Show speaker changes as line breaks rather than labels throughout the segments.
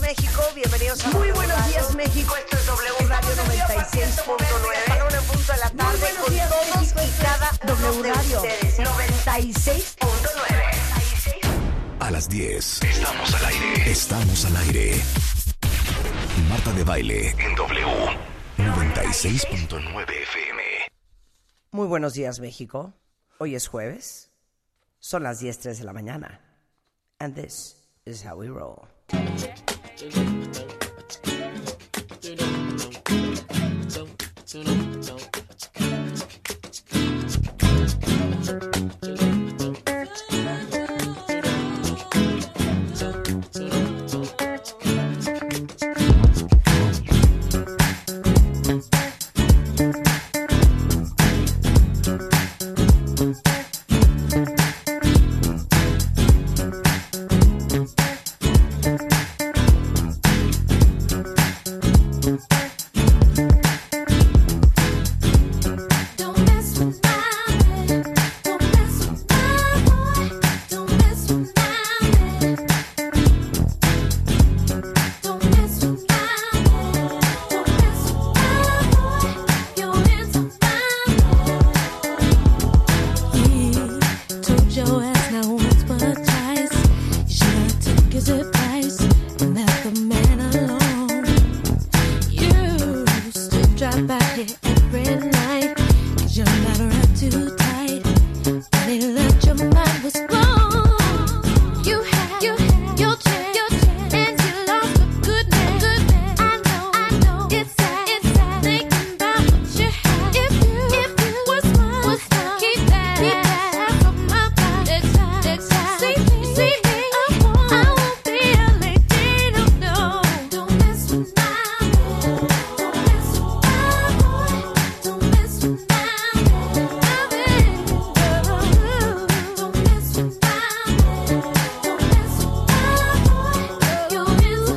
México, bienvenidos a
Muy buenos días, México.
Esto es W Radio 96.9. A una en punto de la tarde
Muy buenos
con
días,
todos
México.
y cada uno
W
de
Radio
ustedes.
96.
96.9.
A las 10. Estamos al aire. Estamos al aire. Marta de baile en W. 96.9 FM.
Muy buenos días, México. Hoy es jueves. Son las 10.03 de la mañana. And this is how we roll.
Don't mess with my head. Don't mess with my boy. Don't mess with my head. Don't mess with my boy. Don't mess with my boy. You're into my He told your ass not once but twice. You should have took his advice and left the man alone. You still drive by here every night. Cause your lover up too tight. But they left your mind was blown. You had, you had your chance, your chance. And you lost a good man, good man. I know, I know. It's sad, it's sad. Thinking about what you had. If you, if you were smart, was smart. Keep that, keep that. From my back. Next time, next time. See me, see me. I won't, I won't be a lady, no, no. Don't mess with my head. Don't mess with my boy. Don't mess with my head. Don't mess with my head. Don't mess with my boy. You're into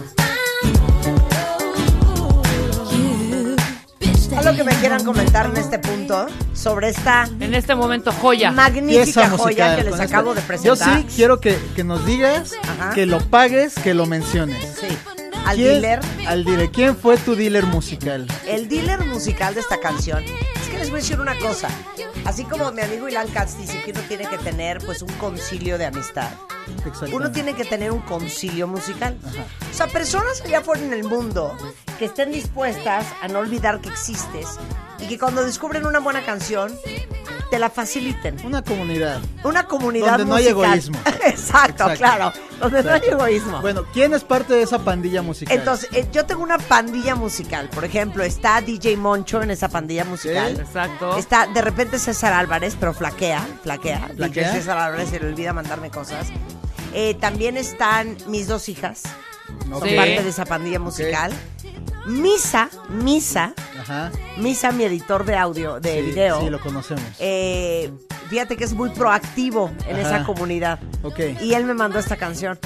my head.
Algo que me quieran comentar en este punto sobre esta
En este momento, joya.
magnífica
musical
joya que les
con esta.
acabo de
Yo
presentar.
sí quiero que, que nos digas,
Ajá.
que lo pagues, que lo menciones.
Sí. Al
¿Quién-
dealer,
Al dealer. ¿Quién fue tu dealer musical?
el dealer musical de esta canción. Es que les voy a decir una cosa. Así como mi amigo Ilan Katz dice que uno tiene que tener pues un concilio de amistad.
Exactamente.
Uno tiene que tener un concilio musical. O sea, personas allá afuera en el mundo que estén dispuestas a no olvidar que existes y que cuando descubren una buena canción te la faciliten.
Una comunidad.
Una comunidad
Donde no hay
musical.
egoísmo.
Exacto,
Exacto.
claro. Donde
Exacto.
no hay egoísmo.
Bueno, ¿quién es parte de esa pandilla musical?
Entonces, eh, yo tengo una pandilla musical. Por ejemplo, está DJ Moncho en esa pandilla musical.
Exacto.
Está de repente César Álvarez, pero flaquea, flaquea.
¿Flaquea?
DJ César Álvarez se le olvida mandarme cosas. Eh, también están mis dos hijas,
No,
son
Sí.
ok.
parte de esa pandilla musical. Misa, Misa,
Ajá.
Misa, mi editor de audio, de
Sí,
video.
Sí, lo conocemos.
Eh, fíjate que es muy proactivo en
Ajá.
esa comunidad.
Ok.
Y él me mandó esta canción.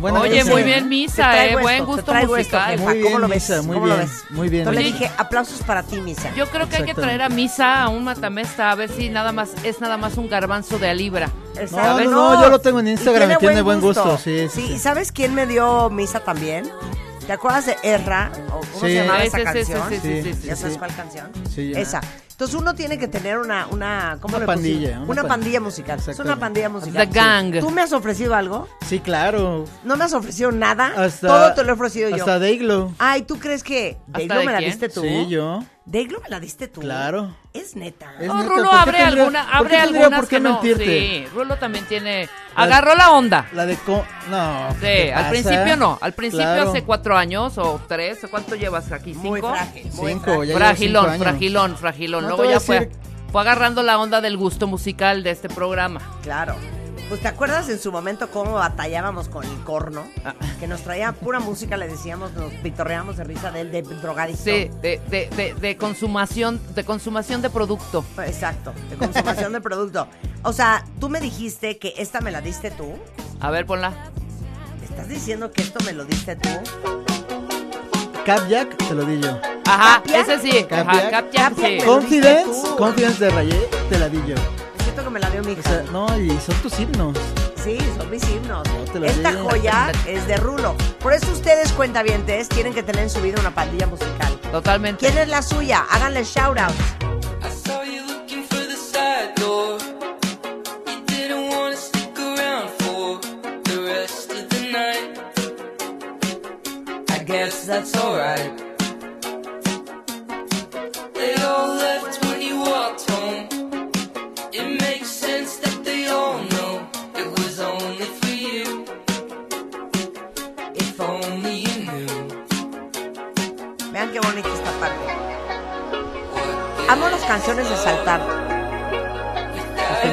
Buena
Oye,
canción.
muy bien, Misa,
Te
eh,
traigo
buen
esto, te
gusto
traigo
musical.
jefa,
Muy bien,
¿Cómo lo ves?
Misa, muy
¿Cómo lo
bien,
ves?
muy bien.
Entonces le
Oye.
dije, aplausos para ti, Misa.
Yo creo que hay que
Exactamente.
traer a misa a un matamesta a ver si nada más es nada más un garbanzo de a libra.
Exacto.
no, no, yo lo tengo en Instagram,
Y
tiene buen gusto, sí, sí, sí.
¿y ¿sabes quién me dio misa también? ¿Te acuerdas de Erra? ¿O ¿Cómo se
Sí.
llamaba
Ah,
esa
sí, sí, sí, sí,
canción?
sí, sí,
Sí.
¿Ya
sí.
sabes
sí.
cuál canción?
Sí, ya.
Esa. Entonces uno tiene que tener una, una, ¿cómo
Una
le pusimos?
pandilla,
Una,
una
pandilla
pandilla.
musical. Es una
Exactamente.
pandilla
The
musical.
Gang.
¿Tú me has ofrecido algo?
Sí, claro.
No me has ofrecido nada.
Hasta,
Todo te lo he ofrecido yo.
Hasta Dayglow.
Ay, ¿tú crees que
¿Hasta
Deglo
de
me la
quién?
diste tú?
Sí, yo.
Deglo me la diste tú.
Claro.
Es neta.
Es
No,
neta,
Rulo
¿por qué
abre
tendría-
alguna,
por qué
abre
tendría
algunas
por qué
que no.
mentirte?
Sí, Rulo también tiene. Agarró la onda.
La de co- No.
Sí,
¿qué
al
pasa?
principio no. Al principio
Claro.
hace cuatro años o tres. ¿Cuánto llevas aquí? ¿Cinco?
muy frágil. Muy
Cinco,
frágil.
ya llevo
fragilón,
cinco años.
fragilón, fragilón.
No te
Luego
voy a
ya fue,
decir-
fue agarrando la onda del gusto musical de este programa.
Claro. Pues te acuerdas en su momento cómo batallábamos con el corno,
Ah.
que nos traía pura música, le decíamos, nos pitorreábamos de risa de él, de drogadicto.
Sí, de, de, de, de consumación, de consumación de producto.
Exacto, de consumación de producto. O sea, tú me dijiste que esta me la diste tú.
A ver, ponla.
¿Me estás diciendo que esto me lo diste tú?
Cap Jack, te lo di yo.
Ajá,
¿Capiac?
ese sí. Ajá,
¿Capiac?
Capjack,
¿Capiac?
sí.
Con-
Confidence,
diste tú.
Confidence de Rayé, te la di yo.
Siento que me la dio mi
O
hija.
sea, no, y son tus himnos.
Sí, son mis himnos.
te lo
Esta
digo.
joya es de Rulo. Por eso ustedes, cuentavientes, tienen que tener en su vida una pandilla musical.
Totalmente.
¿Quién es la suya? Háganle shout out.
I saw you looking for the side door. You didn't want to stick around for the rest of the night. I guess that's alright. They all left when you walked home. It makes sense that they all know it was only for you. If only you knew.
Vean qué bonita esta parte. Amo las canciones de saltar.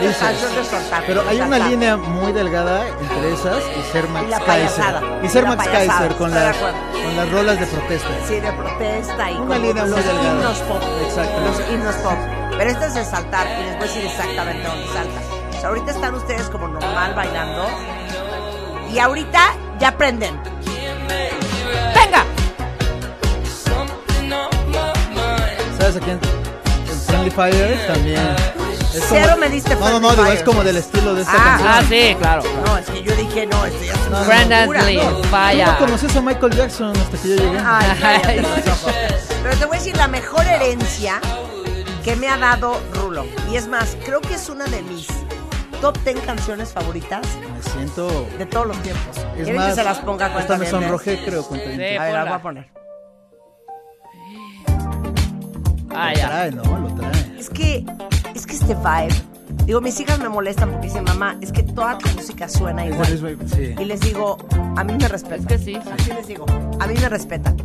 Las canciones de saltar.
Pero hay una
Saltar.
línea muy delgada entre esas y ser Max
Y la payasada.
Kaiser. Y ser
Y la
Max
payasada,
Kaiser con
estoy de
las,
acuerdo.
con las rolas de protesta.
Sí, de protesta y
Una
como
línea
los
muy delgada.
himnos pop.
Exacto.
Los himnos pop. Pero este es de saltar y les voy a decir exactamente dónde salta. O sea, ahorita están ustedes como normal bailando y ahorita ya aprenden.
¡Venga!
Something on my mind.
¿Sabes a quién? El Friendly Fire también. Es
Cero me diste
No, no, no,
Friendly
digo,
Fire.
es como del estilo de esta
Ah,
canción.
Ah, sí, claro.
No, es que yo dije, no, este ya es una
Brandon
locura.
Lee,
No.
Yo no
vaya.
conoces a Michael Jackson hasta que yo
¿eh?
llegué.
Ay, cállate los ojos. Pero te voy a decir la mejor herencia que me ha dado Rulo. Y es más, creo que es una de mis top 10 canciones favoritas
Me siento.
de todos los tiempos.
Es
¿Quieren
más,
que se las ponga
hasta
cuenta
me sonrojé, creo, con
Sí.
Ay,
A ver, la voy
Ponla.
a poner.
Ah,
Lo
ya.
trae, no, lo trae.
Es que, es que este vibe. Digo, mis hijas me molestan porque dicen, mamá, es que toda tu música suena
Es el
igual.
mismo- sí.
Y les digo, a mí me
Es
respetan.
que sí.
Así les digo, a mí me respetan.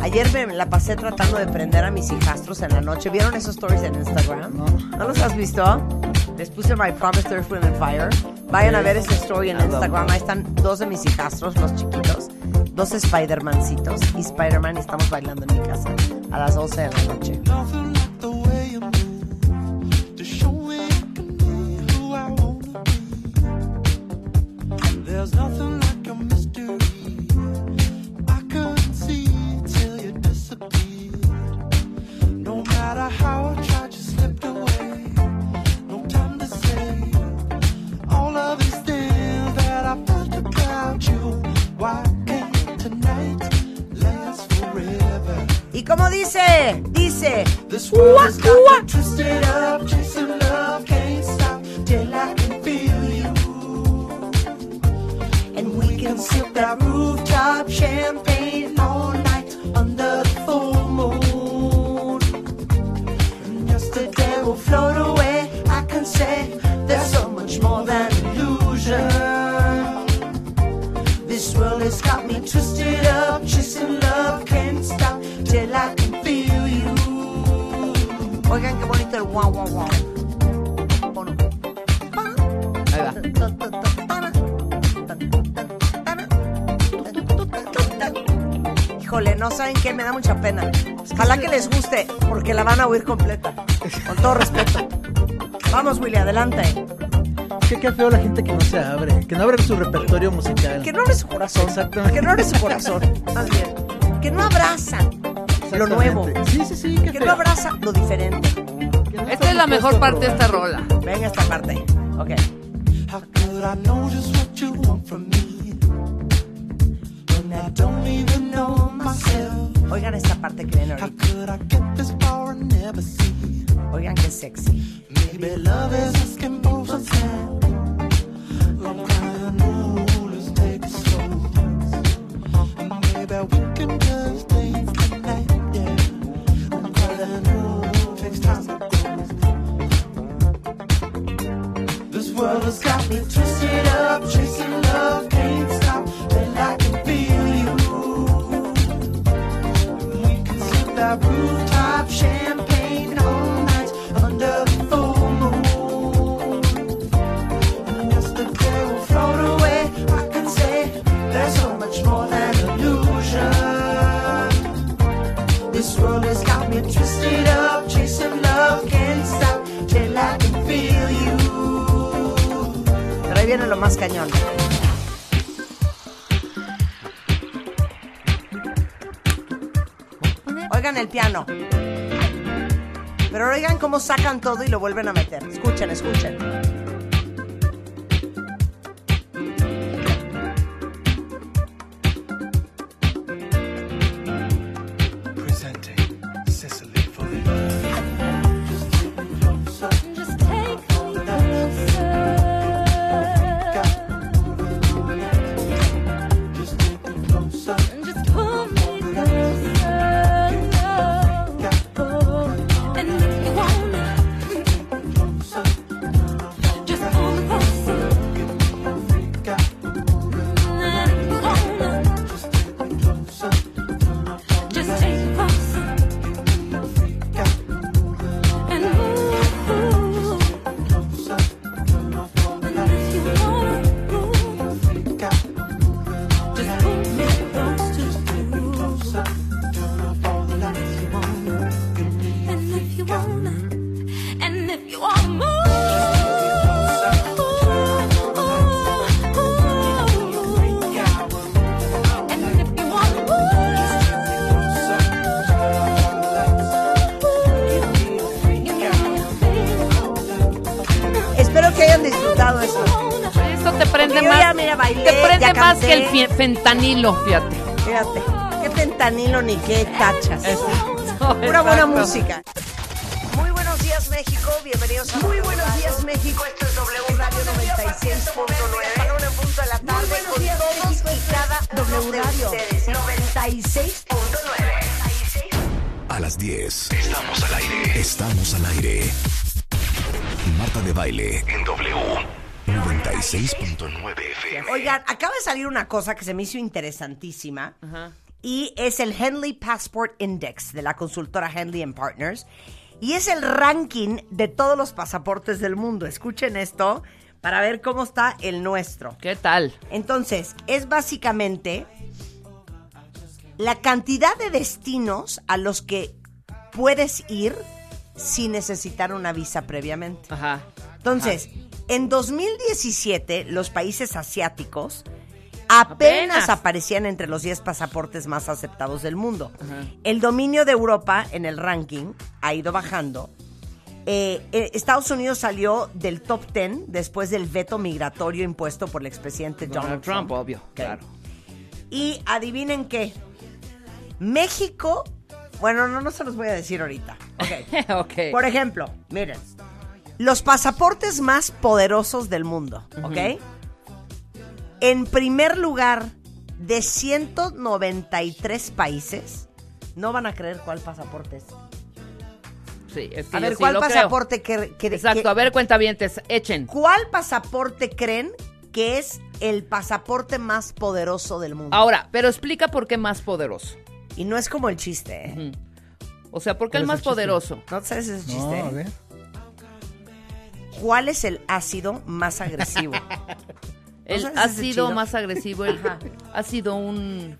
Ayer me la pasé tratando de prender a mis hijastros en la noche. ¿Vieron esos stories en Instagram?
No.
¿No los has visto? Les puse My Promised Earth, Wind and Fire. Vayan a ver ese story en
Ah,
Instagram.
vamos.
Ahí están dos de mis hijastros, los chiquitos. Dos Spider-Mancitos. Y Spider-Man y estamos bailando en mi casa a las 11 de la noche.
Nothing like the way you move to show me I can be who I wanna be. There's nothing like a mystery I couldn't see till you disappeared. No matter how I tried, you slipped away. No time to say all of these things that I felt about you. Why can't tonight last forever?
Y como dice, dice,
This world
Wah,
has got
wah.
me twisted up, chasing love can't stop till I can feel you. And we can sip that rooftop champagne all night under the full moon. And yesterday will float away. I can say there's so much more than illusion. This world has got me twisted up, chasing love can't stop till I can feel you.
oigan qué bonito el wow, wow, wow. Pon un-
Ahí va.
Híjole, no saben qué, me da mucha pena. Ojalá que les guste, porque la van a oír completa. Con todo respeto. Vamos, Willy, adelante.
Qué, qué feo la gente que no se abre, que no abre su repertorio musical.
Que no abre su corazón.
Exactamente.
Que no abre su corazón. Más bien. Que no abraza lo
Exactamente.
nuevo.
Sí, sí, sí, qué
Que
feo.
no abraza lo diferente.
Que no
Esta
está
es la mejor
dispuesto a
parte de esta
probar.
rola.
Ven esta parte. Ok.
How could I know just what you want from me? When I don't even know myself.
Oigan esta parte que viene
How
ahorita.
could I get this far and never see?
Oigan qué sexy.
Maybe love is asking for some time. I'm crying, oh, let's take it slow. And maybe we can just dance tonight, yeah. I'm crying, oh, takes time to go. This world has got me twisted up, chasing love, can't stop till I can feel you. We can sip that rooftop champagne all night under the full moon. And as the day will float away, I can say there's so much more than illusion. This world has got me twisted up, chasing love can't stop till I can feel you.
Pero ahí viene lo más cañón. Oigan el piano. Pero oigan cómo sacan todo y lo vuelven a meter. Escuchen, escuchen. ya bailé,
Te prende
ya
más que el
canté.
fie- fentanilo, fíjate.
Fíjate, qué fentanilo ni qué tachas. Pura
Exacto.
buena música. Muy buenos días, México. Bienvenidos a Muy buenos días, México. Esto es W Radio 96.9. A la una en punto de la tarde con todos y cada uno de ustedes.
96.
A las 10. Estamos al aire. Estamos al aire. Marta de baile en W. 96.9 FM.
Oigan, acaba de salir una cosa que se me hizo interesantísima. Y es el Henley Passport Index de la consultora Henley and Partners. Y es el ranking de todos los pasaportes del mundo. Escuchen esto para ver cómo está el nuestro.
¿Qué tal?
Entonces, es básicamente la cantidad de destinos a los que puedes ir sin necesitar una visa previamente.
Ajá.
Entonces, en 2017, los países asiáticos apenas,
Apenas.
aparecían entre los 10 pasaportes más aceptados del mundo. El dominio de Europa en el ranking ha ido bajando. Eh, eh, Estados Unidos salió del top 10 después del veto migratorio impuesto por el expresidente
Donald
Donald,
Trump, obvio.
Ok.
Claro.
Y adivinen qué. México, bueno, no, no se los voy a decir ahorita. Ok.
ok.
Por ejemplo, miren, los pasaportes más poderosos del mundo, ¿ok? En primer lugar, de 193 países, no van a creer cuál pasaporte es.
Sí, es que
A
yo
ver,
sí
¿cuál
lo creo.
pasaporte que, que-
Exacto,
que-
a ver, cuentavientes, echen.
¿Cuál pasaporte creen que es el pasaporte más poderoso del mundo?
Ahora, pero explica por qué más poderoso.
Y no es como el chiste, ¿eh?
O sea, ¿por qué el
Pero
más
es un chiste.
poderoso?
No sabes
No,
ese chiste.
a
¿eh?
ver.
¿Cuál es el ácido más agresivo?
El
sabes
ha
ese
sido
chido?
más agresivo, el ha sido un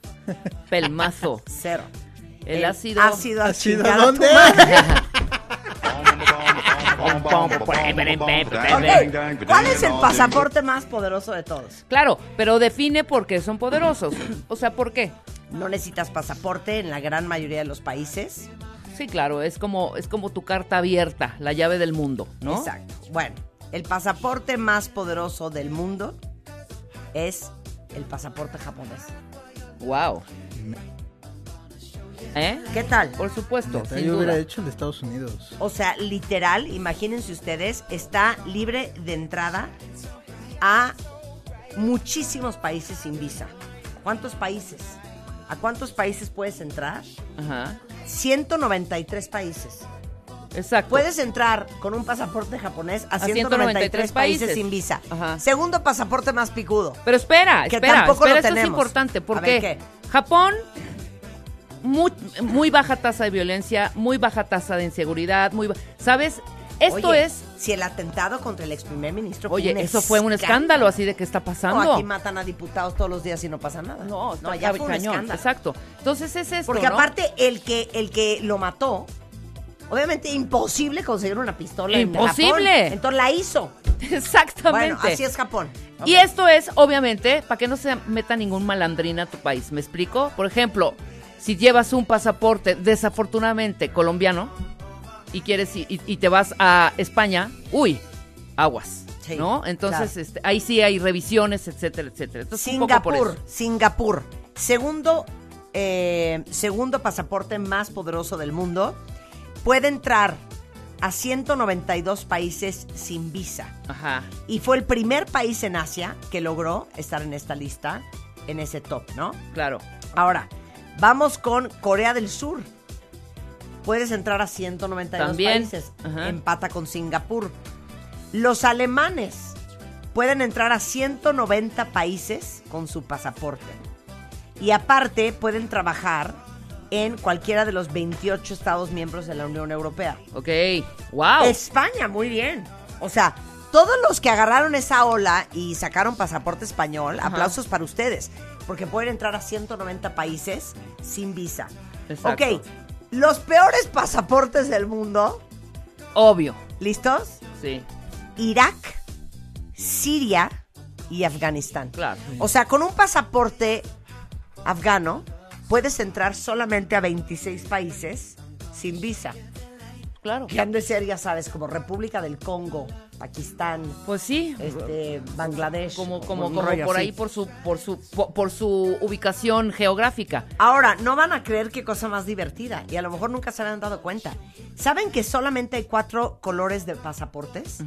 pelmazo.
Cero.
El ácido.
Ácido
¿Ha sido
chingada tu
dónde?
Ok, ¿Cuál es el pasaporte más poderoso de todos?
Claro, pero define por qué son poderosos. O sea, ¿por qué?
No necesitas pasaporte en la gran mayoría de los países.
Sí, claro, es como es como tu carta abierta, la llave del mundo, ¿no?
Exacto. Bueno, el pasaporte más poderoso del mundo es el pasaporte japonés.
Wow. ¿Eh?
¿Qué tal?
Por supuesto,
Neta,
sin
Yo hubiera
duda.
hecho el de Estados Unidos.
O sea, literal, imagínense ustedes, está libre de entrada a muchísimos países sin visa. ¿Cuántos países? ¿A cuántos países puedes entrar?
Ajá.
193 países.
Exacto.
Puedes entrar con un pasaporte japonés a,
A
193
193
países,
países.
sin visa.
Ajá.
Segundo pasaporte más picudo.
Pero espera,
Que
espera,
tampoco lo
espera, esto es
tenemos.
importante,
A ver, ¿qué?
porque Japón, muy, muy baja tasa de violencia, muy baja tasa de inseguridad, muy ba- ¿sabes? Esto
Oye,
es,
Si el atentado contra el ex primer ministro. fue
oye,
un
eso fue un escándalo así de que está
No,
pasando.
aquí matan a diputados todos los días y no pasa nada.
no, está
ya fue un
cañón,
escándalo.
exacto. Entonces es esto,
Porque
¿no?
aparte, el que, el que lo mató, obviamente imposible conseguir una pistola. en
Imposible.
Japón. Entonces la hizo.
exactamente.
Bueno, así es Japón.
Y esto es, obviamente, para que no se meta ningún malandrín a tu país. ¿Me explico? Por ejemplo, si llevas un pasaporte desafortunadamente colombiano y quieres i- y, y te vas a España, uy, aguas.
Sí,
¿No? Entonces,
claro.
este, ahí sí hay revisiones, etcétera, etcétera. Entonces, un poco por
Singapur,
eso.
Singapur. Segundo, eh, segundo pasaporte más poderoso del mundo. Puede entrar a 192 países sin visa.
Ajá.
Y fue el primer país en Asia que logró estar en esta lista, en ese top, ¿no?
Claro.
Ahora, vamos con Corea del Sur. Puedes entrar a 192
También,
países.
ajá.
Empata con Singapur. Los alemanes pueden entrar a 190 países con su pasaporte. Y aparte pueden trabajar en cualquiera de los 28 estados miembros de la Unión Europea.
Ok. Wow.
España, muy bien. O sea, todos los que agarraron esa ola y sacaron pasaporte español,
Ajá.
aplausos para ustedes, porque pueden entrar a 190 países sin visa.
Exacto.
Ok, los peores pasaportes del mundo,
Obvio.
¿listos?
Sí.
Irak, Siria y Afganistán.
Claro.
O sea, con un pasaporte afgano puedes entrar solamente a 26 países sin visa.
claro.
Que han de ser, ya sabes, como República del Congo, Pakistán,
Pues sí,
este, Bangladesh.
como,
o
como,
un
como
rollo
por
así.
ahí, por su, por su, por, por su ubicación geográfica.
Ahora, no van a creer qué cosa más divertida y a lo mejor nunca se han dado cuenta. ¿Saben que solamente hay cuatro colores de pasaportes?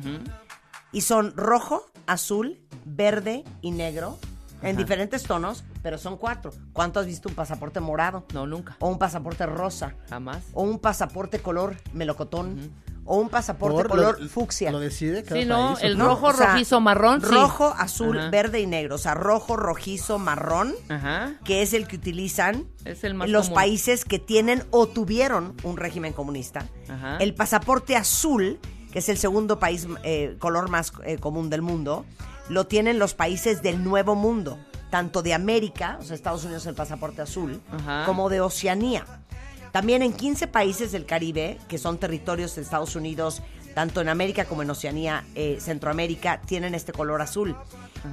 Y son rojo, azul, verde y negro en diferentes tonos, pero son cuatro. ¿Cuánto has visto un pasaporte morado?
No, nunca.
O un pasaporte rosa.
Jamás.
O un pasaporte color melocotón. O un pasaporte
Por-
color
lo-
fucsia.
Lo decide cada
Sí, no,
país,
el
¿o
¿no?
rojo,
O sea,
rojizo, marrón. sí.
Rojo, azul,
Ajá.
verde y negro. O sea, rojo, rojizo, marrón,
Ajá.
que es el que utilizan
Es el más
los
común.
países que tienen o tuvieron un régimen comunista.
Ajá.
El pasaporte azul, que es el segundo país eh, color más eh, común del mundo, lo tienen los países del Nuevo Mundo, tanto de América, o sea, Estados Unidos el pasaporte azul,
Ajá.
como de Oceanía. También en 15 países del Caribe, que son territorios de Estados Unidos, tanto en América como en Oceanía, eh, Centroamérica, tienen este color azul.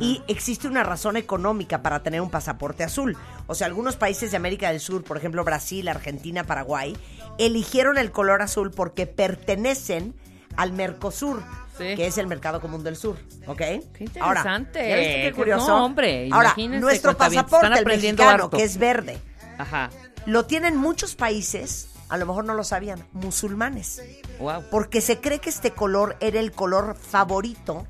Y existe una razón económica para tener un pasaporte azul. O sea, algunos países de América del Sur, por ejemplo Brasil, Argentina, Paraguay, eligieron el color azul porque pertenecen al Mercosur,
Sí.
que es el Mercado Común del Sur. ¿ok?
Qué
Ahora,
interesante.
¿ya viste qué
Qué-
curioso?
no, hombre,
Ahora,
imagínense,
nuestro
cuentavientes,
pasaporte,
están
el
aprendiendo
mexicano,
harto.
que es verde,
Ajá.
lo tienen muchos países, a lo mejor no lo sabían, musulmanes,
Wow.
porque se cree que este color era el color favorito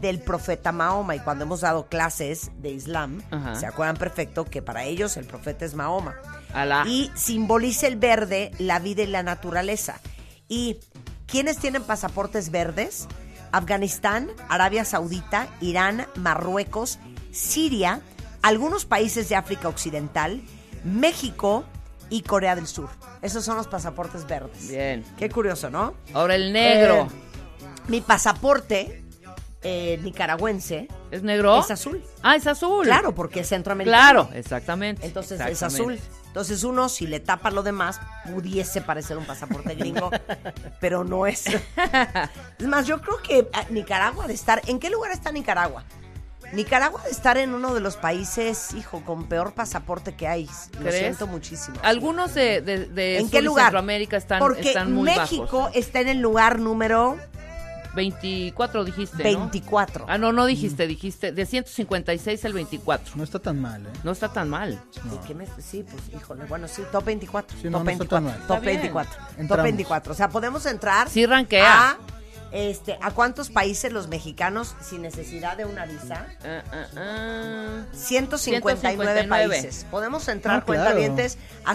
del profeta Mahoma y cuando hemos dado clases de Islam,
Ajá.
se acuerdan perfecto que para ellos el profeta es Mahoma.
Alá.
Y simboliza el verde, la vida y la naturaleza. ¿Y quiénes tienen pasaportes verdes? Afganistán, Arabia Saudita, Irán, Marruecos, Siria, algunos países de África Occidental, México y Corea del Sur. Esos son los pasaportes verdes.
Bien.
Qué curioso, ¿no?
Ahora el negro.
Eh, mi pasaporte eh, nicaragüense
¿Es negro?
es azul.
Ah, es azul.
Claro, porque es centroamericano.
Claro, exactamente.
Entonces es
exactamente.
azul. Entonces uno, si le tapa lo demás, pudiese parecer un pasaporte gringo, pero no es. Es más, yo creo que ah, Nicaragua ha de estar... ¿En qué lugar está Nicaragua? Nicaragua ha de estar en uno de los países, hijo, con peor pasaporte que hay. Lo
¿Crees?
siento muchísimo.
Algunos de, de, de
¿En
Sur
qué
y
lugar?
Centroamérica están,
Porque
están muy
México
bajos. ¿eh?
está en el lugar número
24 dijiste, ¿no?
24.
Ah, no, no
Mm.
dijiste, dijiste de 156 al 24.
No está tan mal, ¿eh?
No está tan mal.
Sí, ¿qué me- sí, pues híjole, bueno, sí, top 24.
Sí,
top
no, no está
24.
tan mal.
Top
Está bien.
24. Top
Entramos.
24. O sea, podemos entrar.
Sí rankea.
A, este, ¿A cuántos países los mexicanos sin necesidad de una visa?
Ah, ah, ah.
159,
159.
países. Podemos entrar,
Ah, claro.
cuentavientes, a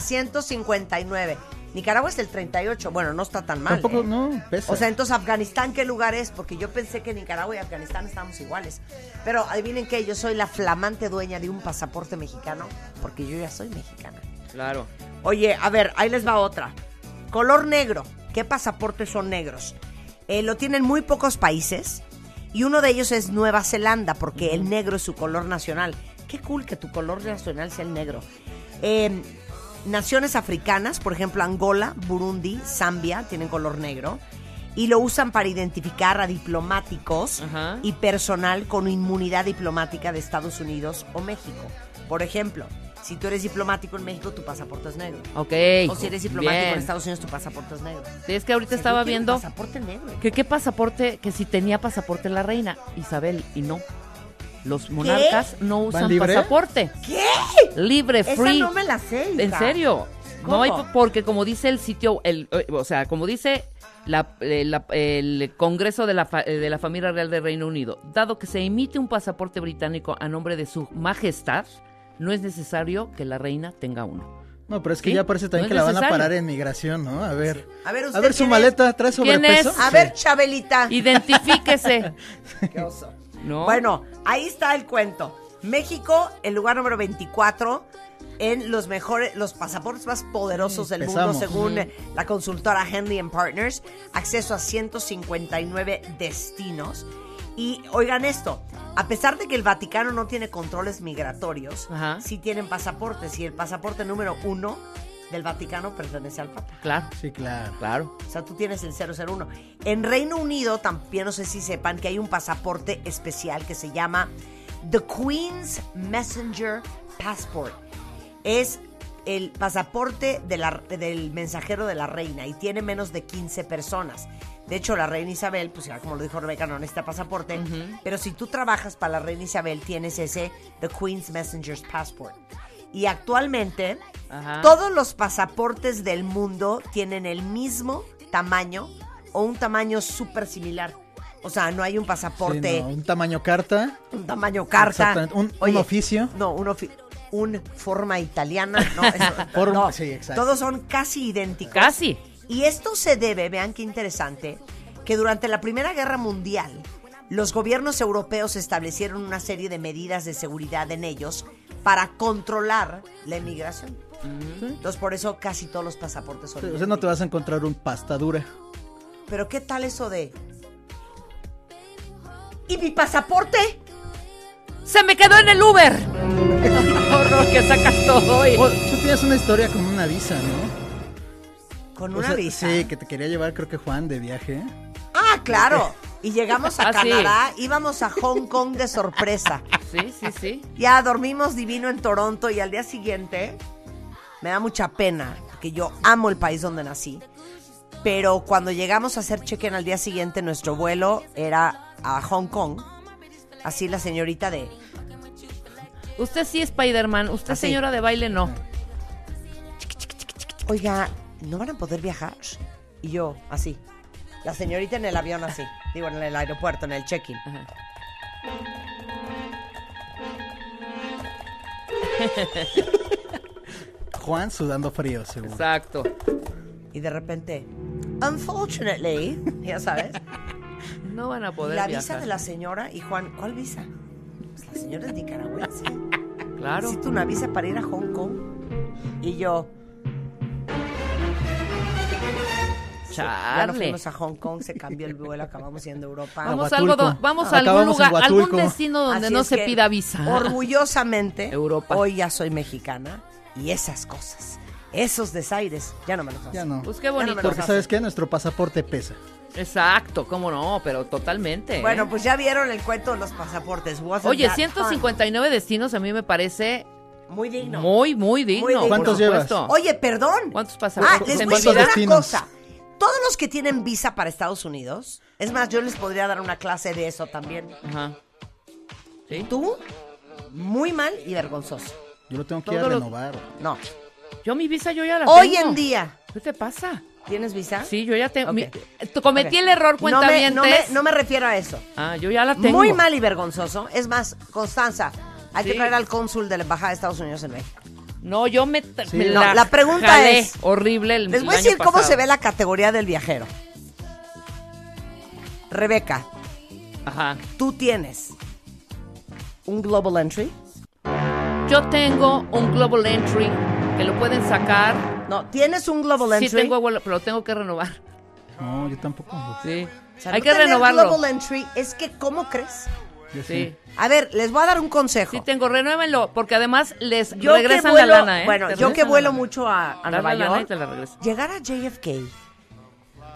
159. Nicaragua es el 38. Bueno, no está tan mal.
Tampoco,
¿eh?
no, pesa.
O sea, entonces Afganistán, ¿qué lugar es? Porque yo pensé que Nicaragua y Afganistán estábamos iguales. Pero adivinen qué, yo soy la flamante dueña de un pasaporte mexicano, porque yo ya soy mexicana.
Claro.
Oye, a ver, ahí les va otra. Color negro. ¿Qué pasaportes son negros? Eh, lo tienen muy pocos países y uno de ellos es Nueva Zelanda porque el negro es su color nacional. Qué cool que tu color nacional sea el negro. Eh, naciones africanas, por ejemplo Angola, Burundi, Zambia, tienen color negro y lo usan para identificar a diplomáticos
Ajá.
y personal con inmunidad diplomática de Estados Unidos o México. Por ejemplo, si tú eres diplomático en México, tu pasaporte es negro.
Ok.
O si eres diplomático
Bien.
en Estados Unidos, tu pasaporte es negro.
Sí, es que ahorita estaba viendo
Pasaporte negro.
que qué pasaporte, que si tenía pasaporte la reina Isabel y no. Los monarcas no usan
libre?
pasaporte.
¿Qué?
Libre,
Esa
free.
no me la sé.
¿En
hija.
serio? No hay,
¿Cómo?
porque como dice el sitio, el, eh, o sea, como dice la- eh, la- el Congreso de la, fa- eh, de la Familia Real del Reino Unido, dado que se emite un pasaporte británico a nombre de su majestad, no es necesario que la reina tenga uno.
No, pero es que
¿Sí?
ya parece también
No es
que la van a
necesario.
parar en migración, ¿no? A ver.
A ver, usted
a ver su
quién
maleta, ¿trae sobrepeso?
es?
A ver, Chabelita.
Identifíquese.
Qué oso.
¿no?
Bueno, ahí está el cuento. México, el lugar número 24 en los mejores, los pasaportes más poderosos del
Empezamos.
mundo, según la consultora Henley and Partners. Acceso a 159 destinos. Y oigan esto, a pesar de que el Vaticano no tiene controles migratorios,
Ajá.
sí tienen pasaportes. Y el pasaporte número uno del Vaticano pertenece al Papa.
Claro,
Sí, claro.
claro.
O sea, tú tienes el 001. En Reino Unido también, no sé si sepan que hay un pasaporte especial que se llama The Queen's Messenger Passport. Es el pasaporte de la- del mensajero de la reina y tiene menos de 15 personas. De hecho, la reina Isabel, pues ya como lo dijo Rebeca, no necesita pasaporte. Pero si tú trabajas para la reina Isabel, tienes ese The Queen's Messenger's Passport. Y actualmente,
Ajá.
todos los pasaportes del mundo tienen el mismo tamaño o un tamaño súper similar. O sea, no hay un
Sí,
pasaporte
no, un tamaño carta.
un tamaño carta.
Exactamente, un- un oficio.
No, un ofi- un forma italiana. No, eso-
Forma-
no.
sí, exacto.
Todos son casi idénticos.
Casi.
Y esto se debe, vean qué interesante, que durante la Primera Guerra Mundial los gobiernos europeos establecieron una serie de medidas de seguridad en ellos para controlar la emigración. Entonces por eso casi todos los pasaportes son.
O sea, no te vas a encontrar un pasta dura.
Pero qué tal eso de. ¿Y mi pasaporte?
¡Se me quedó en el Uber! ¡Qué horror que sacas todo! y-
O- Pues, tú tienes una historia con una visa, ¿no?
Con
O
una
sea,
visa.
Sí, que te quería llevar, creo que Juan, de viaje.
Ah, claro. Y llegamos a
Ah, sí.
Canadá, íbamos a Hong Kong de sorpresa.
Sí, sí, sí.
Ya dormimos divino en Toronto y al día siguiente me da mucha pena, porque yo amo el país donde nací. Pero cuando llegamos a hacer check-in al día siguiente, nuestro vuelo era a Hong Kong. Así la señorita de, Ah,
Usted sí, Spider-Man. Usted,
Así.
señora de baile, no.
oiga, ¿no van a poder viajar? Y yo, así. La señorita en el avión, así. Digo, en el aeropuerto, en el check-in.
Juan sudando frío, seguro.
Exacto.
Y de repente, unfortunately, ya sabes,
No van a poder
la
viajar.
visa de la señora y Juan, ¿cuál visa? Pues la señora es nicaragüense.
Claro.
Necesito una visa para ir a Hong Kong. Y yo, ya nos
Charle.
fuimos a Hong Kong, se cambió el vuelo, acabamos yendo a Europa.
Vamos a, algo,
Huatulco.
do- vamos a algún
Acabamos en
lugar, algún
Huatulco.
destino donde
Así
no
es
se
que,
pida visa.
Orgullosamente,
Europa.
hoy ya soy mexicana y esas cosas, esos desaires, ya no me los hacen.
Ya no.
Pues qué
no me
bonito.
lo
Porque sabes qué, nuestro pasaporte pesa.
Exacto, cómo no, pero totalmente. ¿eh?
Bueno, pues ya vieron el cuento de los pasaportes. Wasn't
Oye,
that
159 destinos a mí me parece
fun? Muy digno.
muy, muy digno.
digno.
por
¿Cuántos llevas?
supuesto.
Oye, perdón.
¿Cuántos pasaportes?
Ah, les
¿En
voy a decir
cuántos
una
destinos?
cosa. Todos los que tienen visa para Estados Unidos, es más, yo les podría dar una clase de eso también.
Ajá. ¿Sí?
Tú, muy mal y vergonzoso.
Yo lo tengo que ir a
Todo lo-
renovar.
No.
Yo mi visa yo ya la
Hoy
tengo.
en día,
¿Qué te pasa?
¿tienes visa?
Sí, yo ya tengo.
Ok.
mi- eh, tú cometí el error,
No me,
cuentavientes.
no, me, no me refiero a eso.
Ah, yo ya la tengo.
Muy mal y vergonzoso. Es más, Constanza, hay que
Sí.
traer al cónsul de la Embajada de Estados Unidos en México.
No, yo me. tra-
Sí.
me
No,
la,
la pregunta
jalé
es-
Horrible el
Les voy a
el
decir
año
cómo se ve
pasado.
la categoría del viajero. Rebeca,
Ajá.
tú tienes un Global Entry.
Yo tengo un Global Entry que lo pueden sacar.
No, tienes un Global Entry.
Sí, tengo, pero lo tengo que renovar.
No, yo tampoco.
Sí.
O sea,
Hay
no
que
tener
renovarlo.
Global Entry es que, ¿cómo crees?
Yo
Sí.
A ver, les voy a dar un consejo.
Sí, tengo, renuévenlo, porque además les
yo que
regresan
vuelo,
la lana, ¿eh?
bueno,
Te
yo que
regresan
vuelo
la lana.
mucho a, a
Dale
Nueva
la lana y
York,
te la regresan.
llegar a JFK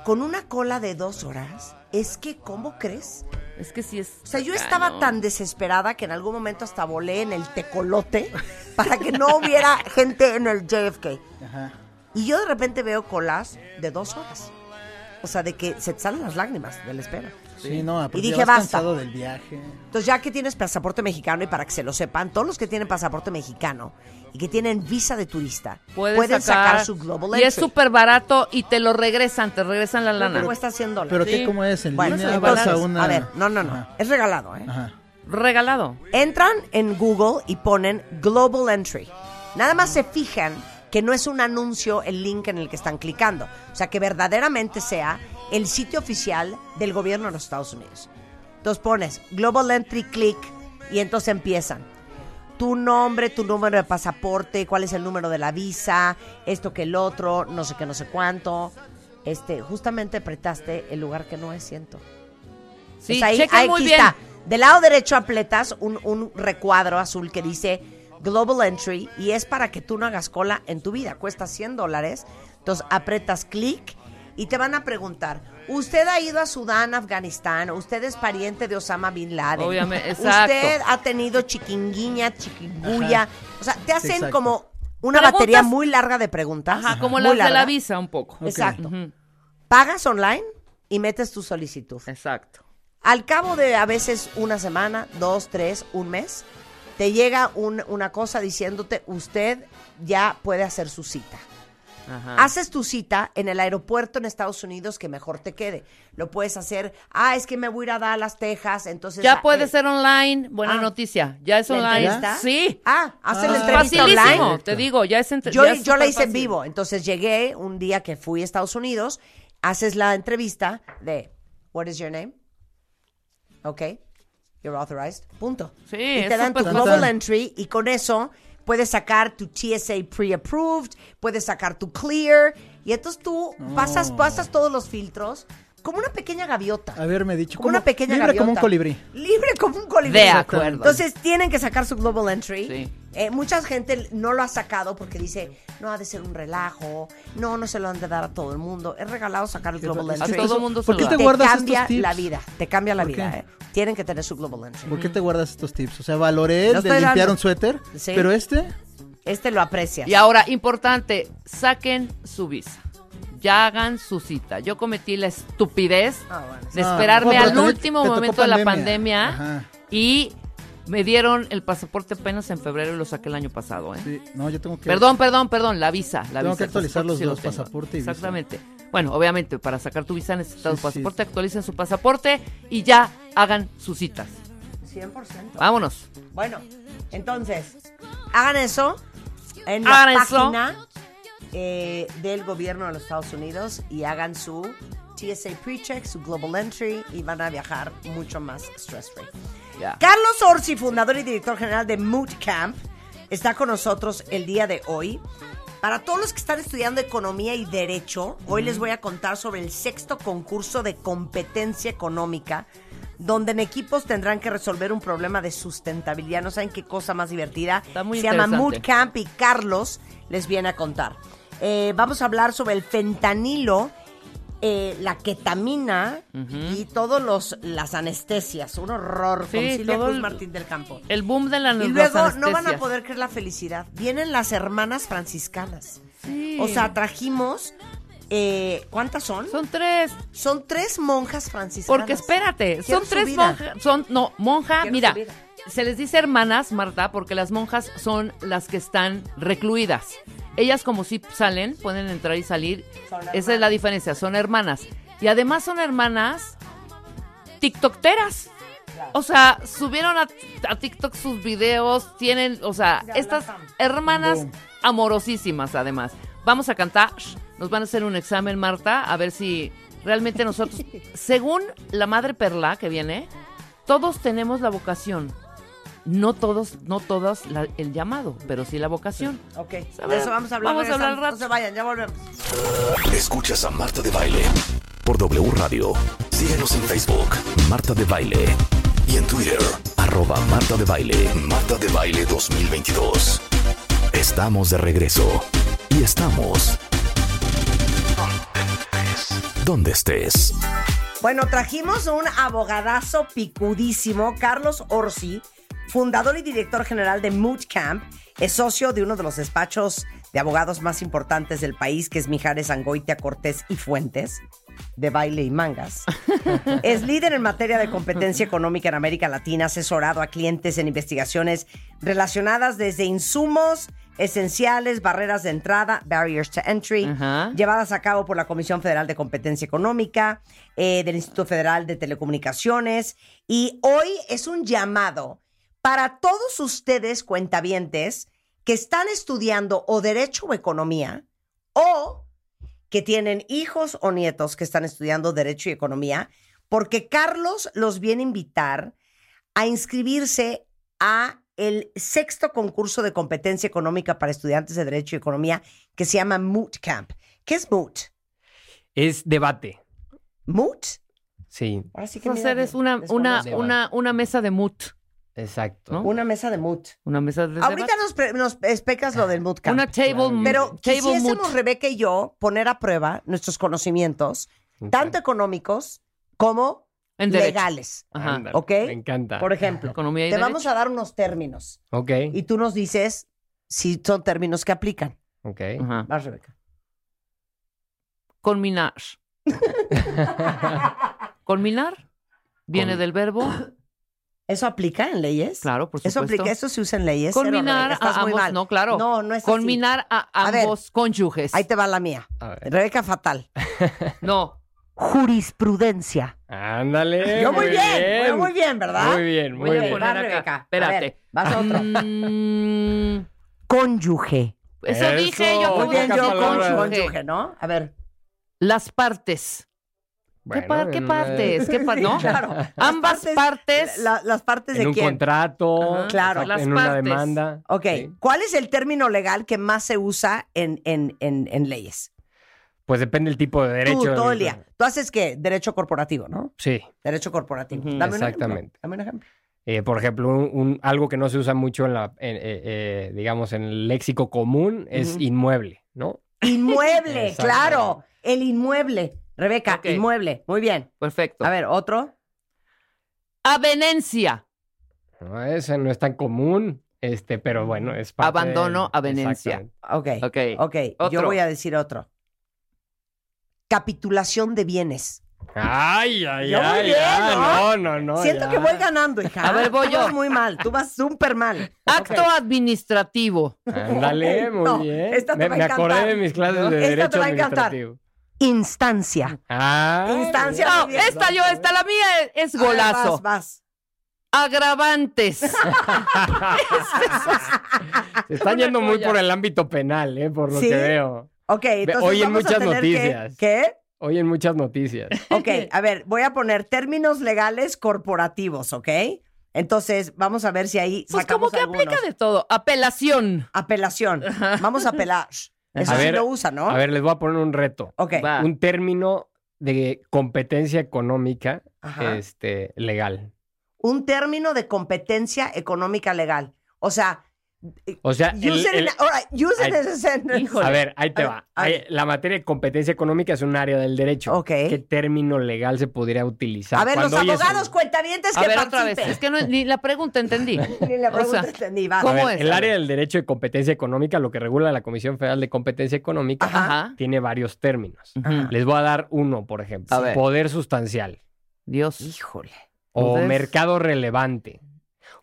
con una cola de dos horas es que, ¿cómo crees?
Es que sí es.
O sea, yo
cañón.
estaba tan desesperada que en algún momento hasta volé en el tecolote para que no hubiera gente en el JFK.
Ajá.
Y yo de repente veo colas de dos horas. O sea, de que se te salen las lágrimas de la espera.
Sí, no, aparte
dije,
ya vas
basta.
cansado del viaje.
Entonces, ya que tienes pasaporte mexicano, y para que se lo sepan, todos los que tienen pasaporte mexicano y que tienen visa de turista
Puedes
pueden sacar, su Global
Y es
Entry.
súper barato y te lo regresan, te regresan la
Creo que
lana.
cuesta 100 dólares.
Pero
Sí.
qué cómo es en
Bueno,
línea,
entonces,
vas a una
a ver, no, no, no.
Ajá.
Es regalado, ¿eh?
Ajá.
Regalado.
Entran en Google y ponen Global Entry. Nada más se fijan que no es un anuncio el link en el que están clicando. O sea, que verdaderamente sea el sitio oficial del gobierno de los Estados Unidos. Entonces pones Global Entry Click y entonces empiezan. Tu nombre, tu número de pasaporte, cuál es el número de la visa, esto que el otro, no sé qué, no sé cuánto. Este, justamente apretaste el lugar que no es, siento.
Sí,
Pues ahí,
chequen
ahí,
muy
aquí
bien.
está. Del lado derecho apletas un, un recuadro azul que dice Global Entry y es para que tú no hagas cola en tu vida. Cuesta 100 dólares. Entonces apretas clic y te van a preguntar, ¿usted ha ido a Sudán, Afganistán? ¿Usted es pariente de Osama Bin Laden?
Obviamente, exacto.
¿Usted ha tenido chiquinguiña, chiquinguya?
Ajá.
O sea, te hacen
exacto.
como una
Preguntas-
batería muy larga de preguntas.
Ajá, como
muy
las de la
larga.
visa un poco.
Exacto.
Ujú,
Pagas online y metes tu solicitud.
Exacto.
Al cabo de a veces una semana, dos, tres, un mes, te llega un- una cosa diciéndote, usted ya puede hacer su cita.
Ajá.
Haces tu cita en el aeropuerto en Estados Unidos que mejor te quede. Lo puedes hacer, ah, es que me voy a ir a Dallas, Texas, entonces...
Ya
ah,
puede
eh,
ser online. Buena
Ah.
noticia. Ya es
¿La
online.
entrevista?
Sí.
Ah, haces la
Ah.
entrevista
Facilísimo,
online.
te digo, ya es entre-
Yo,
ya es
yo la
súper
hice en
fácil.
vivo, entonces llegué un día que fui a Estados Unidos, haces la entrevista de What is your name? Ok, you're authorized, punto.
Sí,
y te
es
dan tu
súper
global
fácil.
entry y con eso puedes sacar tu TSA pre-approved, puedes sacar tu clear y entonces tú pasas, pasas todos los filtros como una pequeña gaviota.
Haberme dicho.
como una pequeña
libre
gaviota.
como un colibrí.
Libre como un colibrí.
De acuerdo.
Entonces tienen que sacar su Global Entry.
Sí.
Eh, mucha gente no lo ha sacado porque dice, no ha de ser un relajo, no, no se lo han de dar a todo el mundo. Es regalado sacar el Global
Es que
Entry.
todo
estos-
mundo se
¿Por
lo
qué
da.
te
te
guardas
cambia
estos tips?
la vida, te cambia la
¿Por qué?
vida. eh. Tienen que tener su Global Entry.
¿Por qué
Mm.
te guardas estos tips? O sea, valoré el
Lo
de
estoy
limpiar
dando.
un suéter,
Sí.
pero este,
Este lo aprecias.
Y ahora, importante, saquen su visa. Ya hagan su cita. Yo cometí la estupidez
Ah, bueno, sí.
de
No,
esperarme
no, pero
al
también
último
te tocó
momento de la
pandemia.
pandemia
Ajá.
y me dieron el pasaporte apenas en febrero y lo saqué el año pasado. ¿eh?
sí, no, yo tengo que
Perdón, perdón, perdón, la visa. La
Tengo
visa,
que
el
actualizar
pasaporte
los
sí lo
dos,
tengo.
pasaporte y visa.
Exactamente. Bueno, obviamente, para sacar tu visa necesitas
Sí,
un
sí.
pasaporte, actualicen su pasaporte y ya hagan sus citas.
100%.
Vámonos.
Bueno, entonces, hagan eso en la
Hagan eso.
página eh, del gobierno de los Estados Unidos y hagan su TSA pre-check, su Global Entry y van a viajar mucho más stress-free.
Ya.
Carlos Orsi, fundador y director general de Mood Camp, está con nosotros el día de hoy. Para todos los que están estudiando economía y derecho, hoy les voy a contar sobre el sexto concurso de competencia económica, donde en equipos tendrán que resolver un problema de sustentabilidad. No saben qué cosa más divertida.
Está muy
Se llama
interesante.
Mood Camp y Carlos les viene a contar. Eh, vamos a hablar sobre el fentanilo, eh, la ketamina y todos los las anestesias. Un horror con
Sí,
Silvia
todo
Cruz
el-
Martín del Campo.
El boom de la
Y
las
luego no van a
anestesias.
poder creer la felicidad. Vienen las hermanas franciscanas.
Sí.
O sea, trajimos. eh, ¿Cuántas son? son?
son tres.
tres monjas franciscanas.
Porque espérate,
Quiero
son
su
tres
vida.
monjas, son, no, monja,
Quiero
mira,
su vida.
se les dice hermanas, Marta, porque las monjas son las que están recluidas. Ellas como si salen, pueden entrar y salir.
Son
Esa es la
hermanas.
diferencia, son hermanas. Y además son hermanas tiktokteras. O sea, subieron a, a TikTok sus videos, tienen, o sea,
Ya, la
estas
fama.
hermanas
Boom.
amorosísimas además. Vamos a cantar, nos van a hacer un examen, Marta, a ver si realmente nosotros, según la madre Perla que viene, todos tenemos la vocación. No todos, no todas la- el llamado, pero sí la vocación.
Ok, de
Sabrá.
eso vamos a hablar.
Vamos a hablar
regresando.
al rato.
No se vayan, ya volvemos.
Escuchas a Marta de Baile por W Radio. Síguenos en Facebook, Marta de Baile. Y en Twitter, arroba Marta de Baile, Marta de Baile 2022. Estamos de regreso. Y estamos... Donde estés.
Bueno, trajimos un abogadazo picudísimo, Carlos Orsi, fundador y director general de Mood Camp, es socio de uno de los despachos de abogados más importantes del país, que es Mijares Angoitia Cortés y Fuentes, de baile y mangas. Es líder en materia de competencia económica en América Latina, asesorado a clientes en investigaciones relacionadas desde insumos esenciales, barreras de entrada, barriers to entry,
Ajá.
llevadas a cabo por la Comisión Federal de Competencia Económica, eh, del Instituto Federal de Telecomunicaciones. Y hoy es un llamado para todos ustedes, cuentavientes, que están estudiando o derecho o economía, o que tienen hijos o nietos que están estudiando derecho y economía, porque Carlos los viene a invitar a inscribirse a el sexto concurso de competencia económica para estudiantes de derecho y economía que se llama Moot Camp. ¿Qué es Moot?
Pues
Es debate.
Moot.
Sí,
Ahora sí que
Entonces
mira,
eres una,
desconozco.
una,
desconozco.
una, una mesa de moot,
exacto.
¿No?
Una mesa de Moot.
una mesa de
Ahorita
debate.
nos, pre- nos explicas lo del Moot Camp.
una table,
Claro.
Pero
table
quisiésemos,
moot.
Rebeca y yo, poner a prueba nuestros conocimientos,
Me
tanto
encanta.
económicos como
en derecho.
legales.
Ajá.
Ándale,
¿ok?
Me encanta.
Por ejemplo,
Economía y
te vamos
derecho.
a dar unos términos
Ok.
y tú nos dices si son términos que aplican.
Ok.
Ajá.
Vas, Rebeca.
Conminar. Conminar viene
Con-
del verbo,
¿Eso aplica en leyes?
claro, por
Eso
supuesto.
aplica, eso se usa en leyes. Cero, Rebeca,
Conminar
estás
a
muy
ambos,
mal.
no, claro.
No, no es así.
Conminar a
A ver.
ambos cónyuges.
Ahí te va la mía.
A ver.
Rebeca fatal.
No,
Jurisprudencia.
Ándale.
Yo muy bien, yo muy bien, ¿verdad?
Muy bien,
voy
muy
a
bien.
poner
Vas,
acá.
Rebeca. A
Espérate.
ver, vas otra.
Mm,
Cónyuge.
eso,
Eso.
dije yo.
Muy
acabo de
bien,
pocas
yo
palabras.
decir
cónyuge.
cónyuge.
cónyuge, ¿no? A ver.
Las partes. ¿Qué,
Bueno,
par- qué
en una-
partes? ¿Qué par-
Sí,
¿No?
claro.
Ambas
Las
partes.
La- las partes
En
de
un
quién.
contrato.
Ajá.
Claro.
En
Las
una
partes.
demanda.
Ok.
Sí.
¿Cuál es el término legal que más se usa en, en, en, en leyes?
Pues depende del tipo de derecho.
Tú, todo el
del-
día. Tú haces qué? Derecho corporativo, ¿no?
Sí.
Derecho corporativo.
Ujú,
Dame un ejemplo.
exactamente.
Dame un ejemplo.
Eh, por ejemplo, un- un- algo que no se usa mucho en la, en- eh, eh, digamos, en el léxico común es inmueble, ¿no?
Inmueble,
Exactamente.
claro. El inmueble. Rebeca,
Ok.
inmueble. Muy bien.
Perfecto.
A ver, otro.
Avenencia.
No, Ese no es tan común, este, pero bueno, es parte
Abandono, avenencia.
Exactamente.
Ok.
Ok.
Ok. Yo
Otro.
voy a decir otro. Capitulación de bienes.
Ay, ay,
Yo muy
ay,
bien,
ay,
¿no?
¿no? no, no,
Siento
ya.
que voy ganando, hija.
A ver, voy
Tú
yo.
vas muy mal. Tú vas súper mal.
Acto
Ok.
administrativo.
Ándale,
Ok,
muy
no,
bien.
esta te
me
va a
me acordé
encantar.
de mis clases
No,
de
esta te
derecho
va a encantar.
administrativo.
Instancia.
Ah,
Instancia.
No,
muy bien.
esta yo, esta la mía es, es golazo.
Vas, vas.
Agravantes.
se están
Una
yendo muy
joya.
por el ámbito penal, eh, por lo
Sí.
que veo.
Ok, entonces
hoy en
vamos
muchas
a tener que-
noticias.
¿Qué?
Hoy en muchas noticias.
Ok, a ver, voy a poner términos legales corporativos, ¿ok? Entonces, vamos a ver si ahí
Pues como
sacamos
que
algunos.
aplica de todo. Apelación.
Apelación. Vamos a apelar. Eso
A
sí
ver,
lo usa, ¿no?
A ver, les voy a poner un reto.
Ok.
Va.
Un término de competencia económica
Ajá.
este, legal.
Un término de competencia económica legal. O sea,
O sea, el-
use it
el-
in- all right, use it
Ay,
as a sentence.
híjole.
a ver, ahí te
A ver,
va.
a
Ahí-
ver.
la materia de competencia económica es un área del derecho.
Ok.
¿Qué término legal se podría utilizar?
A ver, los
Cuando oyes el-
abogados cuentavientes
A
que
ver, otra vez.
participen.
Es que no, ni la pregunta entendí.
Ni la
O
pregunta
sea,
entendí, va.
A ver,
¿Cómo es?
El área del derecho de competencia económica, lo que regula la Comisión Federal de Competencia Económica,
Ajá.
tiene varios términos.
Ujú.
Les voy a dar uno, por ejemplo.
A ver.
Poder sustancial.
Dios.
Híjole.
O
Entonces-
mercado relevante.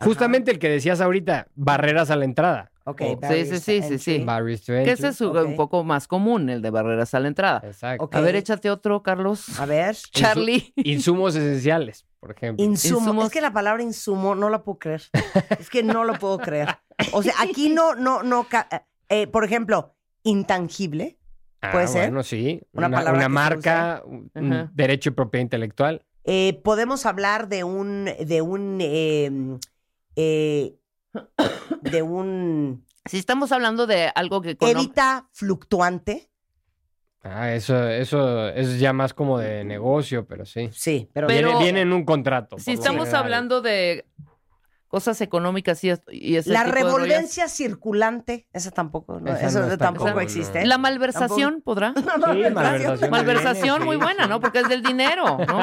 Justamente el que decías ahorita, barreras a la entrada.
Ok.
O-
barriers
Oh. sí, sí,
to
sí, sí.
entry.
Barriers to
Que
entry.
ese es
Ok.
un poco más común, el de barreras a la entrada.
Exacto.
Ok.
A ver, échate otro, Carlos.
A ver.
Charlie.
Insumos esenciales, por ejemplo.
Insumo.
Insumos.
Es que la palabra insumo no la puedo creer. Es que no lo puedo creer. O sea, aquí no, no, no. ca- eh, por ejemplo, intangible.
Ah,
¿puede ser?
Bueno, sí.
Una
Una,
palabra
una
que se
marca, un un
Ajá.
derecho y propiedad intelectual.
Eh, podemos hablar de un, de un, eh, eh, de un
Si estamos hablando de algo que cono-
evita fluctuante.
Ah, eso, eso, eso es ya más como de negocio, pero sí.
Sí, pero,
Pero-
viene, viene en un contrato.
Si
por lo
estamos
general.
hablando de cosas económicas y, es- y ese
la
tipo de rollos.
revolvencia circulante, esa tampoco, no,
Esa
eso
no está
tampoco
común,
existe.
La malversación podrá.
Tampoco-
Sí, malversación.
Malversación
Sí.
muy buena, ¿no? Porque es del dinero, ¿no?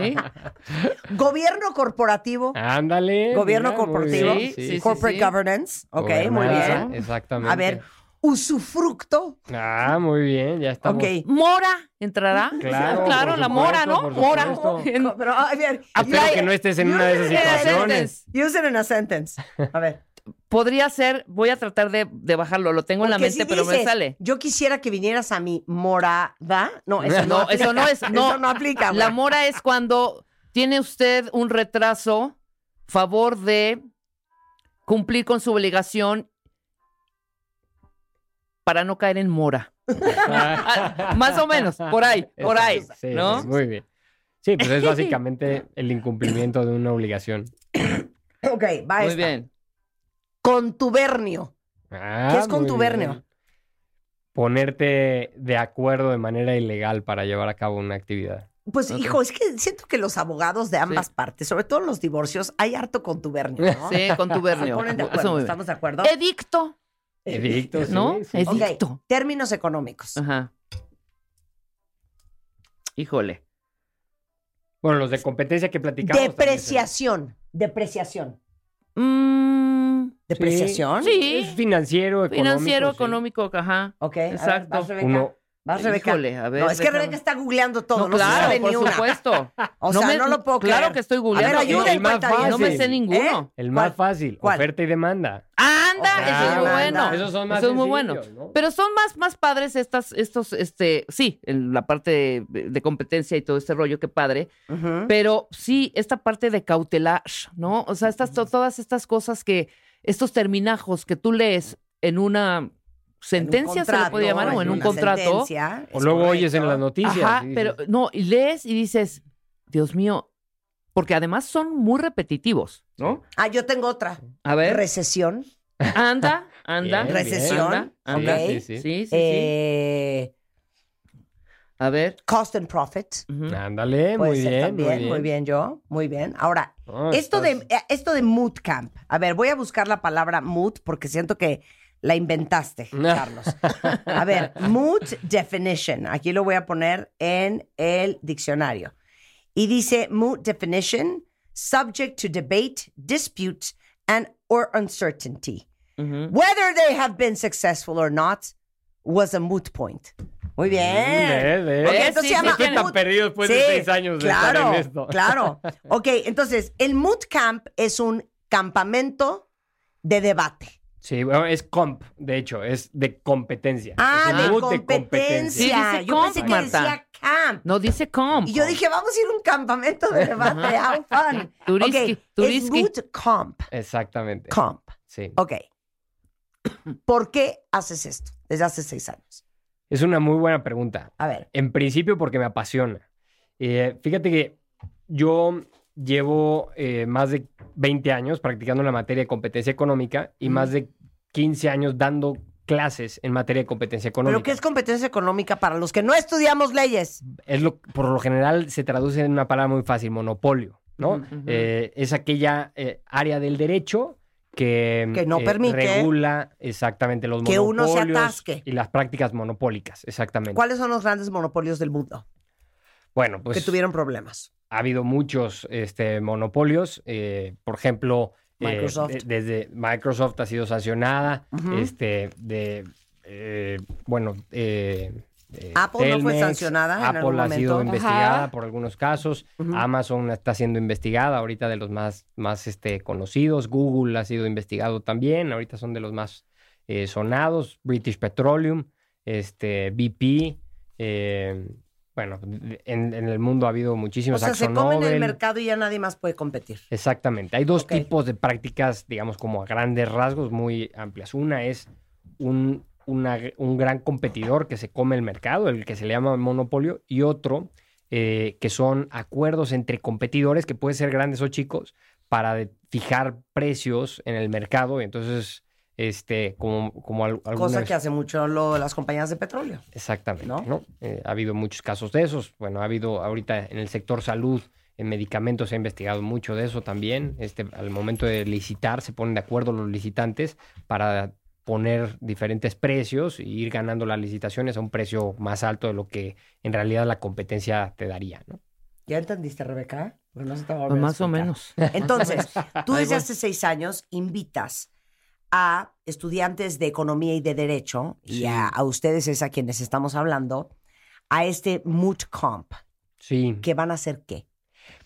Sí.
Gobierno corporativo,
Ándale.
Gobierno
mira, muy
corporativo.
bien,
Sí, sí, sí.
corporate governance, ok, muy
Gobernanza,
bien.
Exactamente.
A ver, usufructo,
Ah, muy bien, ya estamos.
Ok.
Mora entrará.
Claro, por
la
supuesto,
mora, ¿no?
por
Mora.
supuesto.
En-
Pero, a ver,
Espero
Apply-
que no estés en
Yo
una de
no
esas
sé de
situaciones.
use it in a sentence. A ver.
Podría ser, voy a tratar de, de bajarlo, lo tengo en la
porque
mente,
si
pero me
dices,
sale.
Yo quisiera que vinieras a mi morada. No, eso no,
No, eso no es,
aplica.
no.
Eso no aplica.
La
güey.
mora es cuando tiene usted un retraso favor de cumplir con su obligación para no caer en mora. Ah, Más o menos, por ahí, por ahí,
Exacto, sí,
¿no?
sí, muy bien. Sí, pues es básicamente el incumplimiento de una obligación.
Ok, va
Muy
esta.
bien.
Contubernio.
Ah,
¿Qué es
muy
contubernio?
bien. Ponerte de acuerdo de manera ilegal para llevar a cabo una actividad.
Pues,
Ok.
hijo, es que siento que los abogados de ambas partes, sobre todo los divorcios, hay harto contubernio, ¿no?
Sí,
Se
contubernio.
ponen de
Eso
acuerdo.
muy bien.
¿Estamos de acuerdo?
Edicto,
Edicto, sí,
¿no?
sí.
Ok,
Edicto.
Términos económicos.
Ajá. Híjole.
Bueno, los de competencia que platicamos. también se-
Depreciación. Depreciación.
Mm,
¿Depreciación?
Sí.
Es financiero, económico.
Financiero,
sí.
económico, ajá.
Ok, a ver,
Exacto.
vas, Rebeca.
Uno,
Vas, Rebeca.
Híjole, a ver,
no, es que
déjame.
Rebeca está googleando todo, no,
no, claro,
se sabe
por
ni una.
supuesto.
O sea, no lo puedo creer.
Claro que estoy googleando.
A ver, ayuda
El más
cuenta
fácil.
No me sé ninguno.
el más
¿Cuál?
fácil,
¿Cuál?
oferta y demanda.
Anda,
Ok,
eso es muy
anda.
bueno.
Esos son más
eso es muy bueno.
sencillos, ¿no?
Pero son más, más padres estas, estos, este, sí, en la parte de, de competencia y todo este rollo, qué padre.
Ujú.
Pero sí, esta parte de cautelar, ¿no? O sea, estas, to- todas estas cosas que, estos terminajos que tú lees en una sentencia, se le
contrato,
puede llamar, o en un
una
contrato.
sentencia,
O
es
luego
correcto.
oyes en las noticias.
Ajá,
y dices,
pero no, y lees y dices, Dios mío, porque además son muy repetitivos, ¿no?
Ah, yo tengo otra.
A ver,
Recesión.
anda, anda.
Bien,
Recesión,
Anda, anda.
ok.
Sí, sí, sí.
eh,
A ver.
Cost and profit.
ujú.
Ándale,
Puede
muy
ser
bien,
también,
muy bien.
yo, muy bien. Ahora,
No,
esto, de,
estás-
eh, esto de mood camp. A ver, voy a buscar la palabra mood porque siento que la inventaste,
No.
Carlos. A ver, mood definition. Aquí lo voy a poner en el diccionario. Y dice mood definition, subject to debate, dispute, and or uncertainty.
Mm-hmm.
Ujú.
Whether they have been successful or not was a moot point. Muy bien.
Mm, Ve, ve.
Ok,
Eh,
entonces
sí,
se
sí,
llama
estoy tan
mood-
perdido después de seis años de estar
claro,
en esto.
Claro. Ok, entonces, el Mood Camp es un campamento de debate.
Sí, bueno, es comp, de hecho, es de competencia.
Ah,
Es un
de
mood
Sí,
competencia.
dice
yo
comp,
pensé que
Marta.
decía camp.
No dice comp.
Y yo dije, vamos a ir a un campamento de debate. How fun.
Turiski,
Ok, es
turiski.
Mood Camp.
Exactamente.
Camp.
Sí.
Ok. ¿Por qué haces esto desde hace seis años?
Es una muy buena pregunta.
A ver.
En principio porque me apasiona. Eh, fíjate que yo llevo eh, más de 20 años practicando la materia de competencia económica y más de 15 años dando clases en materia de competencia económica.
¿Pero qué es competencia económica para los que no estudiamos leyes?
es lo por lo general se traduce en una palabra muy fácil, monopolio, ¿no?
Ujú, ujú.
Eh, es aquella eh, área del derecho que,
Que no
eh,
permite
regula exactamente los
que uno se
monopolios
atasque.
y las prácticas monopólicas, exactamente.
¿Cuáles son los grandes monopolios del mundo
Bueno, pues
que tuvieron problemas?
ha habido muchos este, monopolios, eh, por ejemplo, eh,
Microsoft.
de- desde Microsoft ha sido sancionada,
Ujú.
este, de, eh, bueno, eh, eh,
Apple no fue sancionada en
Apple
algún
ha sido
momento.
investigada
Ajá.
por algunos casos,
Ujú.
Amazon está siendo investigada ahorita de los más, más este, conocidos, Google ha sido investigado también, ahorita son de los más eh, sonados, British Petroleum, este, BP, eh, bueno, en, en el mundo ha habido
O
muchísimos
sea, se
Axo
comen el
Nobel.
mercado y ya nadie más puede competir.
Exactamente. Hay dos
Ok.
tipos de prácticas, digamos, como a grandes rasgos muy amplias. Una es un, una- un gran competidor que se come el mercado, el que se le llama monopolio, y otro eh, que son acuerdos entre competidores, que pueden ser grandes o chicos, para de- fijar precios en el mercado. Y entonces, este, como, como al- alguna
Cosa
vez-
que hace mucho lo, las compañías de petróleo.
Exactamente,
¿No?
¿no? Eh, ha habido muchos casos de esos. Bueno, ha habido ahorita en el sector salud, en medicamentos se ha investigado mucho de eso también. Este, al momento de licitar, se ponen de acuerdo los licitantes para poner diferentes precios e ir ganando las licitaciones a un precio más alto de lo que en realidad la competencia te daría, ¿no?
¿Ya entendiste, Rebeca? Porque no se te va
Pues
a volver a
más o
explicar.
menos.
Entonces, tú
Ahí
desde
voy.
hace seis años invitas a estudiantes de economía y de derecho, y
Sí.
a, a ustedes es a quienes estamos hablando, a este Moot Comp,
Sí.
que van a hacer qué.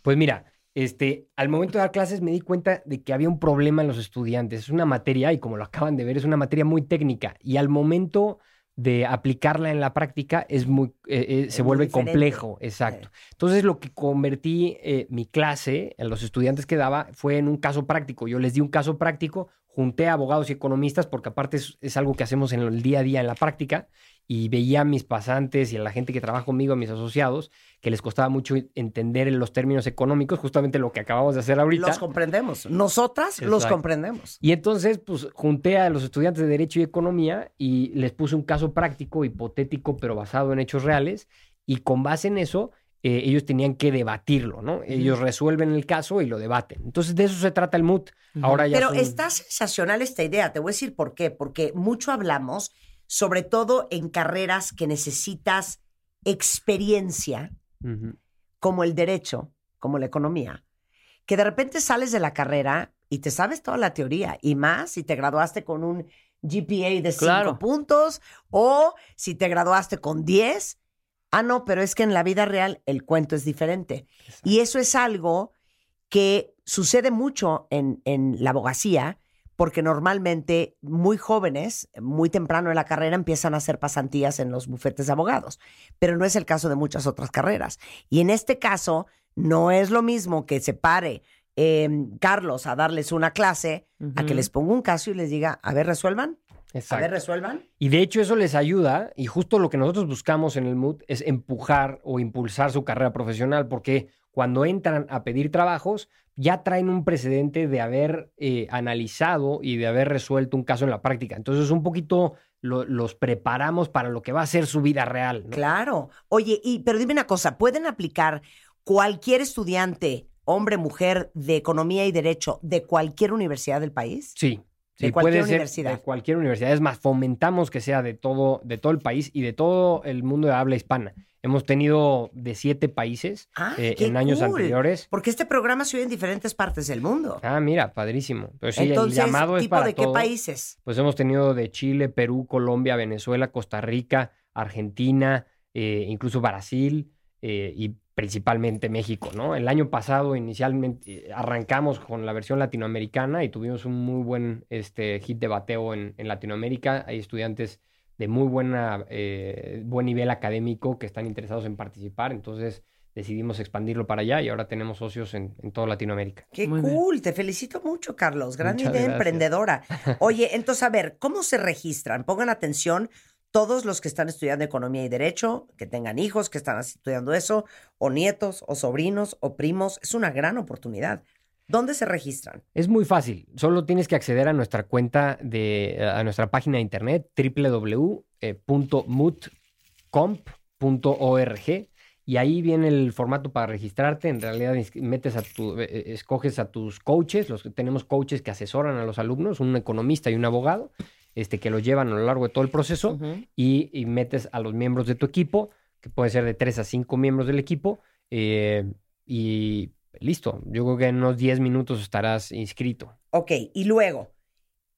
Pues mira, este, al momento de dar clases me di cuenta de que había un problema en los estudiantes. Es una materia, y como lo acaban de ver, es una materia muy técnica. Y al momento de aplicarla en la práctica es muy, eh, eh, se
muy
vuelve
diferente.
complejo, exacto. Entonces lo que convertí eh, mi clase a los estudiantes que daba fue en un caso práctico. Yo les di un caso práctico, junté a abogados y economistas porque aparte es, es algo que hacemos en el día a día en la práctica y veía a mis pasantes y a la gente que trabaja conmigo, a mis asociados, que les costaba mucho entender en los términos económicos, justamente lo que acabamos de hacer ahorita.
Los comprendemos. Nosotras los
Exacto.
comprendemos.
Y entonces, pues junté a los estudiantes de Derecho y Economía y les puse un caso práctico, hipotético, pero basado en hechos reales. Y con base en eso, eh, ellos tenían que debatirlo, ¿no? Ellos resuelven el caso y lo debaten. Entonces, de eso se trata el MUT. Ahora ya
Pero
son-
está sensacional esta idea. Te voy a decir por qué. Porque mucho hablamos, sobre todo en carreras que necesitas experiencia,
Ujú.
como el derecho, como la economía, que de repente sales de la carrera y te sabes toda la teoría y más si te graduaste con un GPA de 5
Claro.
puntos o si te graduaste con 10. Ah, no, pero es que en la vida real el cuento es diferente. Y eso es algo que sucede mucho en, en la abogacía, porque normalmente muy jóvenes, muy temprano en la carrera, empiezan a hacer pasantías en los bufetes de abogados, pero no es el caso de muchas otras carreras. Y en este caso, no es lo mismo que se pare eh, Carlos a darles una clase, a que
Ujú.
les ponga un caso y les diga, a ver, resuelvan, a ver,
Exacto.
resuelvan.
Y de hecho eso les ayuda, y justo lo que nosotros buscamos en el MUD es empujar o impulsar su carrera profesional, porque cuando entran a pedir trabajos, ya traen un precedente de haber eh, analizado y de haber resuelto un caso en la práctica. Entonces un poquito lo- los preparamos para lo que va a ser su vida real. ¿no?
Claro. Oye, y pero dime una cosa, ¿pueden aplicar cualquier estudiante, hombre, mujer, de economía y derecho de cualquier universidad del país?
Sí.
De
sí,
cualquier
puede ser
universidad.
De cualquier universidad. Es más, fomentamos que sea de todo, de todo el país y de todo el mundo de habla hispana. Hemos tenido de siete países
Ah,
eh,
qué
en años
cool.
anteriores.
Porque este programa se oye en diferentes partes del mundo.
Ah, mira, padrísimo. Pero Pues sí,
Entonces,
el llamado es
¿tipo
para
de qué
todos.
países?
Pues hemos tenido de Chile, Perú, Colombia, Venezuela, Costa Rica, Argentina, eh, incluso Brasil eh, y principalmente México, ¿no? El año pasado inicialmente eh, arrancamos con la versión latinoamericana y tuvimos un muy buen este, hit de bateo en, en Latinoamérica. Hay estudiantes de muy buena, eh, buen nivel académico que están interesados en participar, entonces decidimos expandirlo para allá y ahora tenemos socios en, en toda Latinoamérica.
Qué
Muy bien.
cool, te felicito mucho, Carlos. Gran
Muchas
idea
gracias.
emprendedora. Oye, entonces, a ver, ¿cómo se registran? Pongan atención todos los que están estudiando economía y derecho, que tengan hijos, que están estudiando eso, o nietos, o sobrinos, o primos. Es una gran oportunidad. ¿Dónde se registran?
Es muy fácil, solo tienes que acceder a nuestra cuenta de a nuestra página de internet eh, www.mutcomp.org y ahí viene el formato para registrarte, en realidad es- metes a tu eh, eh, escoges a tus coaches, los tenemos coaches que asesoran a los alumnos, un economista y un abogado, este que lo llevan a lo largo de todo el proceso
Ujú.
y, y metes a los miembros de tu equipo, que puede ser de 3 a 5 miembros del equipo, eh, y listo. Yo creo que en unos 10 minutos estarás inscrito.
Ok, y luego,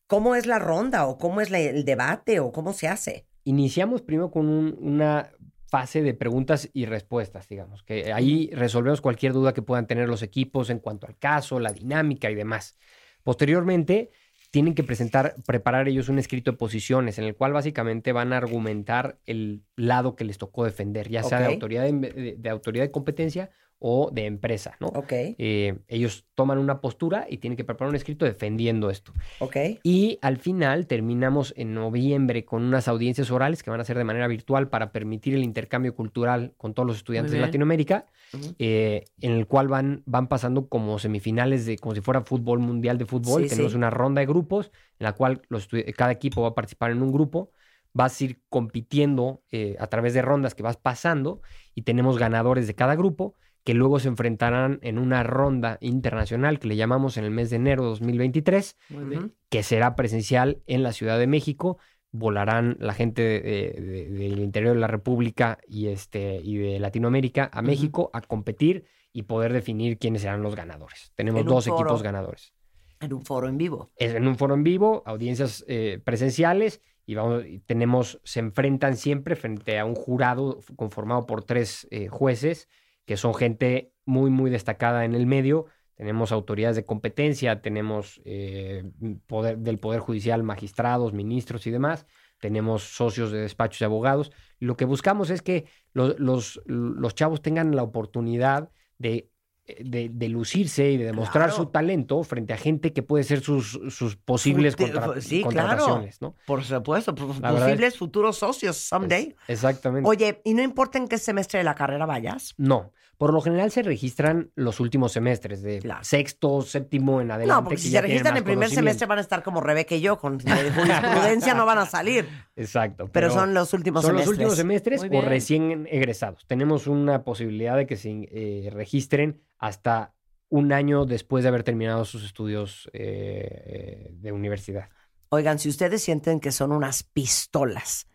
¿cómo es la ronda o cómo es la- el debate o cómo se hace?
Iniciamos primero con un- una fase de preguntas y respuestas, digamos, que ahí resolvemos cualquier duda que puedan tener los equipos en cuanto al caso, la dinámica y demás. Posteriormente, tienen que presentar, preparar ellos un escrito de posiciones en el cual básicamente van a argumentar el lado que les tocó defender, ya sea
Ok.
de autoridad de, de- de autoridad de competencia o de empresa, ¿no?
Ok,
Eh, ellos toman una postura y tienen que preparar un escrito defendiendo esto.
ok.
Y al final terminamos en noviembre con unas audiencias orales que van a ser de manera virtual para permitir el intercambio cultural con todos los estudiantes de
bien.
Latinoamérica,
Ujú.
eh, en el cual van, van pasando como semifinales de, como si fuera fútbol mundial de fútbol.
Sí,
Tenemos
sí.
una ronda de grupos en la cual los estudi- cada equipo va a participar en un grupo, vas a ir compitiendo eh, a través de rondas que vas pasando y tenemos ganadores de cada grupo que luego se enfrentarán en una ronda internacional que le llamamos en el mes de enero de 2023
Muy bien.
que será presencial en la Ciudad de México. Volarán la gente de- de- del interior de la República y, este, y de Latinoamérica a
Ujú.
México a competir y poder definir quiénes serán los ganadores. Tenemos
En un
dos
foro.
equipos ganadores.
En un foro en vivo.
Es en un foro en vivo, audiencias eh, presenciales y vamos, y tenemos, se enfrentan siempre frente a un jurado conformado por tres eh, jueces que son gente muy, muy destacada en el medio. Tenemos autoridades de competencia, tenemos eh, poder, del Poder Judicial, magistrados, ministros y demás. Tenemos socios de despachos de abogados. Lo que buscamos es que lo- los, los chavos tengan la oportunidad de, eh, de- de lucirse y de demostrar
Claro.
su talento frente a gente que puede ser sus, sus posibles
Fute-
contra-
sí, claro.
contrataciones, ¿no?
Por supuesto,
La verdad posibles
futuros socios
Es- exactamente.
Oye, y no importa en qué semestre de la carrera vayas.
No, por lo general se registran los últimos semestres, de
Claro.
sexto, séptimo en adelante.
no, porque
que
si
ya
se
tienen
registran
más
en primer
conocimiento.
semestre van a estar como Rebeca y yo, con jurisprudencia no van a salir,
Exacto.
pero, son los últimos
son
semestres.
los últimos semestres
Muy
o
bien.
recién egresados. Tenemos una posibilidad de que se eh, registren hasta un año después de haber terminado sus estudios eh, eh, de universidad.
Oigan, si ustedes sienten que son unas pistolas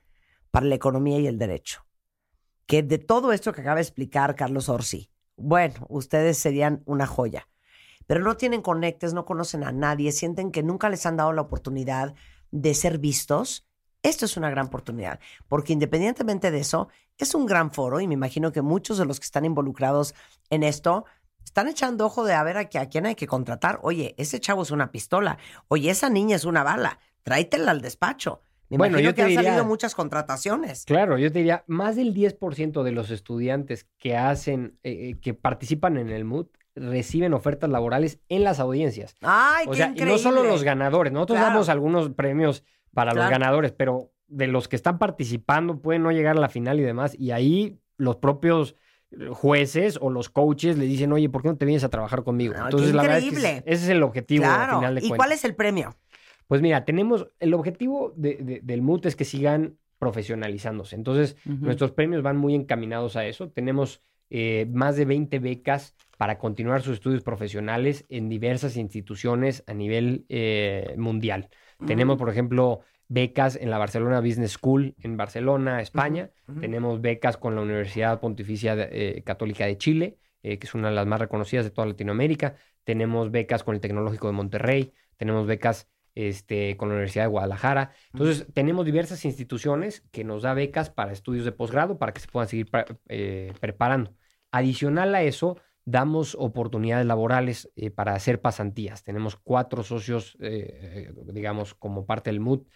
para la economía y el derecho, que de todo esto que acaba de explicar Carlos Orsi, bueno, ustedes serían una joya. pero no tienen conectes, no conocen a nadie, sienten que nunca les han dado la oportunidad de ser vistos, esto es una gran oportunidad, porque independientemente de eso, es un gran foro y me imagino que muchos de los que están involucrados en esto están echando ojo de a ver a, qui- a quién hay que contratar. Oye, ese chavo es una pistola. Oye, esa niña es una bala. Tráetela al despacho. Me
Bueno,
imagino
yo
que
te
han
diría-
salido muchas contrataciones.
Claro, yo te diría, más del 10% de los estudiantes que hacen, eh, eh, que participan en el MUT, reciben ofertas laborales en las audiencias.
Ay,
O
qué
sea, y
increíble.
no solo los ganadores, nosotros
Claro.
damos algunos premios para los
Claro.
ganadores, pero de los que están participando pueden no llegar a la final y demás, y ahí los propios eh, jueces o los coaches le dicen, oye, ¿por qué no te vienes a trabajar conmigo?
Ah, qué
Entonces, la verdad es que
increíble.
ese es el objetivo al
Claro.
final de
¿Y
cuentas.
cuál es el premio?
Pues mira, tenemos el objetivo de- de- del MUT es que sigan profesionalizándose. Entonces,
Ujú.
nuestros premios van muy encaminados a eso. Tenemos eh, más de 20 becas para continuar sus estudios profesionales en diversas instituciones a nivel eh, mundial. Tenemos, por ejemplo, becas en la Barcelona Business School en Barcelona, España. Tenemos becas con la Universidad Pontificia de- eh, Católica de Chile, eh, que es una de las más reconocidas de toda Latinoamérica. Tenemos becas con el Tecnológico de Monterrey. Tenemos becas este, con la Universidad de Guadalajara. Entonces, tenemos diversas instituciones que nos da becas para estudios de posgrado para que se puedan seguir pre- eh, preparando. Adicional a eso, damos oportunidades laborales eh, para hacer pasantías. Tenemos cuatro socios, eh, eh, digamos, como parte del MUT,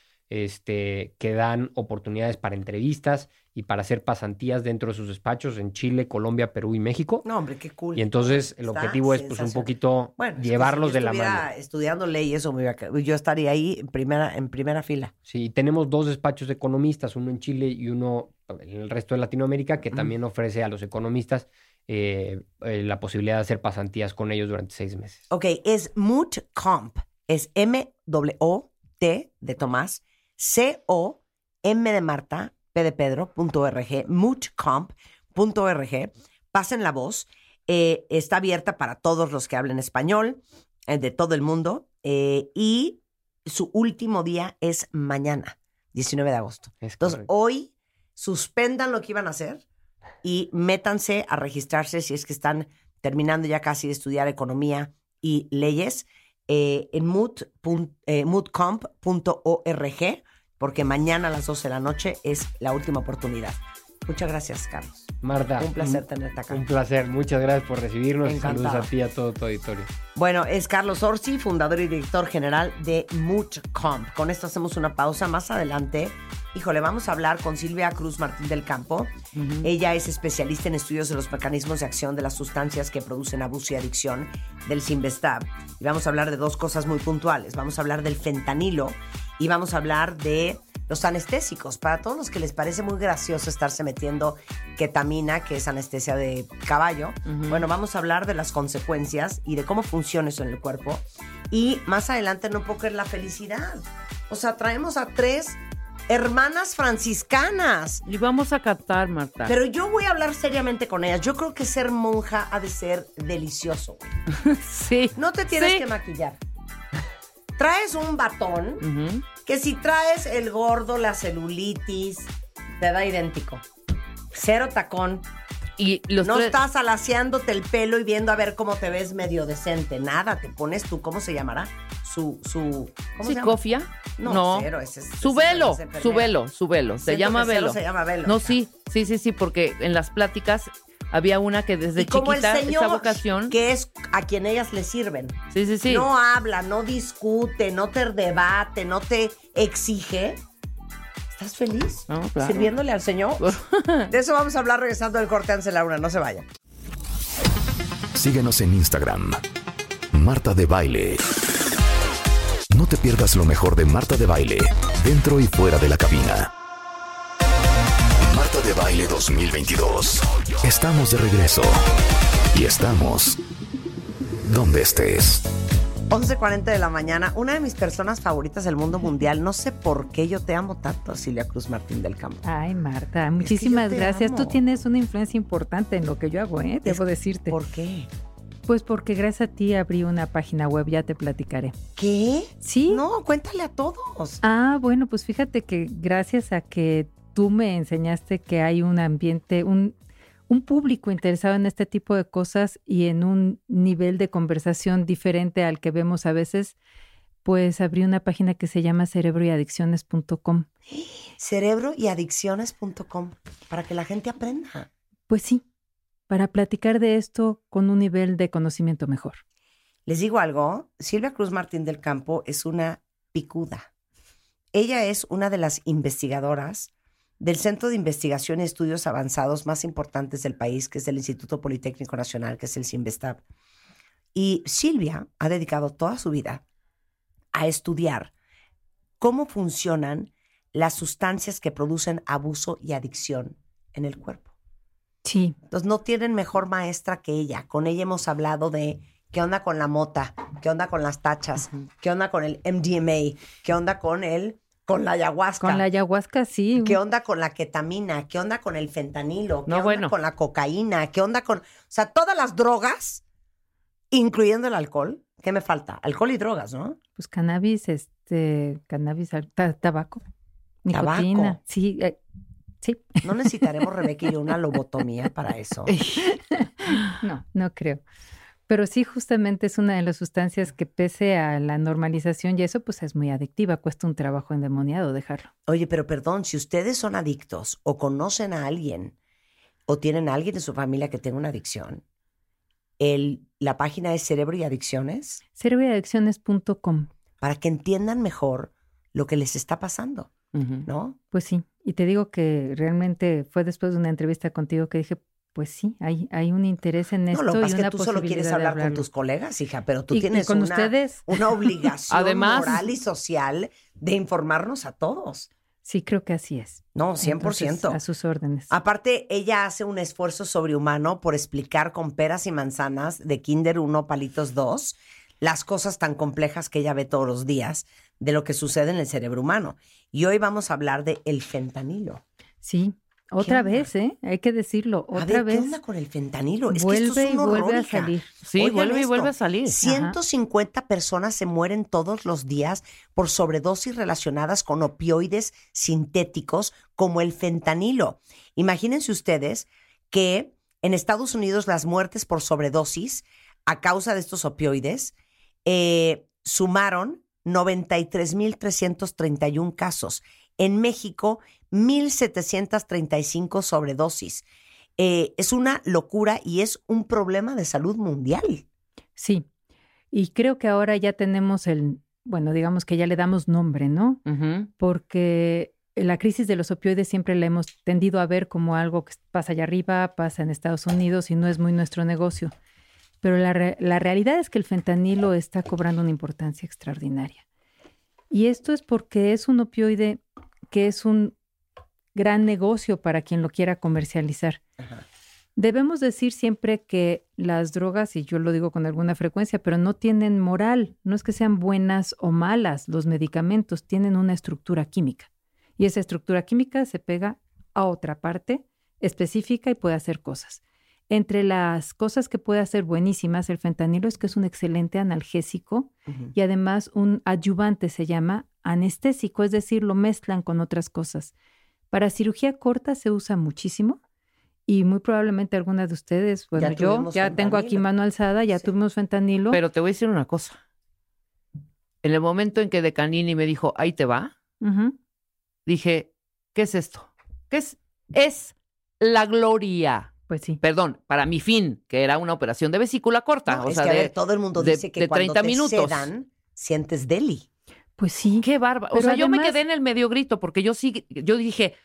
este, que dan oportunidades para entrevistas y para hacer pasantías dentro de sus despachos en Chile, Colombia, Perú y México.
No, hombre, qué cool.
Y entonces el
Está
objetivo es pues un
sensacional.
poquito
Bueno, es que
llevarlos
si yo
de la
estuviera
mano.
Estudiando ley, eso me iba a ca- yo estaría ahí en primera, en primera fila.
Sí, tenemos dos despachos de economistas, uno en Chile y uno en el resto de Latinoamérica, que también ofrece a los economistas eh, eh, la posibilidad de hacer pasantías con ellos durante seis meses.
Ok, es Moot Comp. Es M-O-T de Tomás, C-O-M de Marta, P de Pedro, punto RG, mootcomp.org. Pasen la voz. Eh, está abierta para todos los que hablen español, eh, de todo el mundo. eh, y su último día es mañana, 19 de agosto.
Es
Entonces,
correcto.
hoy suspendan lo que iban a hacer y métanse a registrarse si es que están terminando ya casi de estudiar economía y leyes eh, en mood pun- eh, moodcomp.org, porque mañana a las 12 de la noche es la última oportunidad. Muchas gracias, Carlos.
Marta,
Un placer tenerte acá.
Un placer, muchas gracias por recibirnos.
Encantada.
Saludos a ti y a todo tu auditorio.
Bueno, es Carlos Orsi, fundador y director general de MoodComp. Con esto hacemos una pausa más adelante. Híjole, vamos a hablar con Silvia Cruz Martín del Campo. Ella es especialista en estudios de los mecanismos de acción de las sustancias que producen abuso y adicción del Simvestab. Y vamos a hablar de dos cosas muy puntuales. Vamos a hablar del fentanilo y vamos a hablar de los anestésicos. Para todos los que les parece muy gracioso estarse metiendo ketamina, que es anestesia de caballo, bueno, vamos a hablar de las consecuencias y de cómo funciona eso en el cuerpo. Y más adelante no puedo creer la felicidad. O sea, traemos a tres hermanas franciscanas.
Y vamos a cantar, Marta.
Pero yo voy a hablar seriamente con ellas. Yo creo que ser monja ha de ser delicioso. güey.
sí.
No te tienes
Sí.
que maquillar. Traes un batón
Ujú.
que si traes el gordo, la celulitis, te da idéntico. Cero tacón.
Y los
no
tres-
estás alaciándote el pelo y viendo a ver cómo te ves medio decente. Nada, te pones tú, ¿cómo se llamará? Su, su, ¿cómo se llama?
¿Psicofia?
No,
No.
cero, ese es-
Su
ese es
velo,
enfermera.
su velo, su velo. Se
Siento
llama
que cero
velo.
se llama velo.
No, sí, sí, sí, sí, porque en las pláticas había una que desde
Y como el
chiquita
señor,
esa vocación.
que es a quien ellas le sirven.
Sí, sí, sí.
No habla, no discute, no te debate, no te exige. ¿Estás feliz?
No, claro.
Sirviéndole al Señor. De eso vamos a hablar regresando al corte, Ansel Laura. No se vaya.
Síguenos en Instagram. Marta de Baile. No te pierdas lo mejor de Marta de Baile, dentro y fuera de la cabina. Marta de Baile 2022. Estamos de regreso. Y estamos donde estés.
11.40 de la mañana. Una de mis personas favoritas del mundo mundial. No sé por qué yo te amo tanto, Silvia Cruz Martín del Campo.
Ay, Marta, muchísimas
te
gracias.
amo.
Tú tienes una influencia importante en lo que yo hago, ¿eh? Debo decirte.
¿Por qué?
Pues porque gracias a ti abrí una página web, ya te platicaré.
¿Qué?
¿Sí?
No, cuéntale a todos.
Ah, bueno, pues fíjate que gracias a que tú me enseñaste que hay un ambiente, un, un público interesado en este tipo de cosas y en un nivel de conversación diferente al que vemos a veces, pues abrí una página que se llama cerebroyadicciones.com.
Cerebroyadicciones.com para que la gente aprenda.
Pues sí, para platicar de esto con un nivel de conocimiento mejor.
Les digo algo, Silvia Cruz Martín del Campo es una picuda. Ella es una de las investigadoras del Centro de Investigación y Estudios Avanzados más importantes del país, que es el Instituto Politécnico Nacional, que es el CIMBESTAB. Y Silvia ha dedicado toda su vida a estudiar cómo funcionan las sustancias que producen abuso y adicción en el cuerpo.
Sí.
Entonces no tienen mejor maestra que ella. Con ella hemos hablado de qué onda con la mota, qué onda con las tachas, qué onda con el MDMA, qué onda con el con la ayahuasca.
Con la ayahuasca, sí.
¿Qué onda con la ketamina? ¿Qué onda con el fentanilo? ¿Qué
No,
onda
bueno.
con la cocaína? ¿Qué onda con, o sea, todas las drogas, incluyendo el alcohol? ¿Qué me falta? Alcohol y drogas, ¿no?
Pues cannabis, este, cannabis, al- ta- tabaco, nicotina.
Tabaco.
Sí, eh, sí.
No necesitaremos Rebeca y yo una lobotomía para eso.
No, no creo. Pero sí, justamente es una de las sustancias que pese a la normalización y eso, pues es muy adictiva. Cuesta un trabajo endemoniado dejarlo.
Oye, pero perdón, si ustedes son adictos o conocen a alguien o tienen a alguien de su familia que tenga una adicción, el, la página es Cerebro y Adicciones
Cerebroadicciones.com,
para que entiendan mejor lo que les está pasando, ¿no?
pues sí. Y te digo que realmente fue después de una entrevista contigo que dije, pues sí, hay, hay un interés en esto
no, lo que
y
pasa es
una
que tú solo quieres
posibilidad de
hablar con
hablarlo.
tus colegas, hija, pero tú
Y- y
tienes
con
una,
ustedes.
una obligación
Además.
moral y social de informarnos a todos.
Sí, creo que así es.
No, 100%.
Entonces, a sus órdenes.
Aparte, ella hace un esfuerzo sobrehumano por explicar con peras y manzanas de Kinder 1, palitos 2, las cosas tan complejas que ella ve todos los días de lo que sucede en el cerebro humano. Y hoy vamos a hablar de el fentanilo.
Sí, otra
onda?
vez, ¿eh? Hay que decirlo,
a
otra
ver,
vez.
¿qué onda con el fentanilo? Es que esto
Vuelve
es
y
un horror,
vuelve a
hija.
salir.
Sí,
Oigan
vuelve y
esto.
vuelve a salir.
150 personas se mueren todos los días por sobredosis relacionadas con opioides sintéticos como el fentanilo. Imagínense ustedes que en Estados Unidos las muertes por sobredosis a causa de estos opioides eh, sumaron 93.331 casos. En México, 1.735 sobredosis. Eh, es una locura y es un problema de salud mundial.
Sí. Y creo que ahora ya tenemos el, bueno, digamos que ya le damos nombre, ¿no?
Ujú.
Porque la crisis de los opioides siempre la hemos tendido a ver como algo que pasa allá arriba, pasa en Estados Unidos y no es muy nuestro negocio. Pero la, re- la realidad es que el fentanilo está cobrando una importancia extraordinaria. Y esto es porque es un opioide que es un gran negocio para quien lo quiera comercializar. Debemos decir siempre que las drogas, y yo lo digo con alguna frecuencia, pero no tienen moral, no es que sean buenas o malas, los medicamentos tienen una estructura química y esa estructura química se pega a otra parte específica y puede hacer cosas. Entre las cosas que puede hacer buenísimas el fentanilo es que es un excelente analgésico y además un adyuvante se llama anestésico, es decir, lo mezclan con otras cosas. Para cirugía corta se usa muchísimo y muy probablemente algunas de ustedes, bueno, yo
tuvimos
ya tengo aquí
fentanilo.
mano alzada, ya
Sí.
tuvimos fentanilo.
Pero te voy a decir una cosa. En el momento en que Decanini me dijo, ahí te va,
Ujú.
dije, ¿qué es esto? ¿Qué es? Es la gloria.
Pues sí.
Perdón, para mi fin, que era una operación de vesícula corta.
No,
o
es
sea,
que, a
de-
ver, todo el mundo
de-
dice que
de
cuando
30
te
minutos.
sedan, sientes deli.
Pues sí.
qué bárbaro. O
Pero
sea, yo me
además-
quedé en el medio grito porque yo sí, yo dije,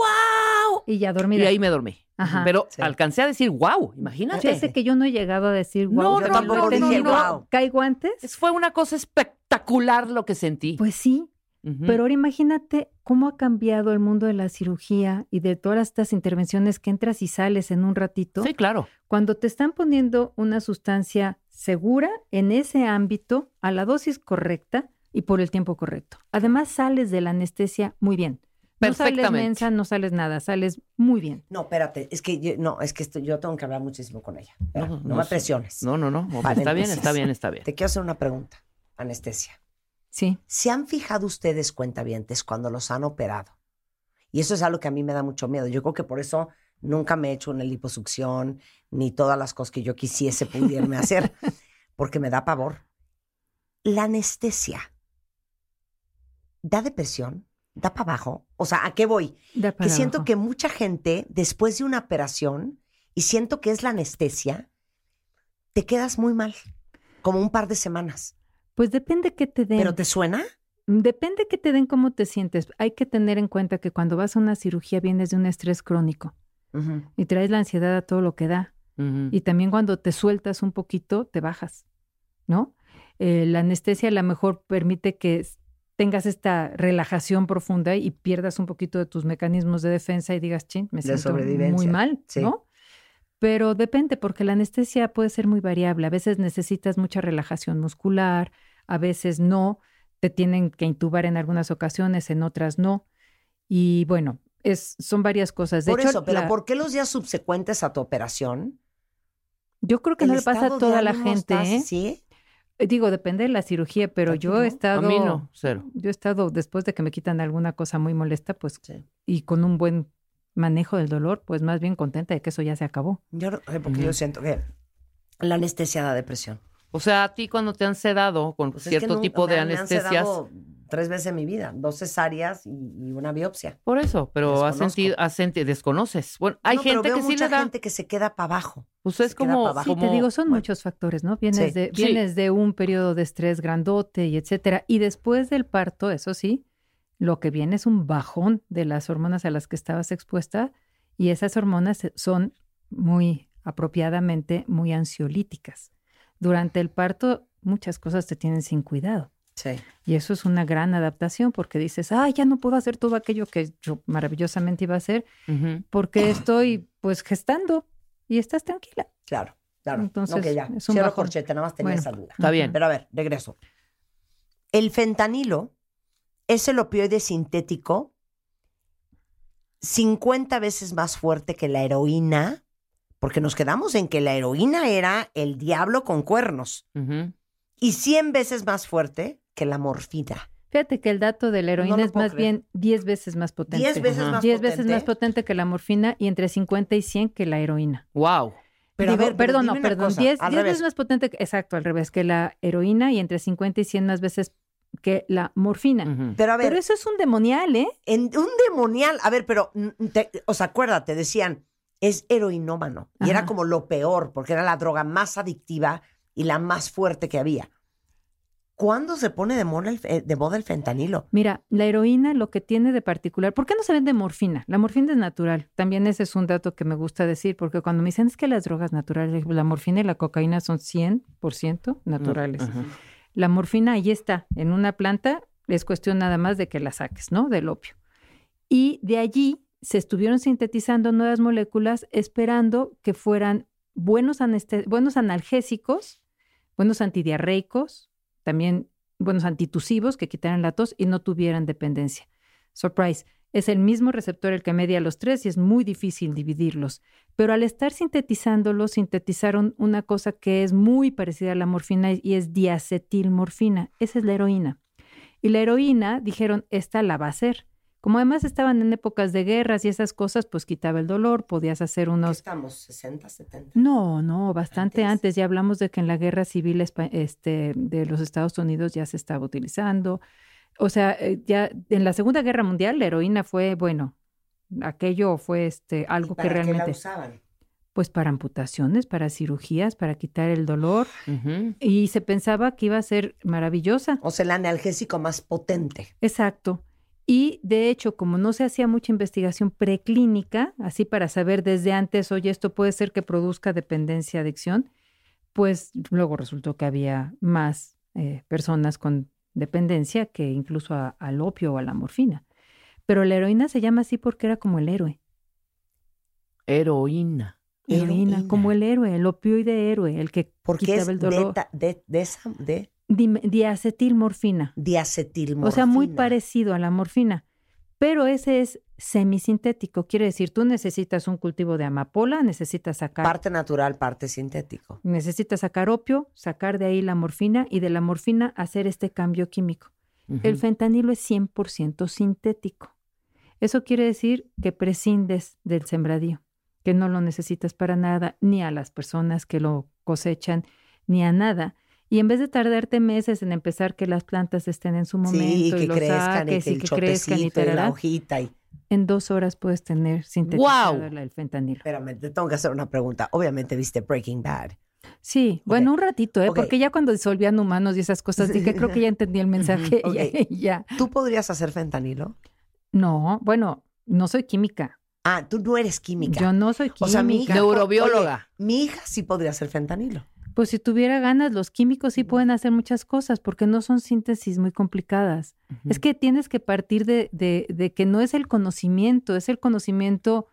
¡wow!
Y ya dormida.
Y ahí me dormí.
Ajá. Pues
Pero
Sí.
alcancé a decir, ¡wow! Imagínate.
Fíjese que yo no he llegado a decir wow.
No,
yo
no,
tampoco
no,
he
no,
tenido-
no.
Wow.
¿Caigo antes?
Es- Fue una cosa espectacular lo que sentí.
Pues sí,
Ujú.
pero ahora imagínate cómo ha cambiado el mundo de la cirugía y de todas estas intervenciones que entras y sales en un ratito.
Sí, claro.
Cuando te están poniendo una sustancia segura en ese ámbito, a la dosis correcta y por el tiempo correcto. Además, sales de la anestesia muy bien. No sales
Perfectamente.
mensa, no sales nada, sales muy bien.
No, espérate, es que yo, no, es que esto- yo tengo que hablar muchísimo con ella. Espera, No,
No, no
me
sé.
presiones.
No, no, no.
Vale,
está bien,
entonces.
está bien, está bien.
Te quiero hacer una pregunta, anestesia.
Sí,
¿Se han fijado ustedes, cuentavientes, cuando los han operado? Y eso es algo que a mí me da mucho miedo. Yo creo que por eso Nunca me he hecho una liposucción, ni todas las cosas que yo quisiese pudierme hacer, porque me da pavor. La anestesia. ¿Da depresión? ¿Da para abajo? O sea, ¿a qué voy?
Da
que
para
siento
abajo.
que mucha gente, después de una operación, y siento que es la anestesia, te quedas muy mal, como un par de semanas.
Pues depende que te den.
¿Pero te suena?
Depende que te den cómo te sientes. Hay que tener en cuenta que cuando vas a una cirugía vienes de un estrés crónico
Ujú.
y traes la ansiedad a todo lo que da. Y también cuando te sueltas un poquito, te bajas, ¿no? Eh, la anestesia a lo mejor permite que s- tengas esta relajación profunda y pierdas un poquito de tus mecanismos de defensa y digas, chin, me
De
siento muy
sobrevivencia,
mal,
sí.
¿no? Pero depende, porque la anestesia puede ser muy variable. A veces necesitas mucha relajación muscular, a veces no. Te tienen que intubar en algunas ocasiones, en otras no. Y bueno, es, son varias cosas. De
Por
hecho,
eso, pero
la-
¿por qué los días subsecuentes a tu operación?
yo creo que
el
no le pasa
estado
a
de
toda la
ánimo
gente.
estás-
¿eh?
¿Sí?
Eh, Digo, depende de la cirugía, pero yo he
A
estado.
mí no, cero.
Yo he estado, después de que me quitan alguna cosa muy molesta, pues,
Sí.
y con un buen manejo del dolor, pues más bien contenta de que eso ya se acabó.
Yo, no- porque yo
Ujú.
siento que la anestesia da depresión.
O sea, a ti cuando te han sedado con
Pues es que
cierto
nun-
tipo
me
de
han- me han
anestesias.
sedado tres veces en mi vida, dos cesáreas y, y una biopsia.
Por eso, pero has
Desconozco.
sentido, has senti- desconoces. Bueno, hay
No, pero
gente
veo
que sí
mucha
le da.
gente que se queda para abajo.
Pues es
se queda
como,
para abajo.
Sí,
como-
te digo, son
bueno,
muchos factores, ¿no? Vienes,
Sí.
de,
Sí.
vienes de un periodo de estrés grandote y etcétera. Y después del parto, eso sí, lo que viene es un bajón de las hormonas a las que estabas expuesta y esas hormonas son muy apropiadamente muy ansiolíticas. Durante el parto, muchas cosas te tienen sin cuidado.
Sí.
Y eso es una gran adaptación porque dices, ah, ya no puedo hacer todo aquello que yo maravillosamente iba a hacer
ujú.
porque estoy pues gestando y estás tranquila.
Claro, claro.
Entonces,
no, que ya.
es un
Cierro
bajón.
corchete, nada más tenía
Bueno,
esa duda.
Está bien.
Pero a ver, regreso. El fentanilo es el opioide sintético 50 veces más fuerte que la heroína, porque nos quedamos en que la heroína era el diablo con cuernos,
ujú.
y 100 veces más fuerte que la morfina.
Fíjate que el dato de la heroína
lo
es
puedo
más
creer.
bien 10 veces más potente.
10 veces
Ajá.
más
10
potente.
veces más potente que la morfina y entre 50 y 100 que la heroína.
Wow.
Pero a
Digo,
ver, pero
perdón,
dime
no,
una
perdón.
cosa,
10,
al
10
revés.
veces más potente, que- exacto, al revés, que la heroína y entre 50 y 100 más veces que la morfina.
ujú.
Pero a ver,
Pero eso es un demonial, ¿eh?
en un demonial, a ver, pero, mm, te- o sea, acuérdate, decían, es heroinómano. Y era
Ajá.
como lo peor, porque era la droga más adictiva y la más fuerte que había. ¿Cuándo se pone de moda el, fe- de moda el fentanilo?
Mira, la heroína lo que tiene de particular, ¿por qué no se vende morfina? La morfina es natural. También ese es un dato que me gusta decir, porque cuando me dicen es que las drogas naturales, digo, la morfina y la cocaína son 100% naturales.
Ujú.
La morfina ahí está, en una planta, es cuestión nada más de que la saques, ¿no? Del opio. Y de allí se estuvieron sintetizando nuevas moléculas esperando que fueran buenos, aneste- buenos analgésicos, buenos antidiarreicos, también buenos antitusivos que quitaran la tos y no tuvieran dependencia. Surprise, es el mismo receptor el que media los tres y es muy difícil dividirlos. Pero al estar sintetizándolos, sintetizaron una cosa que es muy parecida a la morfina y es diacetilmorfina. Esa es la heroína. Y la heroína, dijeron, esta la va a hacer. Como además estaban en épocas de guerras y esas cosas, pues quitaba el dolor, podías hacer
¿Qué
unos
estamos? ¿60, 70?
no, no, bastante
Antes.
antes. Ya hablamos de que en la guerra civil espa- este, de los Estados Unidos ya se estaba utilizando. O sea, eh, ya en la Segunda Guerra Mundial la heroína fue, bueno, aquello fue este, algo
¿Y para
que
qué la
realmente,
usaban?
pues para amputaciones, para cirugías, para quitar el dolor.
Ujú.
Y se pensaba que iba a ser maravillosa.
O sea, el analgésico más potente.
Exacto. Y de hecho, como no se hacía mucha investigación preclínica, así para saber desde antes, oye, esto puede ser que produzca dependencia, adicción, pues luego resultó que había más eh, personas con dependencia que incluso a- al opio o a la morfina. Pero la heroína se llama así porque era como el héroe.
Heroína.
Heroína,
Heroína.
como el héroe, el opioide héroe, el que
Porque
quitaba
es
el
de,
dolor.
ta- de, de esa, de
Dime- diacetilmorfina.
diacetilmorfina.
O sea, muy parecido a la morfina, pero ese es semisintético. Quiere decir, tú necesitas un cultivo de amapola, necesitas sacar,
Parte natural, parte sintético.
necesitas sacar opio, sacar de ahí la morfina y de la morfina hacer este cambio químico.
Ujú.
El fentanilo es 100% sintético. Eso quiere decir que prescindes del sembradío. que no lo necesitas para nada, ni a las personas que lo cosechan, ni a nada. Y en vez de tardarte meses en empezar que las plantas estén en su momento
Sí,
y
que
lo
crezcan y
saques
que
y
el
que crezcan y
chopecito y la
tararán,
hojita y...
en dos horas puedes tener sintetizado el fentanilo.
Espérame, te tengo que hacer una pregunta. Obviamente viste Breaking Bad.
Sí, bueno, un ratito, ¿eh?
Ok.
Porque ya cuando disolvían humanos y esas cosas, dije, creo que ya entendí el mensaje.
Ujú,
y-
ok.
y ya.
¿Tú podrías hacer fentanilo?
No, bueno, no soy química.
Ah, tú no eres química.
Yo no soy
O sea, mi
química.
hija-
Neurobióloga.
Oye, mi hija sí podría hacer fentanilo.
Pues si tuviera ganas, los químicos sí pueden hacer muchas cosas porque no son síntesis muy complicadas. Es que tienes que partir de, de- de que no es el conocimiento, es el conocimiento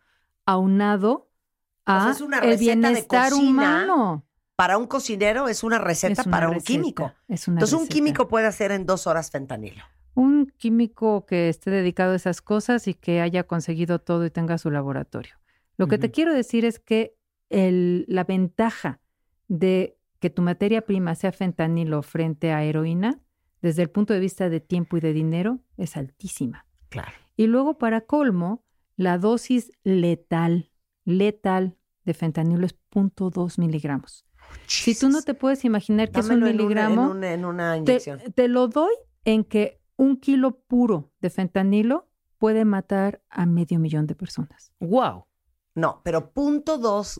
aunado
O sea,
a
es una
Ah, el
receta de
bienestar
cocina.
humano.
Para un cocinero es una receta,
Es una
para un
receta,
químico.
es una
Entonces, un
receta.
químico puede hacer en dos horas fentanilo.
Un químico que esté dedicado a esas cosas y que haya conseguido todo y tenga su laboratorio. Lo que te quiero decir es que el- la ventaja de que tu materia prima sea fentanilo frente a heroína, desde el punto de vista de tiempo y de dinero, es altísima.
Claro.
Y luego, para colmo, la dosis letal, letal de fentanilo es 0.2 miligramos. Si tú no te puedes imaginar que es un
Dámelo en una-
miligramo,
en, una, en una
te,
inyección.
te lo doy en que un kilo puro de fentanilo puede matar a medio millón de personas.
Wow.
No, pero punto dos,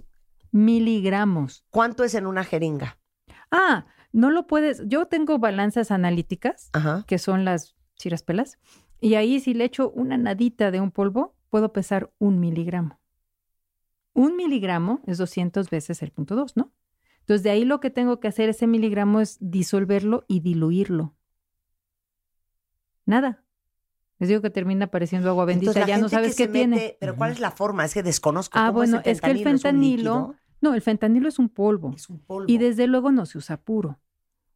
Miligramos.
¿cuánto es en una jeringa?
Ah, no lo puedes. Yo tengo balanzas analíticas,
Ajá.
que son las chiraspelas, y ahí si le echo una nadita de un polvo, puedo pesar un miligramo. Un miligramo es 200 veces el punto 2, ¿no? Entonces, de ahí lo que tengo que hacer ese miligramo es disolverlo y diluirlo. Nada. Les digo que termina pareciendo agua bendita,
Entonces, la
ya no
gente
sabes
que
qué
se
tiene.
mete- pero ¿cuál es la forma? Es que desconozco.
Ah,
¿Cómo
bueno,
el
es que el
¿Es un
fentanilo, pues,
líquido?
no, el fentanilo es un polvo.
Es un polvo.
Y desde luego no se usa puro,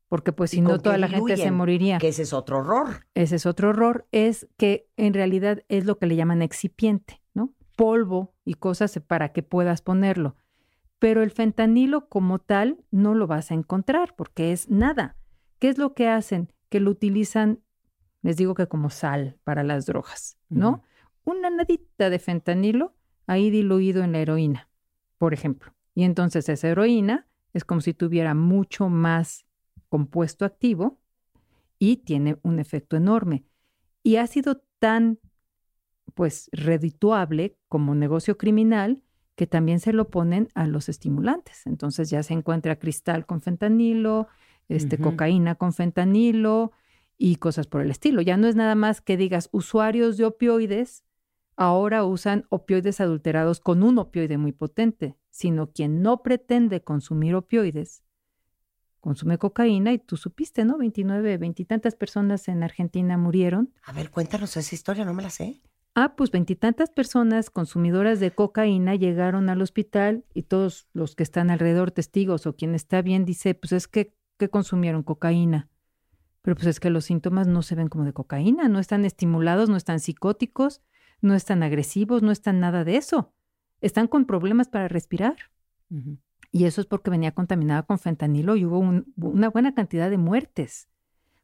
porque pues
¿Y
si no
con
toda
qué
la gente se
diluyen?
moriría.
Que ese es otro horror.
Ese es otro horror, es que en realidad es lo que le llaman excipiente, ¿no? Polvo y cosas para que puedas ponerlo. Pero el fentanilo como tal no lo vas a encontrar porque es nada. ¿Qué es lo que hacen? Que lo utilizan, les digo que como sal para las drogas, ¿no? Una nadita de fentanilo ahí diluido en la heroína, por ejemplo. Y entonces esa heroína es como si tuviera mucho más compuesto activo, y tiene un efecto enorme. Y ha sido tan, pues, redituable como negocio criminal que también se lo ponen a los estimulantes. Entonces ya se encuentra cristal con fentanilo, este,
Ujú.
cocaína con fentanilo y cosas por el estilo. Ya no es nada más que digas usuarios de opioides ahora usan opioides adulterados con un opioide muy potente, sino quien no pretende consumir opioides consume cocaína y tú supiste, ¿no? 29, veintitantas personas en Argentina murieron.
A ver, cuéntanos esa historia, no me la sé.
Ah, pues veintitantas personas consumidoras de cocaína llegaron al hospital y todos los que están alrededor, testigos o quien está bien, dice, pues es que, que consumieron cocaína. Pero pues es que los síntomas no se ven como de cocaína, no están estimulados, no están psicóticos, no están agresivos, no están nada de eso. Están con problemas para respirar. Y eso es porque venía contaminada con fentanilo y hubo un- una buena cantidad de muertes.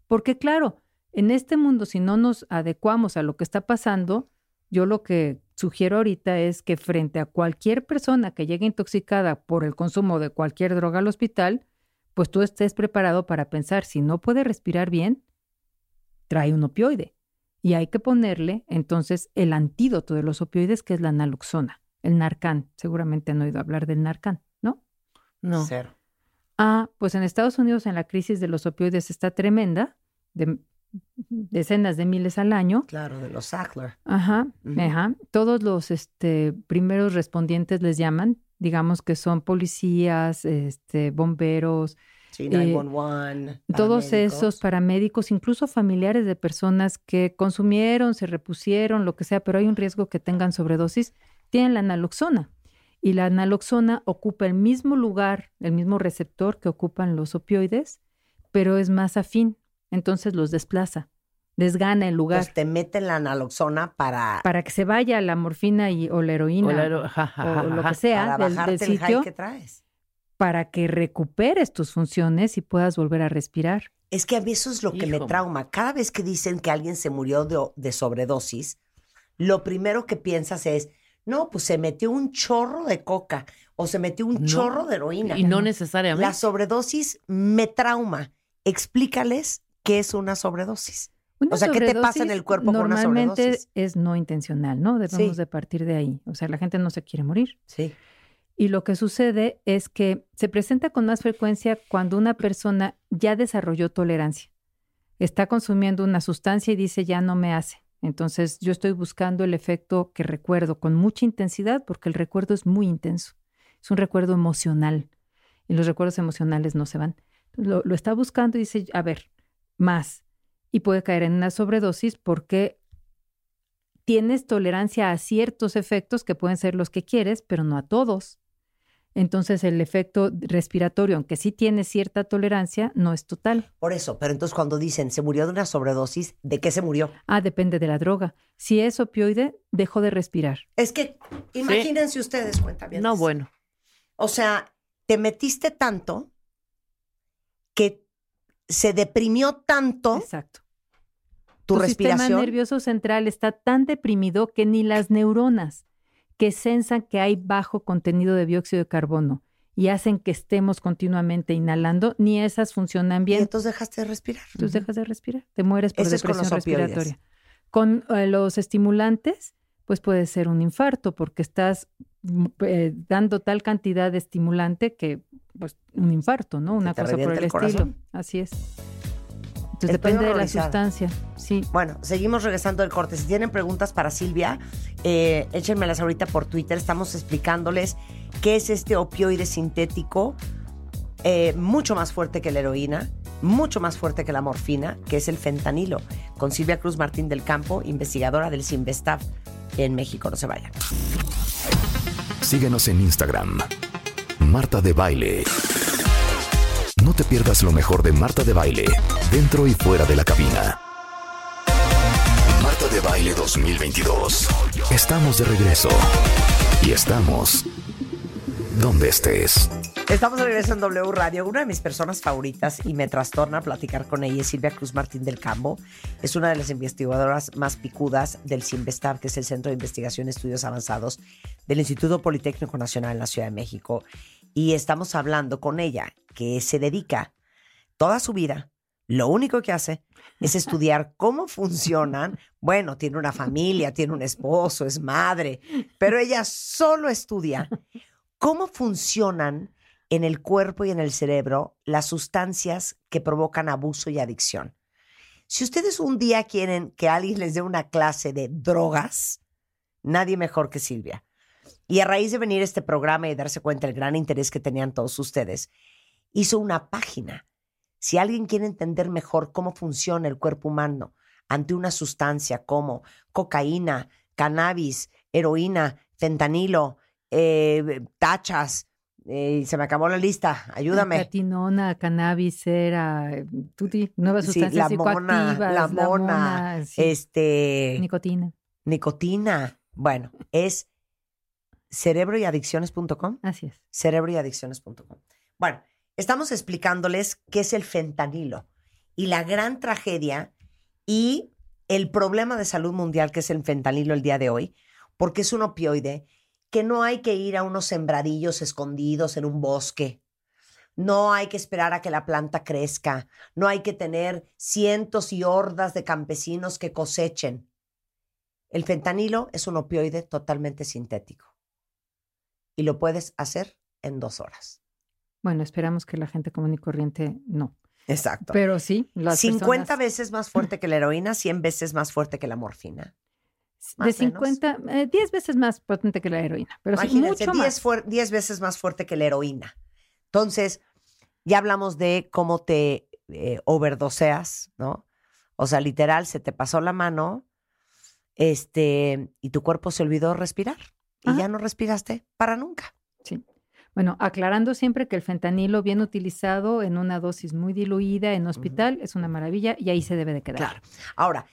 Porque claro, en este mundo, si no nos adecuamos a lo que está pasando, yo lo que sugiero ahorita es que frente a cualquier persona que llegue intoxicada por el consumo de cualquier droga al hospital, pues tú estés preparado para pensar, si no puede respirar bien, trae un opioide. Y hay que ponerle entonces el antídoto de los opioides, que es la naloxona, el narcan. Seguramente han oído hablar del narcan, ¿no?
No.
Cero.
Ah, pues en Estados Unidos en la crisis de los opioides está tremenda, de decenas de miles al año.
Claro, de los Sackler.
Ajá,
Ujú.
ajá. Todos los este, primeros respondientes les llaman, digamos que son policías, este, bomberos,
Sí,
Eh,
911.
todos
paramédicos.
esos paramédicos, incluso familiares de personas que consumieron, se repusieron, lo que sea, pero hay un riesgo que tengan sobredosis, tienen la naloxona. Y la naloxona ocupa el mismo lugar, el mismo receptor que ocupan los opioides, pero es más afín. Entonces los desplaza, desgana el lugar
Entonces, Pues te meten la naloxona para,
para que se vaya la morfina y, o la heroína
Hola, ero- ja, ja, ja,
o lo
ja.
que sea
para
del,
bajarte
del
el high
sitio
que traes.
para que recuperes tus funciones y puedas volver a respirar.
Es que a mí eso es lo que me
Hijo.
trauma. Cada vez que dicen que alguien se murió de, o- de sobredosis, lo primero que piensas es, No, pues se metió un chorro de coca o se metió un
No.
chorro de heroína.
Y no necesariamente.
La sobredosis me trauma. Explícales qué es una sobredosis.
Una
o sea, ¿qué te pasa en
sobredosis
el cuerpo con una
Normalmente
sobredosis?
es no intencional, ¿no? Debemos
Sí.
de partir de ahí. O sea, la gente no se quiere morir.
Sí.
Y lo que sucede es que se presenta con más frecuencia cuando una persona ya desarrolló tolerancia. Está consumiendo una sustancia y dice, ya no me hace. Entonces yo estoy buscando el efecto que recuerdo con mucha intensidad porque el recuerdo es muy intenso. Es un recuerdo emocional y los recuerdos emocionales no se van. Lo, lo está buscando y dice, a ver, más. Y puede caer en una sobredosis porque tienes tolerancia a ciertos efectos que pueden ser los que quieres, pero no a todos. Entonces el efecto respiratorio, aunque sí tienes cierta tolerancia, no es total.
Por eso, pero entonces cuando dicen se murió de una sobredosis, ¿de qué se murió?
Ah, depende de la droga. Si es opioide, dejó de respirar.
Es que imagínense ustedes, cuenta bien.
No, bueno.
O sea, te metiste tanto que se deprimió tanto
Exacto.
tu,
sistema
respiración.
nervioso central está tan deprimido que ni las neuronas que sensan que hay bajo contenido de dióxido de carbono y hacen que estemos continuamente inhalando, ni esas funcionan
Y
bien.
entonces dejaste de respirar.
Entonces dejas de respirar, te mueres por
Eso es con
depresión
los opioides.
respiratoria. Con eh, los estimulantes, pues puede ser un infarto porque estás mm, eh, dando tal cantidad de estimulante que pues un infarto, ¿no? Una
te
cosa por
revienta
el,
el
estilo.
corazón.
Así es. Entonces
Estoy
depende de la
horrorizada.
sustancia. Sí.
Bueno, seguimos regresando del corte. Si tienen preguntas para Silvia, eh, échenmelas ahorita por Twitter. Estamos explicándoles qué es este opioide sintético, eh, mucho más fuerte que la heroína, mucho más fuerte que la morfina, que es el fentanilo. Con Silvia Cruz Martín del Campo, investigadora del Sinvestav en México. No se vayan.
Síguenos en Instagram. Marta de Baile. No te pierdas lo mejor de Marta de Baile, dentro y fuera de la cabina. Marta de Baile 2022. Estamos de regreso. Y estamos donde estés.
Estamos de regreso en W Radio. Una de mis personas favoritas y me trastorna platicar con ella es Silvia Cruz Martín del Campo. Es una de las investigadoras más picudas del CIMBESTAB, que es el Centro de Investigación de Estudios Avanzados del Instituto Politécnico Nacional en la Ciudad de México. Y estamos hablando con ella, que se dedica toda su vida, lo único que hace es estudiar cómo funcionan. Bueno, tiene una familia, tiene un esposo, es madre, pero ella solo estudia cómo funcionan en el cuerpo y en el cerebro las sustancias que provocan abuso y adicción. Si ustedes un día quieren que alguien les dé una clase de drogas, nadie mejor que Silvia. Y a raíz de venir a este programa y darse cuenta del gran interés que tenían todos ustedes, hizo una página. Si alguien quiere entender mejor cómo funciona el cuerpo humano ante una sustancia como cocaína, cannabis, heroína, fentanilo, eh, tachas, eh, se me acabó la lista, ayúdame.
Catinona, cannabis, era, eh, tuti, nuevas
Sí,
sustancias
la mona,
psicoactivas,
la mona, Eh,
sí,
Este,
nicotina.
nicotina. Bueno, es cerebroyadicciones.com.
Así es.
cerebroyadicciones.com. Bueno, estamos explicándoles qué es el fentanilo y la gran tragedia y el problema de salud mundial que es el fentanilo el día de hoy, porque es un opioide que no hay que ir a unos sembradillos escondidos en un bosque. No hay que esperar a que la planta crezca. No hay que tener cientos y hordas de campesinos que cosechen. El fentanilo es un opioide totalmente sintético y lo puedes hacer en dos horas.
Bueno, esperamos que la gente común y corriente no.
Exacto.
Pero sí, las
50
personas-
veces más fuerte que la heroína, 100 veces más fuerte que la morfina.
de
más o menos.
50, eh, 10 veces más potente que la heroína, pero sí,
Imagínense,
mucho
10,
más.
fuer- 10 veces más fuerte que la heroína. Entonces, ya hablamos de cómo te eh, overdoseas, ¿no? O sea, literal, se te pasó la mano este, y tu cuerpo se olvidó respirar. Y
Ajá.
ya no respiraste para nunca.
Bueno, aclarando siempre que el fentanilo bien utilizado en una dosis muy diluida en hospital es una maravilla y ahí se debe de quedar.
Claro. Ahora,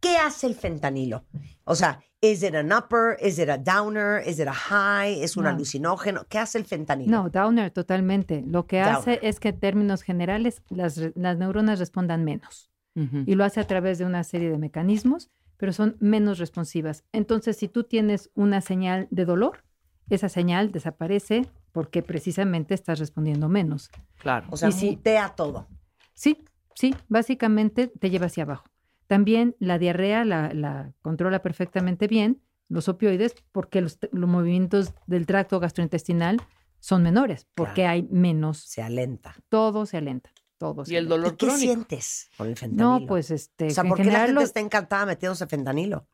¿qué hace el fentanilo? O sea, ¿es it an upper? ¿Es it a downer? ¿Es it a high? ¿Es un
No.
alucinógeno? ¿Qué hace el fentanilo?
No, Downer, totalmente. Lo que hace
Downer.
es que en términos generales las, re- las neuronas respondan menos
Ujú.
y lo hace a través de una serie de mecanismos pero son menos responsivas. Entonces, si tú tienes una señal de dolor, esa señal desaparece porque precisamente estás respondiendo menos.
Claro.
O sea,
Y si-
mutea todo.
Sí, sí, básicamente te lleva hacia abajo. También la diarrea la, la controla perfectamente bien, los opioides, porque los, t- los movimientos del tracto gastrointestinal son menores, porque hay menos.
Se alenta.
Todo se alenta, todo. se
Y el
alenta.
dolor
Pues, ¿Y qué
crónico.
sientes con el fentanilo?
No, pues este.
O sea,
en
¿por qué la
general Pues,
gente
los-
está encantada metiéndose fentanilo?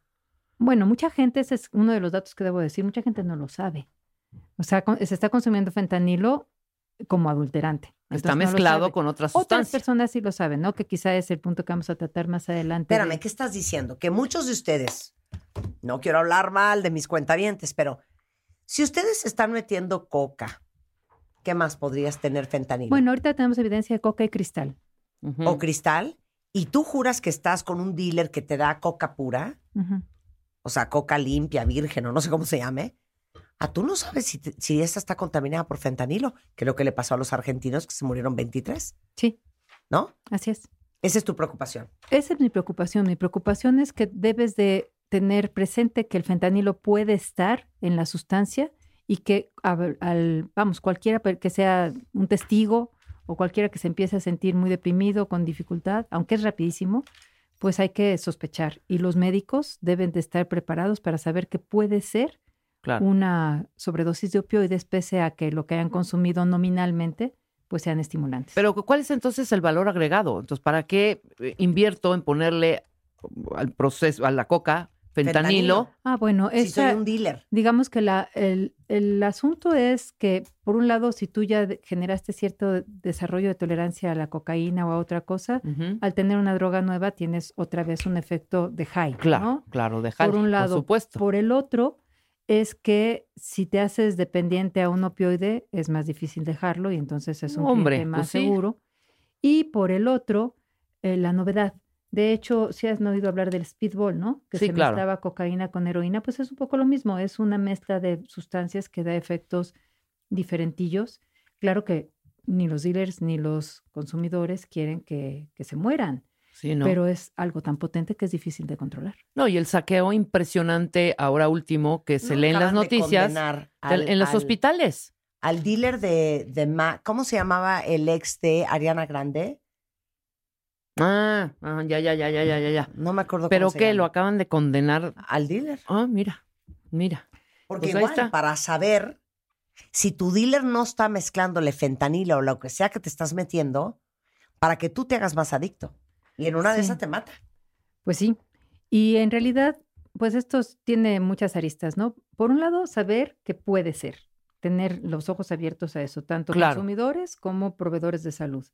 Bueno, mucha gente, ese es uno de los datos que debo decir, mucha gente no lo sabe. O sea, con- se está consumiendo fentanilo como adulterante.
Está
Entonces, no lo
mezclado
sabe.
con otras
Otras
sustancias.
personas sí lo saben, ¿no? Que quizá es el punto que vamos a tratar más adelante. de-
Espérame, ¿qué estás diciendo? Que muchos de ustedes, no quiero hablar mal de mis cuentavientes, pero si ustedes están metiendo coca, ¿qué más podrías tener fentanilo?
Bueno, ahorita tenemos evidencia de coca y cristal.
Ujú.
o cristal, y tú juras que estás con un dealer que te da coca pura,
Ujú.
o sea, coca limpia, virgen, o no sé cómo se llame. Ah, tú no sabes si, te- si esta está contaminada por fentanilo, que es lo que le pasó a los argentinos que se murieron 23,
Sí,
¿no?
así es.
Esa es tu preocupación.
Esa es mi preocupación. Mi preocupación es que debes de tener presente que el fentanilo puede estar en la sustancia y que, a ver, al- vamos, cualquiera per- que sea un testigo o cualquiera que se empiece a sentir muy deprimido, con dificultad, aunque es rapidísimo, pues hay que sospechar. Y los médicos deben de estar preparados para saber que puede ser
Claro.
una sobredosis de opioides, pese a que lo que hayan consumido nominalmente, pues sean estimulantes.
Pero ¿cu- ¿cuál es entonces el valor agregado? Entonces, ¿para qué eh, invierto en ponerle eh, al proceso, a la coca, fentanilo?
ah, bueno,
Si soy
esta-
un dealer.
digamos que la, el, el asunto es que, por un lado, si tú ya de- generaste cierto de- desarrollo de tolerancia a la cocaína o a otra cosa,
Ujú.
al tener una droga nueva tienes otra vez un efecto de high,
Claro,
¿no?
claro, dejar, por,
un lado,
supuesto.
Por el otro, es que si te haces dependiente a un opioide, es más difícil dejarlo y entonces es un
Hombre,
cliente
pues
más
sí.
seguro. Y por el otro, eh, la novedad. De hecho, si has oído hablar del speedball, ¿no? Que
Sí,
se
claro.
mezclaba cocaína con heroína, pues es un poco lo mismo. Es una mezcla de sustancias que da efectos diferentillos. Claro que ni los dealers ni los consumidores quieren que, que se mueran,
Sí, ¿no?
pero es algo tan potente que es difícil de controlar.
No, y el saqueo impresionante ahora último que se
No
lee en las
acaban de
noticias
condenar
del-
al-
en los
al-
hospitales.
Al dealer de, de Ma- ¿cómo se llamaba el ex de Ariana Grande?
Ah, ah, ya, ya, ya, ya, ya, ya, ya.
No me acuerdo
Pero
cómo se
que lo
llama.
acaban de condenar.
Al dealer.
Ah, mira, mira.
Porque
Pues ahí
igual,
está.
para saber si tu dealer no está mezclándole fentanilo o lo que sea que te estás metiendo, para que tú te hagas más adicto. Y en una de
Sí.
esas te mata.
Pues sí. Y en realidad, pues esto tiene muchas aristas, ¿no? Por un lado, saber que puede ser, tener los ojos abiertos a eso, tanto
Claro.
consumidores como proveedores de salud.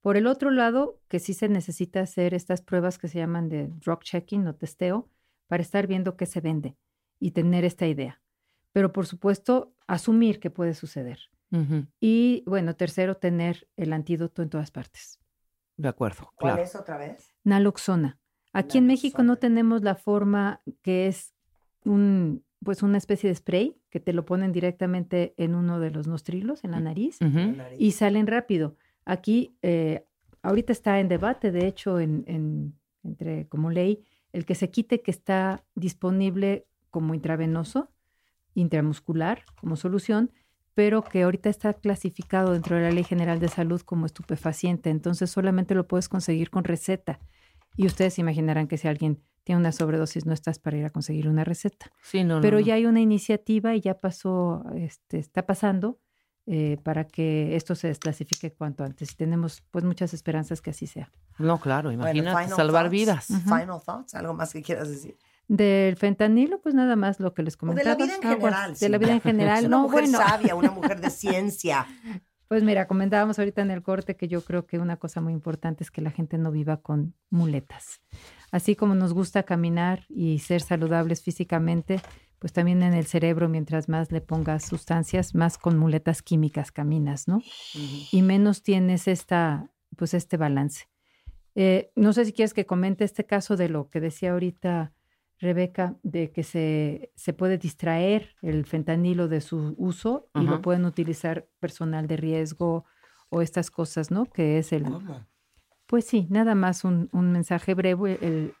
Por el otro lado, que sí se necesita hacer estas pruebas que se llaman de drug checking o testeo para estar viendo qué se vende y tener esta idea. Pero por supuesto, asumir que puede suceder.
Ujú,
Y bueno, tercero, tener el antídoto en todas partes.
de acuerdo,
¿Cuál
claro.
es otra vez?
Naloxona. Aquí en México no
Naloxona.
tenemos la forma que es un, pues una especie de spray que te lo ponen directamente en uno de los nostrilos, en la nariz,
Ujú,
y salen rápido. Aquí, eh, ahorita está en debate, de hecho, en, en- entre como ley, el que se quite que está disponible como intravenoso, intramuscular, como solución, pero que ahorita está clasificado dentro de la Ley General de Salud como estupefaciente, entonces solamente lo puedes conseguir con receta. Y ustedes se imaginarán que si alguien tiene una sobredosis no estás para ir a conseguir una receta.
Sí, no, no,
Pero
no.
ya hay una iniciativa y ya pasó, este, está pasando eh, para que esto se desclasifique cuanto antes. Tenemos pues muchas esperanzas que así sea.
No, claro,
Bueno,
imagínate,
final
salvar
thoughts.
vidas.
Ujú.
Final thoughts, algo más que quieras decir.
Del fentanilo, pues nada más lo que les
O de
comentaba.
la vida en
aguas,
general.
de la vida en
Es
general.
una
no,
mujer
bueno,
sabia, una mujer de ciencia.
pues mira, comentábamos ahorita en el corte que yo creo que una cosa muy importante es que la gente no viva con muletas. Así como nos gusta caminar y ser saludables físicamente, pues también en el cerebro, mientras más le pongas sustancias, más con muletas químicas caminas, ¿no? y menos tienes esta, pues este balance. Eh, no sé si quieres que comente este caso de lo que decía ahorita Rebeca, de que se, se puede distraer el fentanilo de su uso y
Ajá.
lo pueden utilizar personal de riesgo o estas cosas, ¿no? Que es el... Pues sí, nada más un, un mensaje breve. El,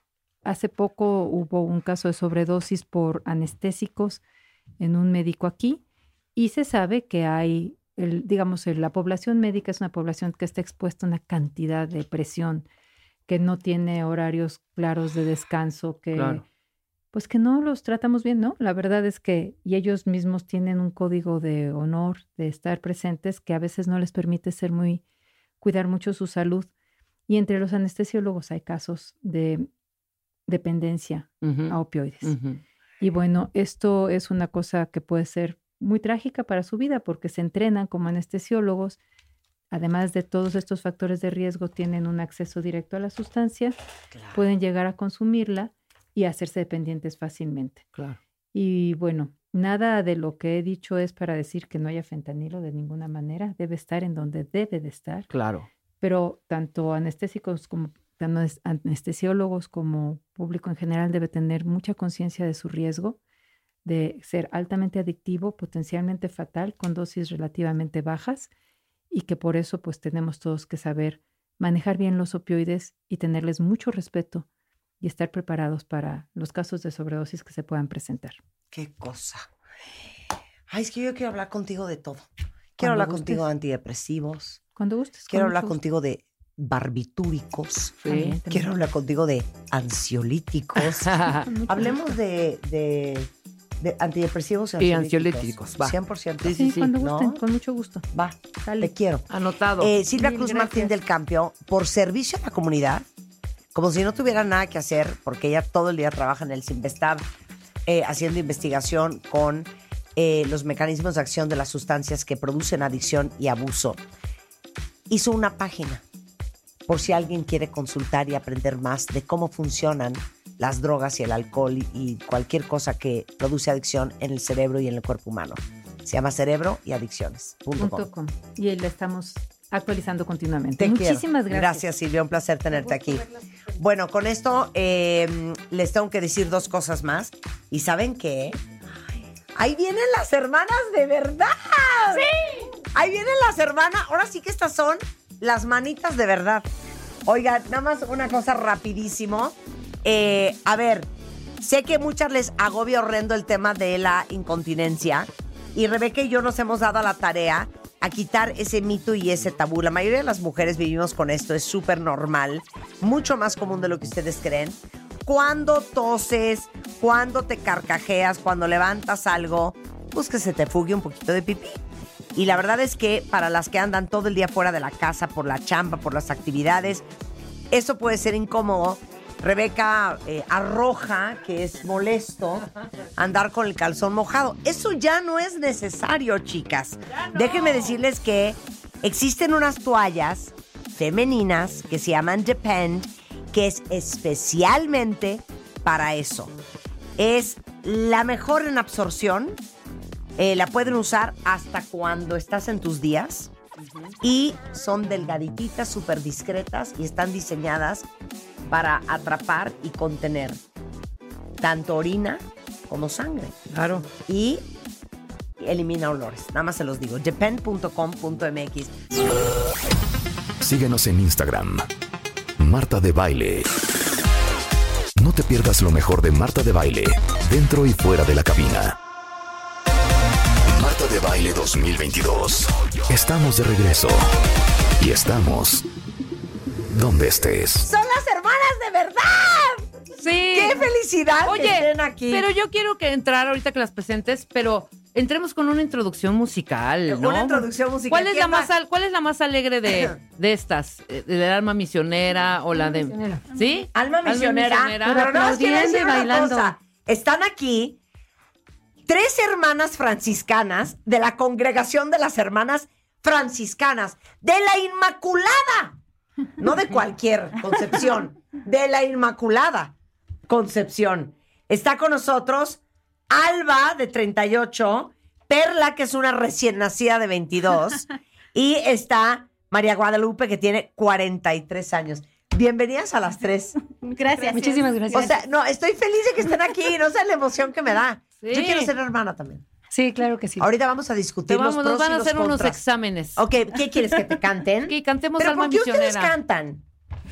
hace poco hubo un caso de sobredosis por anestésicos en un médico aquí y se sabe que hay, el, digamos, el- la población médica es una población que está expuesta a una cantidad de presión, que no tiene horarios claros de descanso, que
Claro.
pues que no los tratamos bien, ¿no? La verdad es que, y ellos mismos tienen un código de honor, de estar presentes, que a veces no les permite ser muy, cuidar mucho su salud. Y entre los anestesiólogos hay casos de dependencia
Ujú.
a opioides.
Ujú.
Y bueno, esto es una cosa que puede ser muy trágica para su vida porque se entrenan como anestesiólogos. Además de todos estos factores de riesgo, tienen un acceso directo a la sustancia, pueden llegar a consumirla y hacerse dependientes fácilmente.
Claro.
Y bueno, nada de lo que he dicho es para decir que no haya fentanilo de ninguna manera. Debe estar en donde debe de estar
Claro.
pero tanto anestésicos como tanto anes- anestesiólogos como público en general debe tener mucha conciencia de su riesgo de ser altamente adictivo, potencialmente fatal, con dosis relativamente bajas y que por eso pues tenemos todos que saber manejar bien los opioides y tenerles mucho respeto y estar preparados para los casos de sobredosis que se puedan presentar.
Qué cosa. Ay, es que yo quiero hablar contigo de todo. Quiero
Cuando
hablar contigo de
gustes.
antidepresivos.
Cuando gustes. con
Quiero hablar
mucho gusto.
contigo de barbitúricos.
También, también.
Quiero hablar contigo de ansiolíticos. Hablemos de, de, de antidepresivos y
Y
ansiolíticos.
ansiolíticos, va.
100%.
Sí,
Sí,
sí, sí.
cuando
¿no?
gusten, con mucho gusto.
Va,
Sale.
te quiero.
Anotado.
Eh, Silvia
Mil
Cruz
gracias.
Martín del Cambio, por servicio a la comunidad, como si no tuviera nada que hacer, porque ella todo el día trabaja en el Sinvestab, eh, haciendo investigación con eh, los mecanismos de acción de las sustancias que producen adicción y abuso, hizo una página por si alguien quiere consultar y aprender más de cómo funcionan las drogas y el alcohol y- y cualquier cosa que produce adicción en el cerebro y en el cuerpo humano. Se llama cerebro y adicciones.com.
Punto com. Y la estamos actualizando continuamente.
Te quiero.
Muchísimas gracias.
Gracias, Silvia. Un placer tenerte aquí. Bueno, con esto eh, les tengo que decir dos cosas más. ¿Y saben qué? Ahí vienen las hermanas de verdad. ¡Sí! Ahí vienen las hermanas. Ahora sí que estas son las manitas de verdad. Oigan, nada más una cosa rapidísimo. Eh, a ver, sé que muchas les agobia horrendo el tema de la incontinencia. Y Rebeca y yo nos hemos dado a la tarea a quitar ese mito y ese tabú. La mayoría de las mujeres vivimos con esto, es súper normal, mucho más común de lo que ustedes creen. Cuando toses, cuando te carcajeas, cuando levantas algo, pues que se te fugue un poquito de pipí. Y la verdad es que para las que andan todo el día fuera de la casa, por la chamba, por las actividades, eso puede ser incómodo. Rebeca eh, arroja que es molesto andar con el calzón mojado. Eso ya no es necesario, chicas. Déjenme decirles que existen unas toallas femeninas que se llaman Depend, que es especialmente para eso. Es la mejor en absorción. Eh, la pueden usar hasta cuando estás en tus días. Y son delgadititas, súper discretas y están diseñadas para atrapar y contener tanto orina como sangre.
Claro.
Y elimina olores. Nada más se los digo. Depend.com.mx.
Síguenos en Instagram. Marta de Baile. No te pierdas lo mejor de Marta de Baile, dentro y fuera de la cabina. Marta de Baile 2022. Estamos de regreso. Y estamos donde estés.
Son las hermanas de verdad.
Sí.
¡Qué felicidad que
Oye,
estén aquí!
Pero yo quiero que entrar ahorita que las presentes, pero entremos con una introducción musical, ¿no?
Una introducción musical.
¿Cuál es, la
¿Quién va?
más, al- ¿Cuál es la más alegre de, de estas? Eh, ¿De la alma misionera o la de...? ¿Sí?
Alma misionera. Pero no, es que les
Aplaudiendo y
digo una
bailando.
cosa. Están aquí tres hermanas franciscanas de la congregación de las hermanas franciscanas, de la Inmaculada, no de cualquier concepción, de la Inmaculada Concepción. Está con nosotros Alba, de 38, Perla, que es una recién nacida de 22, y está María Guadalupe, que tiene 43 años. Bienvenidas a las tres.
Gracias.
Muchísimas gracias.
O sea, no, estoy feliz de que estén aquí. No sé la emoción que me da.
Sí.
Yo quiero ser hermana también.
sí, claro que sí.
Ahorita vamos a
Te
discutir
vamos,
los
nos
pros
van
y
a
los
hacer unos
contras.
exámenes.
Ok, ¿qué quieres que te canten?
Que cantemos
Pero
alma
¿por qué ustedes
misionera.
cantan?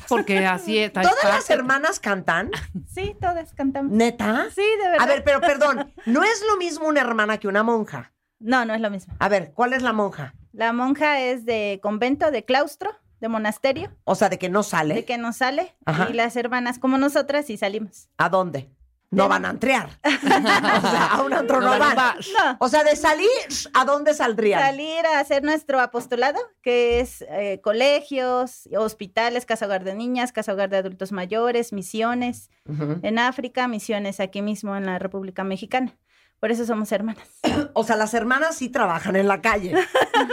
Porque así es. tal-
¿Todas las
parte-
hermanas cantan?
Sí, todas cantamos.
¿Neta?
Sí, de verdad.
A ver, pero perdón, no es lo mismo una hermana que una monja.
No, no es lo mismo.
A ver, ¿cuál es la monja?
La monja es de convento, de claustro, de monasterio,
O sea, de que no
de
sale.
que no sale.
Ajá.
Y las hermanas, como nosotras, sí salimos.
¿A dónde? No van a entrear. o sea, a un antro
No
no
van a un
van.
bar.
No.
O sea, de salir, ¿a dónde saldrían?
Salir a hacer nuestro apostolado, que es eh, colegios, hospitales, casa hogar de niñas, casa hogar de adultos mayores, misiones
Ujú.
en África, misiones aquí mismo en la República Mexicana. Por eso somos hermanas.
O sea, las hermanas sí trabajan en la calle.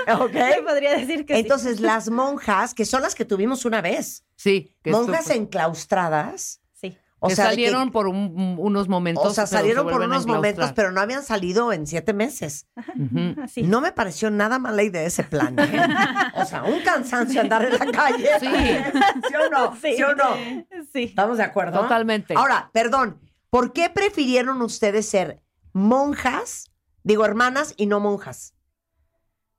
Yo
¿Ok?
podría decir que sí.
Entonces, las monjas, que son las que tuvimos una vez,
Sí. que
monjas
esto-
enclaustradas.
sí.
O
que
sea, de que-
salieron por un- unos momentos.
o sea,
pero se
salieron por
vuelven a
unos momentos,
enclaustrar.
pero no habían salido en siete meses.
Ujú.
Así.
No me pareció nada mala idea ese plan. ¿eh? O sea, un cansancio andar en la calle.
Sí.
¿Sí o no? ¿Sí, o no?
Sí.
¿Estamos de acuerdo?
Totalmente.
Ahora, perdón, ¿por qué prefirieron ustedes ser monjas, digo hermanas y no monjas?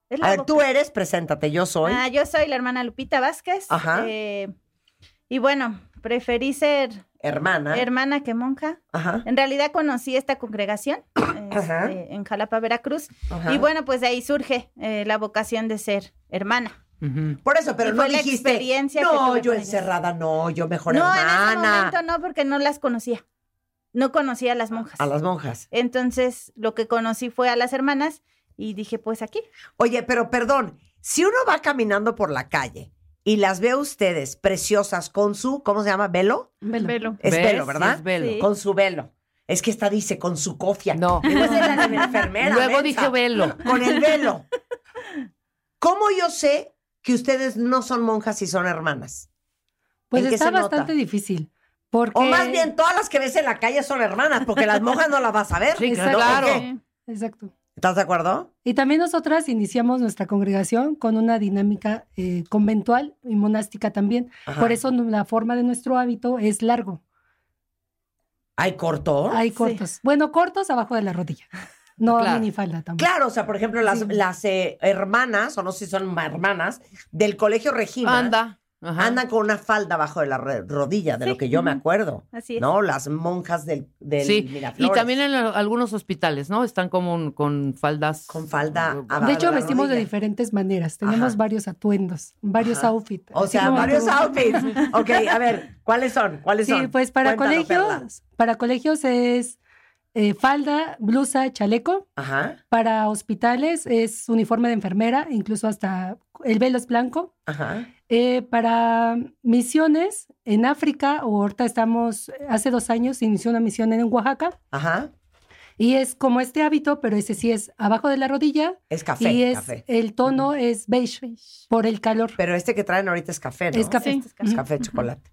Es la
A ver, tú
vocación.
eres, preséntate, yo soy.
Ah, yo soy la hermana Lupita Vázquez.
Ajá.
eh, y bueno, preferí ser
hermana.
hermana que monja.
Ajá.
En realidad conocí esta congregación este,
Ajá.
en Jalapa, Veracruz.
Ajá.
Y bueno, pues de ahí surge eh, la vocación de ser hermana.
Ujú.
Por eso, pero
y
no
fue la
dijiste.
experiencia que
no,
tuve
yo
con ellas".
encerrada, no, yo mejor
no, en ese
hermana. Ah.
momento no, porque no las conocía. No conocía a las monjas.
a las monjas.
Entonces, lo que conocí fue a las hermanas y dije, pues aquí.
Oye, pero perdón, si uno va caminando por la calle y las ve a ustedes preciosas con su, ¿cómo se llama? ¿Velo?
Velo.
Es
¿Ves?
velo,
Sí,
¿verdad?
es velo.
Sí.
Con su velo. Es que esta dice con su cofia.
No.
Digo,
Pues
esa es la de la enfermera,
Luego
mensa.
dije velo.
Con el velo. ¿Cómo yo sé que ustedes no son monjas y son hermanas?
Pues
¿En qué
está
se nota?
bastante difícil. Porque...
O más bien, todas las que ves en la calle son hermanas, porque las monjas no las vas a ver.
Sí,
¿no?
claro.
¿O qué?
Exacto.
¿Estás de acuerdo?
Y también nosotras iniciamos nuestra congregación con una dinámica eh, conventual y monástica también.
Ajá.
Por eso la forma de nuestro hábito es largo.
Ay, cortó.
Hay cortos. Bueno, cortos abajo de la rodilla. No
Claro.
minifalda tampoco.
Claro, o sea, por ejemplo, las,
Sí.
las eh, hermanas, o no sé si son hermanas, del colegio Regina.
Anda. Ajá.
Andan con una falda abajo de la re- rodilla, de
Sí.
lo que yo me acuerdo.
Así es.
No, las monjas del, del
Sí, y
Miraflores.
también en lo- algunos hospitales, ¿no? Están como un- con faldas. Ah,
Con falda
Con-
abajo.
De
Ah, la
hecho, vestimos de
rodilla.
diferentes maneras. Tenemos
Ajá.
varios atuendos, varios
Ajá.
outfits.
O
así
sea,
como
varios
tú.
outfits. Ok, a ver, ¿cuáles son? ¿Cuáles
Sí,
son?
pues para
Cuéntalo, Perla.
colegios, para colegios es eh, falda, blusa, chaleco.
Ajá,
Para hospitales es uniforme de enfermera, incluso hasta el velo es blanco.
ajá.
Eh, para misiones en África, o ahorita estamos, hace dos años se inició una misión en Oaxaca,
Ajá,
y es como este hábito, pero ese sí es abajo de la rodilla,
es café,
y es
café.
el tono es beige, por el calor.
Pero este que traen ahorita es café, ¿no?
Es café.
Sí, es café.
Es
Ujú.
café, chocolate.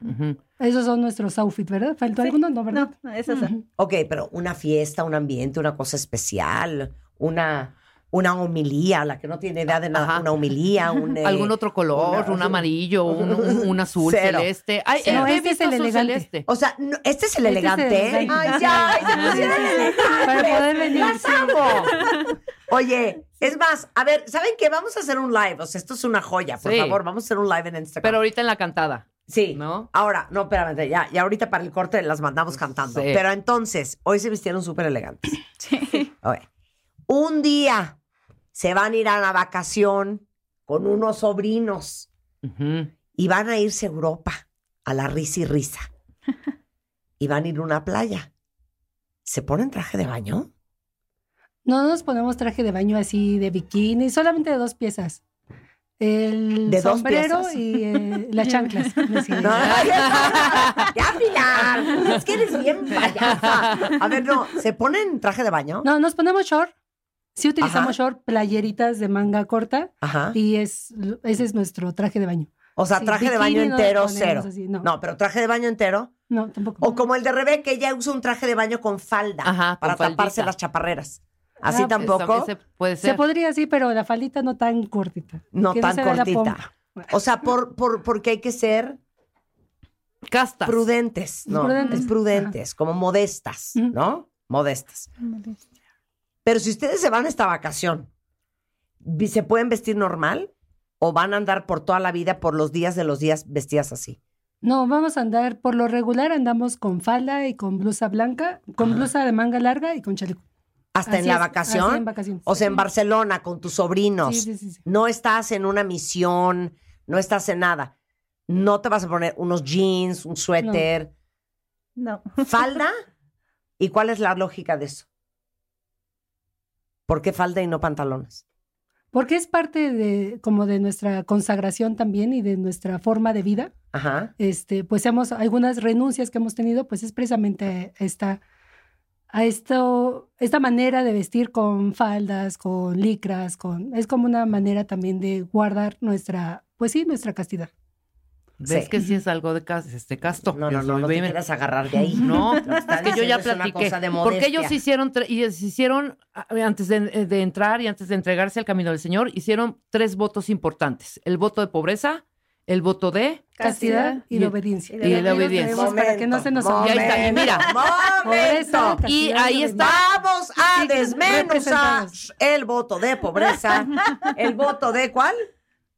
Ujú.
Esos son nuestros outfits, ¿verdad? ¿Faltó
Sí.
alguno? No, ¿verdad?
No, esas son.
Ujú.
Ok, pero una fiesta, un ambiente, una cosa especial, una, una homilía, la que no tiene idea de nada,
Ajá.
una homilía, un... eh,
Algún otro color,
una-
un amarillo, un, un- un azul
Cero.
celeste. Ay,
Cero.
eh,
No,
he
este es
visto
el
azul
elegante.
celeste.
O sea, no- este es el
Este es el
elegante.
elegante.
Ay, ya, ay, se
Ah,
pusieron
sí.
elegantes.
Para poder venir.
¡Las amo! Oye, es más, a ver, ¿saben qué? Vamos a hacer un live. O sea, esto es una joya, por
Sí.
favor. Vamos a hacer un live en Instagram.
Pero ahorita en la cantada.
sí.
¿no?
Ahora, no, espérame, ya, ya ahorita para el corte las mandamos cantando.
Sí.
Pero entonces, hoy se vistieron súper elegantes. A ver, un día se van a ir a la vacación con unos sobrinos
Ujú.
y van a irse a Europa a la risa y risa. Y van a ir a una playa. ¿Se ponen traje de baño?
No nos ponemos traje de baño así de bikini, solamente de dos piezas. El
¿De dos
sombrero
piezas?
y eh, las chanclas. Sí.
No, ya, Pilar, Ah, es que eres bien payasa. A ver, no, ¿se ponen traje de baño?
No, nos ponemos short. Sí utilizamos
Ajá.
short, playeritas de manga corta
Ajá.
y es ese es nuestro traje de baño.
O sea,
Sí,
traje de
bikini
baño
no nos
entero,
ponemos
cero.
así, no.
No, pero traje de baño entero.
No, tampoco.
O como el de Rebeca, ella usa un traje de baño con falda
Ajá, con
para taparse
faldita.
las chaparreras. Así
Ah,
tampoco,
Ese- ese puede
Se
ser.
podría sí, pero la faldita no tan cortita.
no
Que
tan
se vea la pompa.
cortita. O sea, por, por, porque hay que ser
Castas.
prudentes, ¿no?
Prudentes.
Es prudentes, como modestas,
Ujú.
¿no? Modestas. Pero si ustedes se van a esta vacación, ¿vi- ¿se pueden vestir normal? o van a andar por toda la vida, por los días de los días vestidas así?
No, vamos a andar, por lo regular andamos con falda y con blusa blanca, con blusa de manga larga y con chaleco.
¿Hasta en
Así
la
es,
vacación?
así en vacaciones.
O sea, en Barcelona, con tus sobrinos.
Sí, sí, sí, sí.
No estás en una misión, no estás en nada. No te vas a poner unos jeans, un suéter,
No.
falda. ¿Y cuál es la lógica de eso? ¿Por qué falda y no pantalones?
Porque es parte de, como de nuestra consagración también y de nuestra forma de vida.
Ajá.
Este, pues hemos, algunas renuncias que hemos tenido, pues es precisamente a esta, a esto, esta manera de vestir con faldas, con licras, con, es como una manera también de guardar nuestra, pues sí, nuestra castidad.
¿Ves
Sí.
que sí es algo de cas- este casto? No, no, no,
no te quieras agarrar de ahí.
No,
Lo que
es
estás
que yo ya
diciendo es una
platiqué.
cosa de
Porque ellos
modestia.
hicieron, tre- y se hicieron ah, antes de, de entrar y antes de entregarse al camino del Señor, hicieron tres votos importantes. El voto de pobreza, el voto de...
Castidad y de obediencia.
Y de la obediencia.
Para que no se nos
Y ahí está, y mira.
¡Momento!
Y ahí está.
Vamos a desmenuzar
representados.
el voto de pobreza. ¿El voto de cuál?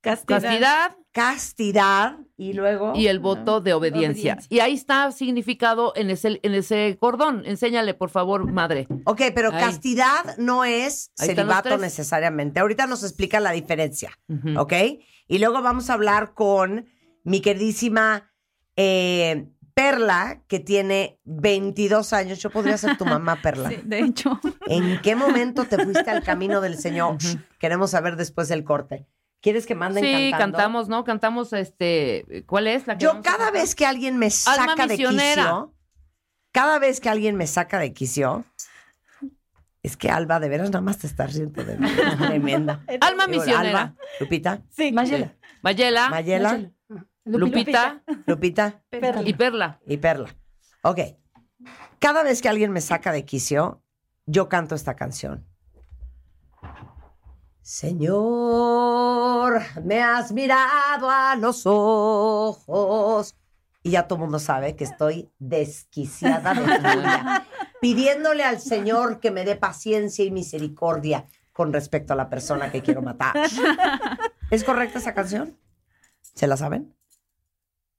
Castidad. Castidad.
Castidad. Y luego.
Y el voto de obediencia.
Obediencia.
Y ahí está significado en ese, en ese cordón. Enséñale, por favor, madre.
Ok, pero
Ahí.
castidad no es
Ahí están los
celibato
tres.
necesariamente. Ahorita nos explica la diferencia,
Ujú.
¿ok? Y luego vamos a hablar con mi queridísima eh, Perla, que tiene 22 años. Yo podría ser tu mamá, Perla.
de hecho.
¿En qué momento te fuiste al camino del Señor? Queremos saber después del corte. ¿Quieres que manden
Sí,
cantando?
cantamos, ¿no? Cantamos, este, ¿cuál es la que
Yo
vamos a
cada
cantar?
vez que alguien me
Alma
saca de
misionera.
quicio, cada vez que alguien me saca de quicio, es que Alba, de veras nada más te estás riendo de mí. Es tremenda.
Alma
Digo,
misionera.
Alba, Lupita.
Sí.
Mayela.
Mayela.
Mayela.
Lupita.
Lupita.
Perla. Y Perla.
Y Perla. Ok. Cada vez que alguien me saca de quicio, yo canto esta canción. Señor, me has mirado a los ojos. Y ya todo el mundo sabe que estoy desquiciada de furia, pidiéndole al Señor que me dé paciencia y misericordia con respecto a la persona que quiero matar. ¿Es correcta esa canción? ¿Se la saben?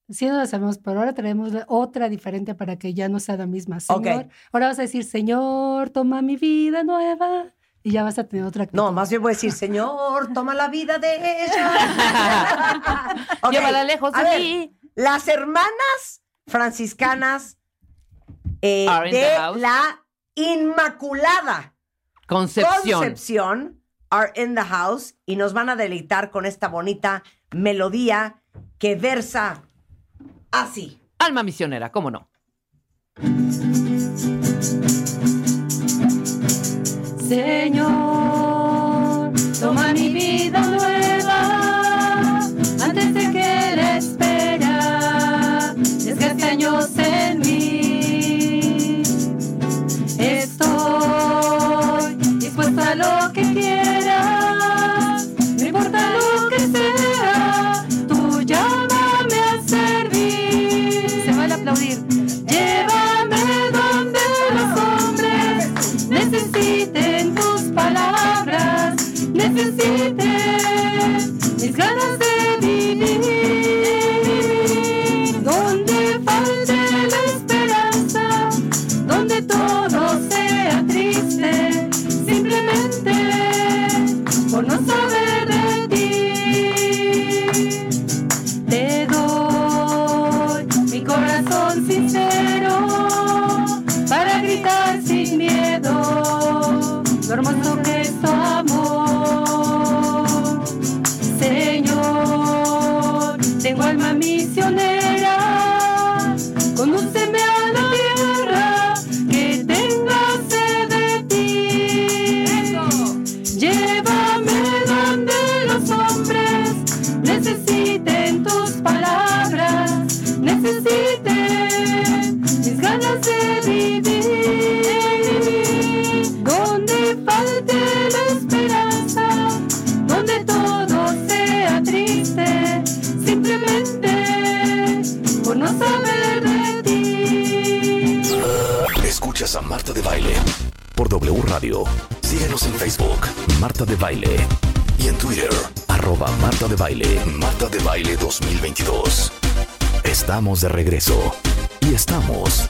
Sí, no lo sabemos, pero ahora traemos la- otra diferente para que ya no sea la misma. Señor,
Ok.
ahora vas a decir, Señor, toma mi vida nueva. Y ya vas a tener otra.
No, más bien voy a decir, Señor, toma la vida de ella. Ok,
Llévala lejos de
a ver,
mí.
Las hermanas franciscanas eh,
Are in the
de
house.
la Inmaculada
Concepción.
Concepción are in the house y nos van a deleitar con esta bonita melodía que versa así.
Alma misionera, ¿cómo no?
Señor, toma mi vida nueva antes de que la espera desgaste años en mí. Estoy dispuesto a lo que quieras, no importa lo que sea, tú llámame a servir. Se va a aplaudir. Llévame donde los hombres necesiten tus palabras, necesiten mis ganas de vivir. Donde falte la esperanza, donde todo sea triste, simplemente por no saber de ti. Te doy mi corazón sincero para gritar sin miedo lo hermoso que es tu amor. Señor, tengo alma misionera, condúceme a la tierra que tenga sed de ti. Llévame donde los hombres necesiten tus palabras, necesiten mis ganas de vivir. Donde falte la esperanza, donde todo sea triste, simplemente por no saber de ti.
Escuchas a Marta de Baile por W Radio. Síguenos en Facebook, Marta de Baile. Y en Twitter, arroba Arroba Marta de Baile. Marta de Baile 2022. Estamos de regreso. Y estamos.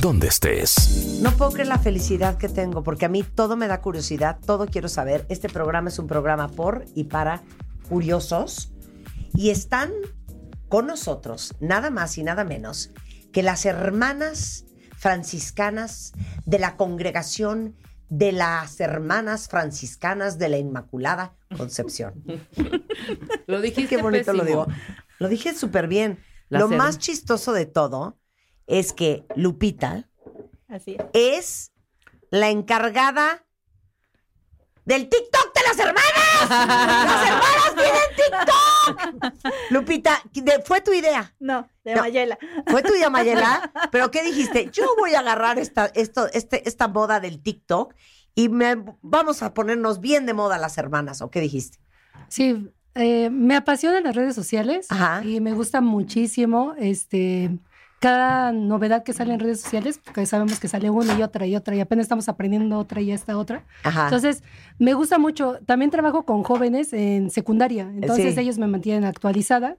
Donde estés.
No puedo creer la felicidad que tengo, porque a mí todo me da curiosidad, todo quiero saber. Este programa es un programa por y para curiosos. Y están con nosotros, nada más y nada menos, que las hermanas franciscanas de la congregación de las hermanas franciscanas de la Inmaculada Concepción.
Lo dijiste
Qué bonito lo
pésimo.
digo. Lo dije súper bien.
Las
lo
herma-
más chistoso de todo es que Lupita,
Así
es la encargada del TikTok de las hermanas. Las hermanas tienen TikTok. Lupita, ¿de- ¿fue tu idea?
No, de
Mayela. ¿Fue tu idea, Mayela? ¿Pero qué dijiste? Yo voy a agarrar esta, esto, este, esta moda del TikTok y me, vamos a ponernos bien de moda las hermanas. ¿O qué dijiste?
Sí, eh, me apasionan las redes sociales y me gusta muchísimo este, cada novedad que sale en redes sociales, porque sabemos que sale una y otra y otra y apenas estamos aprendiendo otra y esta otra.
Ajá.
Entonces, me gusta mucho. También trabajo con jóvenes en secundaria, entonces
Sí.
ellos me mantienen actualizada.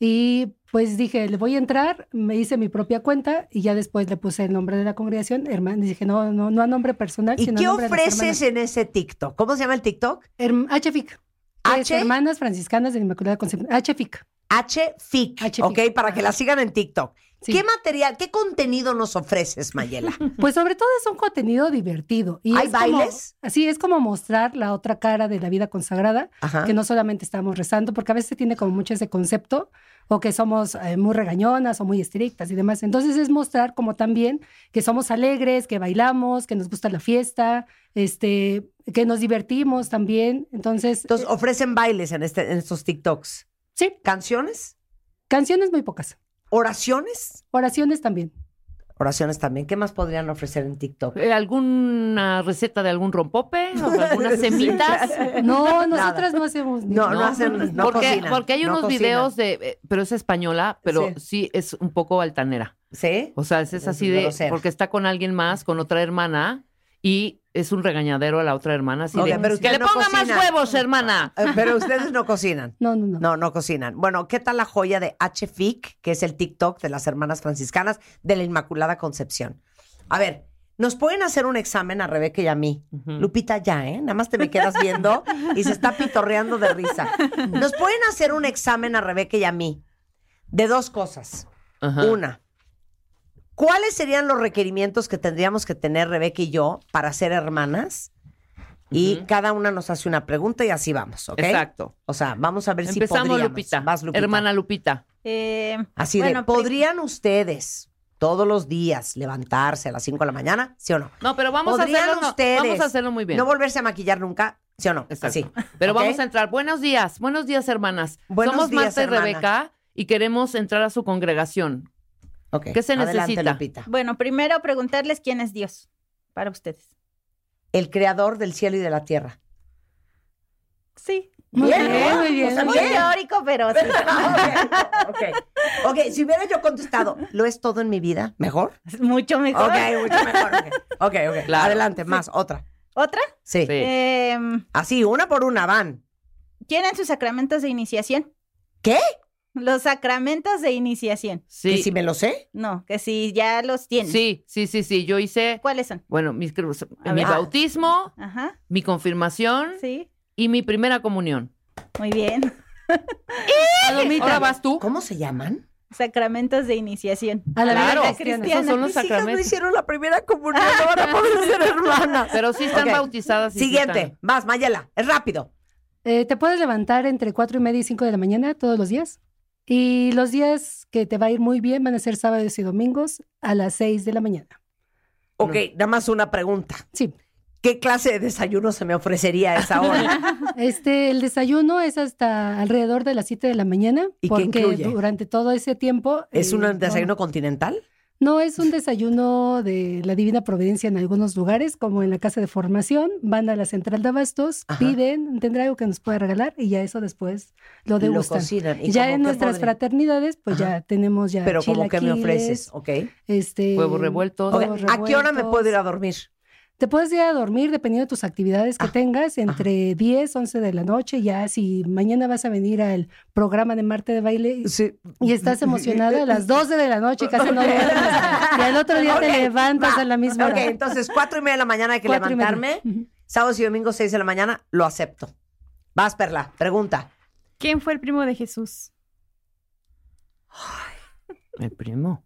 Y pues dije, le voy a entrar, me hice mi propia cuenta y ya después le puse el nombre de la congregación, hermano. Dije, no, no, no a nombre personal,
¿Y
sino a
qué
nombre de las
ofreces
hermanas.
en ese TikTok? ¿Cómo se llama el TikTok?
HFIC.
H.
Es Hermanas Franciscanas de la Inmaculada Concepción. HFIC.
HFIC. Ok, para que la sigan en TikTok. ¿Qué material, qué contenido nos ofreces, Mayela?
Pues sobre todo es un contenido divertido. Y
¿Hay
es como-
bailes?
así es como mostrar la otra cara de la vida consagrada,
Ajá.
que no solamente estamos rezando, porque a veces se tiene como mucho ese concepto, o que somos eh, muy regañonas o muy estrictas y demás. Entonces es mostrar como también que somos alegres, que bailamos, que nos gusta la fiesta, este, que nos divertimos también. Entonces, eh,
Entonces, ofrecen bailes en, este, en estos TikToks.
Sí.
¿Canciones?
Canciones muy pocas.
¿Oraciones?
Oraciones también.
Oraciones también. ¿Qué más podrían ofrecer en TikTok?
Eh, ¿Alguna receta de algún rompope? ¿O de algunas semitas?
No,
nosotros
nosotras no hacemos.
No, no hacen- no
porque,
cocinan,
porque hay
no
unos
cocinan.
videos de, eh, pero es española, pero sí. es un poco altanera.
¿Sí?
O sea, es, es
Es
así de,
grosera.
porque está con alguien más, con otra hermana, y es un regañadero a la otra hermana, así
Ok,
de,
pero
que
usted
le
no
ponga
cocina".
más huevos, hermana.
Eh, Pero ustedes no cocinan.
No, no, no.
No, no cocinan. Bueno, ¿qué tal la joya de HFIC, que es el TikTok de las hermanas franciscanas de la Inmaculada Concepción? A ver, nos pueden hacer un examen a Rebeca y a mí. Lupita, ya, ¿eh? Nada más te me quedas viendo y se está pitorreando de risa. Nos pueden hacer un examen a Rebeca y a mí de dos cosas.
Ajá.
Una, ¿cuáles serían los requerimientos que tendríamos que tener Rebeca y yo para ser hermanas? Y cada una nos hace una pregunta y así vamos, ¿ok?
Exacto.
O sea, vamos a ver si
Empezamos,
podríamos.
Lupita.
Vas, Lupita.
Hermana Lupita.
Eh,
Así
bueno,
de, ¿podrían ustedes todos los días levantarse a las 5 de la mañana? ¿Sí o no?
No, pero vamos a
¿Podrían
hacerlo. no,
ustedes
vamos a hacerlo muy bien.
No volverse a maquillar nunca, ¿sí o no? Así.
Pero
¿ok?
vamos a entrar. Buenos días, buenos días, hermanas.
Buenos
Somos
días,
Marta y
hermanas.
Rebeca y queremos entrar a su congregación. ¿Qué se necesita?
Bueno, primero preguntarles quién es Dios para ustedes.
El creador del cielo y de la tierra.
Sí.
Muy bien,
¿eh?
muy bien,
O sea,
muy
muy
bien.
teórico, pero sí.
Ok, si hubiera yo contestado, ¿lo es todo en mi vida? ¿Mejor?
Mucho mejor.
Ok, mucho mejor. Ok, ok. ok. Adelante, más, otra.
¿Otra?
Sí.
Em,
Así, una por una van.
¿Tienen sus sacramentos de iniciación?
¿Qué?
Los sacramentos de iniciación.
Sí.
¿Que si me lo sé?
No, que si ya los tienen.
Sí, sí, sí, sí. Yo hice.
¿Cuáles son?
Bueno, mis, creo-
A
mi
ver.
Ah,
Ah.
bautismo,
Ajá.
mi confirmación y mi primera comunión.
Muy bien.
Palomita. Ahora vas tú.
¿Cómo se llaman?
Sacramentos de iniciación.
A la vida Claro, cristiana. esos son los
Mis hijas no
sacramentos.
hicieron la primera comunión, no van a poder ser hermanas.
Pero sí están
Ok.
bautizadas. y sí
Siguiente,
están.
vas, Mayela, es rápido.
Eh, te puedes levantar entre 4 y media y 5 de la mañana todos los días. Y los días que te va a ir muy bien van a ser sábados y domingos a las 6 de la mañana.
Ok, nada más una pregunta.
Sí.
¿Qué clase de desayuno se me ofrecería a esa hora?
Este, el desayuno es hasta alrededor de las 7 de la mañana.
¿Y qué
porque
incluye?
durante todo ese tiempo.
¿Es
eh,
un desayuno
no-
continental?
No, es un desayuno de la Divina Providencia en algunos lugares, como en la casa de formación. Van a la central de abastos, piden, tendrá algo que nos pueda regalar y ya eso después lo
Lo
degustan.
cocinan. ¿Y
ya
cómo
en
qué
nuestras
podría?
fraternidades, pues ya tenemos ya
Pero como que me ofreces,
chilaquiles,
ok.
Este,
Huevos revueltos.
huevos
Ok, ¿A qué hora me
revueltos.
puedo ir a dormir?
Te puedes ir a dormir dependiendo de tus actividades
Ah,
que tengas entre 10, 11 de la noche. Ya si mañana vas a venir al programa de Marte de Baile y estás emocionada a las 12 de la noche casi no duermes. Y al otro día
Ok,
te levantas
va.
a la misma hora.
Ok, entonces, cuatro y media de la mañana hay que
Cuatro y media.
levantarme. Sábados y domingos, seis de la mañana, lo acepto. Vas, Perla, pregunta.
¿Quién fue el primo de Jesús?
El primo.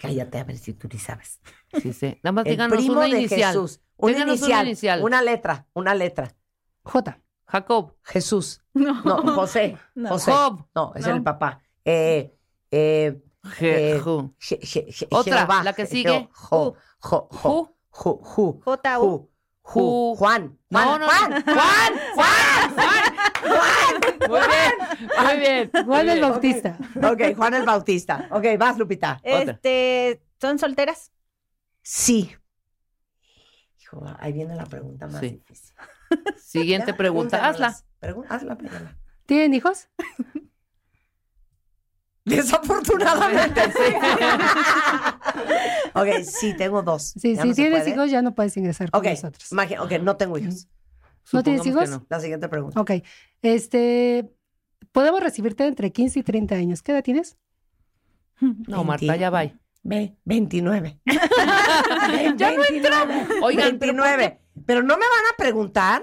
Cállate a ver si tú ni sabes.
Sí, sí. Nada más Ah,
El
díganos
primo
una
de
inicial.
Jesús. Una
Díganos
inicial,
una inicial.
Una letra, una letra.
J.
Jacob.
Jesús. No, José.
No.
José.
Job.
No, es
No.
el papá. Eh, eh, eh, Je- Je- Je-
Otra,
Jehová.
la que sigue.
Jo, jo, jo, jo, ju, ju, ju. Juan.
No, no,
Juan.
no.
Juan. Juan. Juan.
Muy bien, muy bien.
Juan el Bautista.
Ok, Juan el Bautista. Ok, vas, Lupita.
Este, ¿son solteras?
Sí. Hijo, ahí viene la pregunta más
Sí.
difícil.
Siguiente
Ya,
pregunta.
pregúntamelas.
Hazla.
Pregun- hazla, Perla.
¿Tienen hijos?
Desafortunadamente, sí. ok, sí, tengo dos.
Sí,
Ya
si
no se
tienes
puede.
hijos ya no puedes ingresar con
Ok,
nosotros.
imagi- ok, no tengo hijos.
¿No tienes Supongamos que hijos? no.
La siguiente pregunta.
Ok. Este, podemos recibirte entre 15 y 30 años. ¿Qué edad tienes?
No, Marta, ya va.
Ve, 29.
Ya no entró. Oigan, pero
29. Pero, no me van a preguntar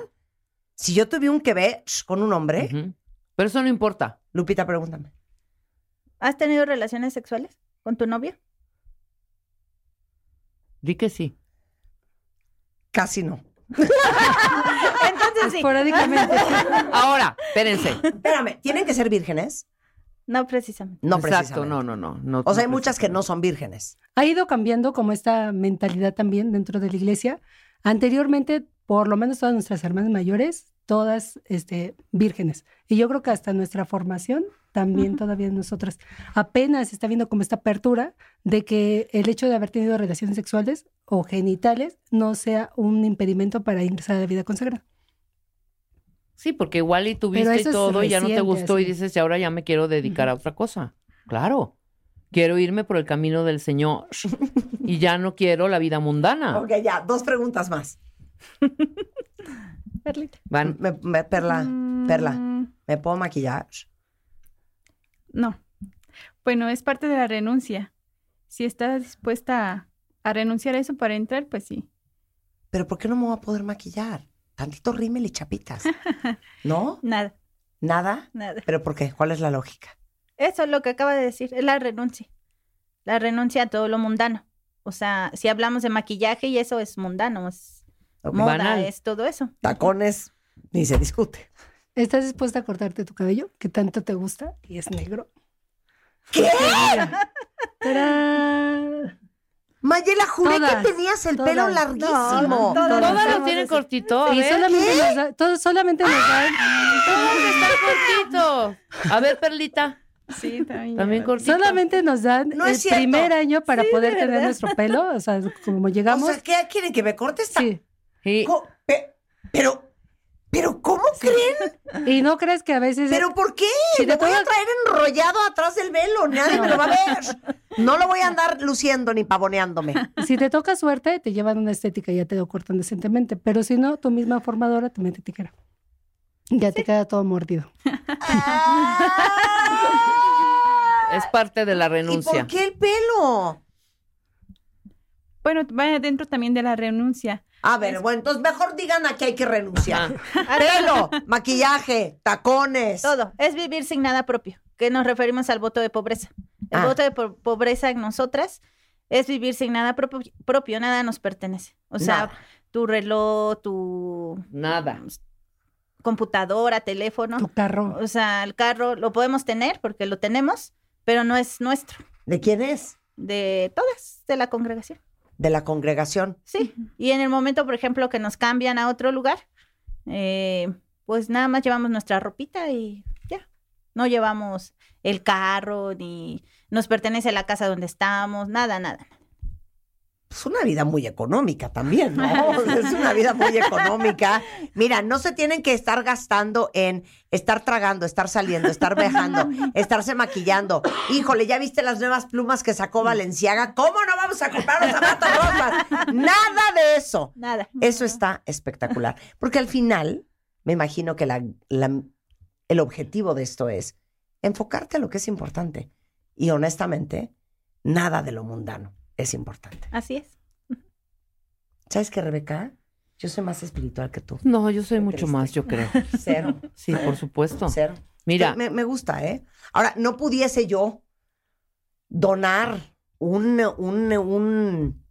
si yo tuve un que ver con un hombre.
Pero eso no importa.
Lupita, pregúntame.
¿Has tenido relaciones sexuales con tu novio?
Di que sí.
Casi no.
Entonces sí.
Esporádicamente.
Ahora, espérense.
Espérame, ¿tienen que ser vírgenes?
No precisamente.
No
Exacto,
precisamente.
no, no, no. no
O sea, hay muchas que no son vírgenes.
Ha ido cambiando como esta mentalidad también dentro de la iglesia. Anteriormente, por lo menos todas nuestras hermanas mayores, todas este, vírgenes. Y yo creo que hasta nuestra formación también todavía nosotras apenas está viendo como esta apertura de que el hecho de haber tenido relaciones sexuales o genitales no sea un impedimento para ingresar a la vida consagrada.
Sí, porque igual y
Pero
tuviste y
eso es
todo y ya no te
reciente,
gustó y
sí.
dices, "Y ahora ya me quiero dedicar a otra cosa. Claro. Quiero irme por el camino del Señor y ya no quiero la vida mundana.
Ok, ya, dos preguntas más.
Perlita.
Van.
Me- me- perla,
Mm.
Perla, ¿me puedo maquillar?
No. Bueno, es parte de la renuncia. Si estás dispuesta a, a renunciar a eso para entrar, pues sí.
¿Pero por qué no me voy a poder maquillar? Tantito rímel y chapitas. ¿No?
Nada,
¿Nada?
nada.
¿Pero por qué? ¿Cuál es la lógica?
Eso es lo que acaba de decir, es la renuncia. La renuncia a todo lo mundano. O sea, si hablamos de maquillaje y eso es mundano, es
Ok.
moda,
Banal.
es todo eso.
Tacones, ni se discute.
¿Estás dispuesta a cortarte tu cabello que tanto te gusta y es negro?
¿Qué?
¡Tarán!
Mayela, juré
Todas,
que tenías el
todas.
pelo
No,
larguísimo.
no, todas.
Todas lo tienen cortito.
Y solamente nos, da- todos solamente nos dan.
Todos están cortitos. A ver, Perlita.
Sí, también.
También cortito.
Solamente nos dan
No
el
es cierto.
primer año para
Sí,
poder
de
tener
verdad.
nuestro pelo, o sea, como llegamos.
O sea, ¿qué quieren que me corte esta?
Sí.
Co- pe- Pero, pero, ¿cómo creen?
Y no crees que a veces.
¿Pero por qué?
Si te
lo voy a
pongo-
traer enrollado atrás del velo. Nadie me lo va a ver. No lo voy a andar luciendo ni pavoneándome.
Si te toca suerte, te llevan una estética y ya te lo cortan decentemente. Pero si no, tu misma formadora te mete tijera. Y Ya te queda todo mordido.
Es parte de la
Ah. ¿Y
renuncia.
por qué el pelo?
Bueno, va dentro también de la renuncia.
A ver, bueno, entonces mejor digan a qué hay que renunciar. Pelo, maquillaje, tacones.
Todo, es vivir sin nada propio, que nos referimos al voto de pobreza. El
Ah.
voto de po- pobreza en nosotras es vivir sin nada propo- propio, nada nos pertenece. O sea,
Nada.
tu reloj, tu
Nada.
computadora, teléfono.
Tu carro.
O sea, el carro lo podemos tener porque lo tenemos, pero no es nuestro,
¿De quién es?
de todas, de la congregación.
De la congregación.
Sí, y en el momento, por ejemplo, que nos cambian a otro lugar, eh, pues nada más llevamos nuestra ropita y ya. No llevamos el carro, ni nos pertenece la casa donde estamos, nada, nada. nada.
pues una vida muy económica también, ¿no? O sea, es una vida muy económica. Mira, no se tienen que estar gastando en estar tragando, estar saliendo, estar viajando, estarse maquillando. Híjole, ¿ya viste las nuevas plumas que sacó Valenciaga? ¿Cómo no vamos a comprar los zapatos rosas? Nada de eso.
Nada.
Eso está espectacular. Porque al final, me imagino que la- la- el objetivo de esto es enfocarte a lo que es importante. Y honestamente, nada de lo mundano es importante.
Así es.
¿Sabes qué, Rebeca? Yo soy más espiritual que tú.
No, yo soy mucho más, yo creo.
Cero.
Sí, por supuesto.
Cero.
Mira.
Me, me gusta, ¿eh? Ahora, no pudiese yo donar un, un, un,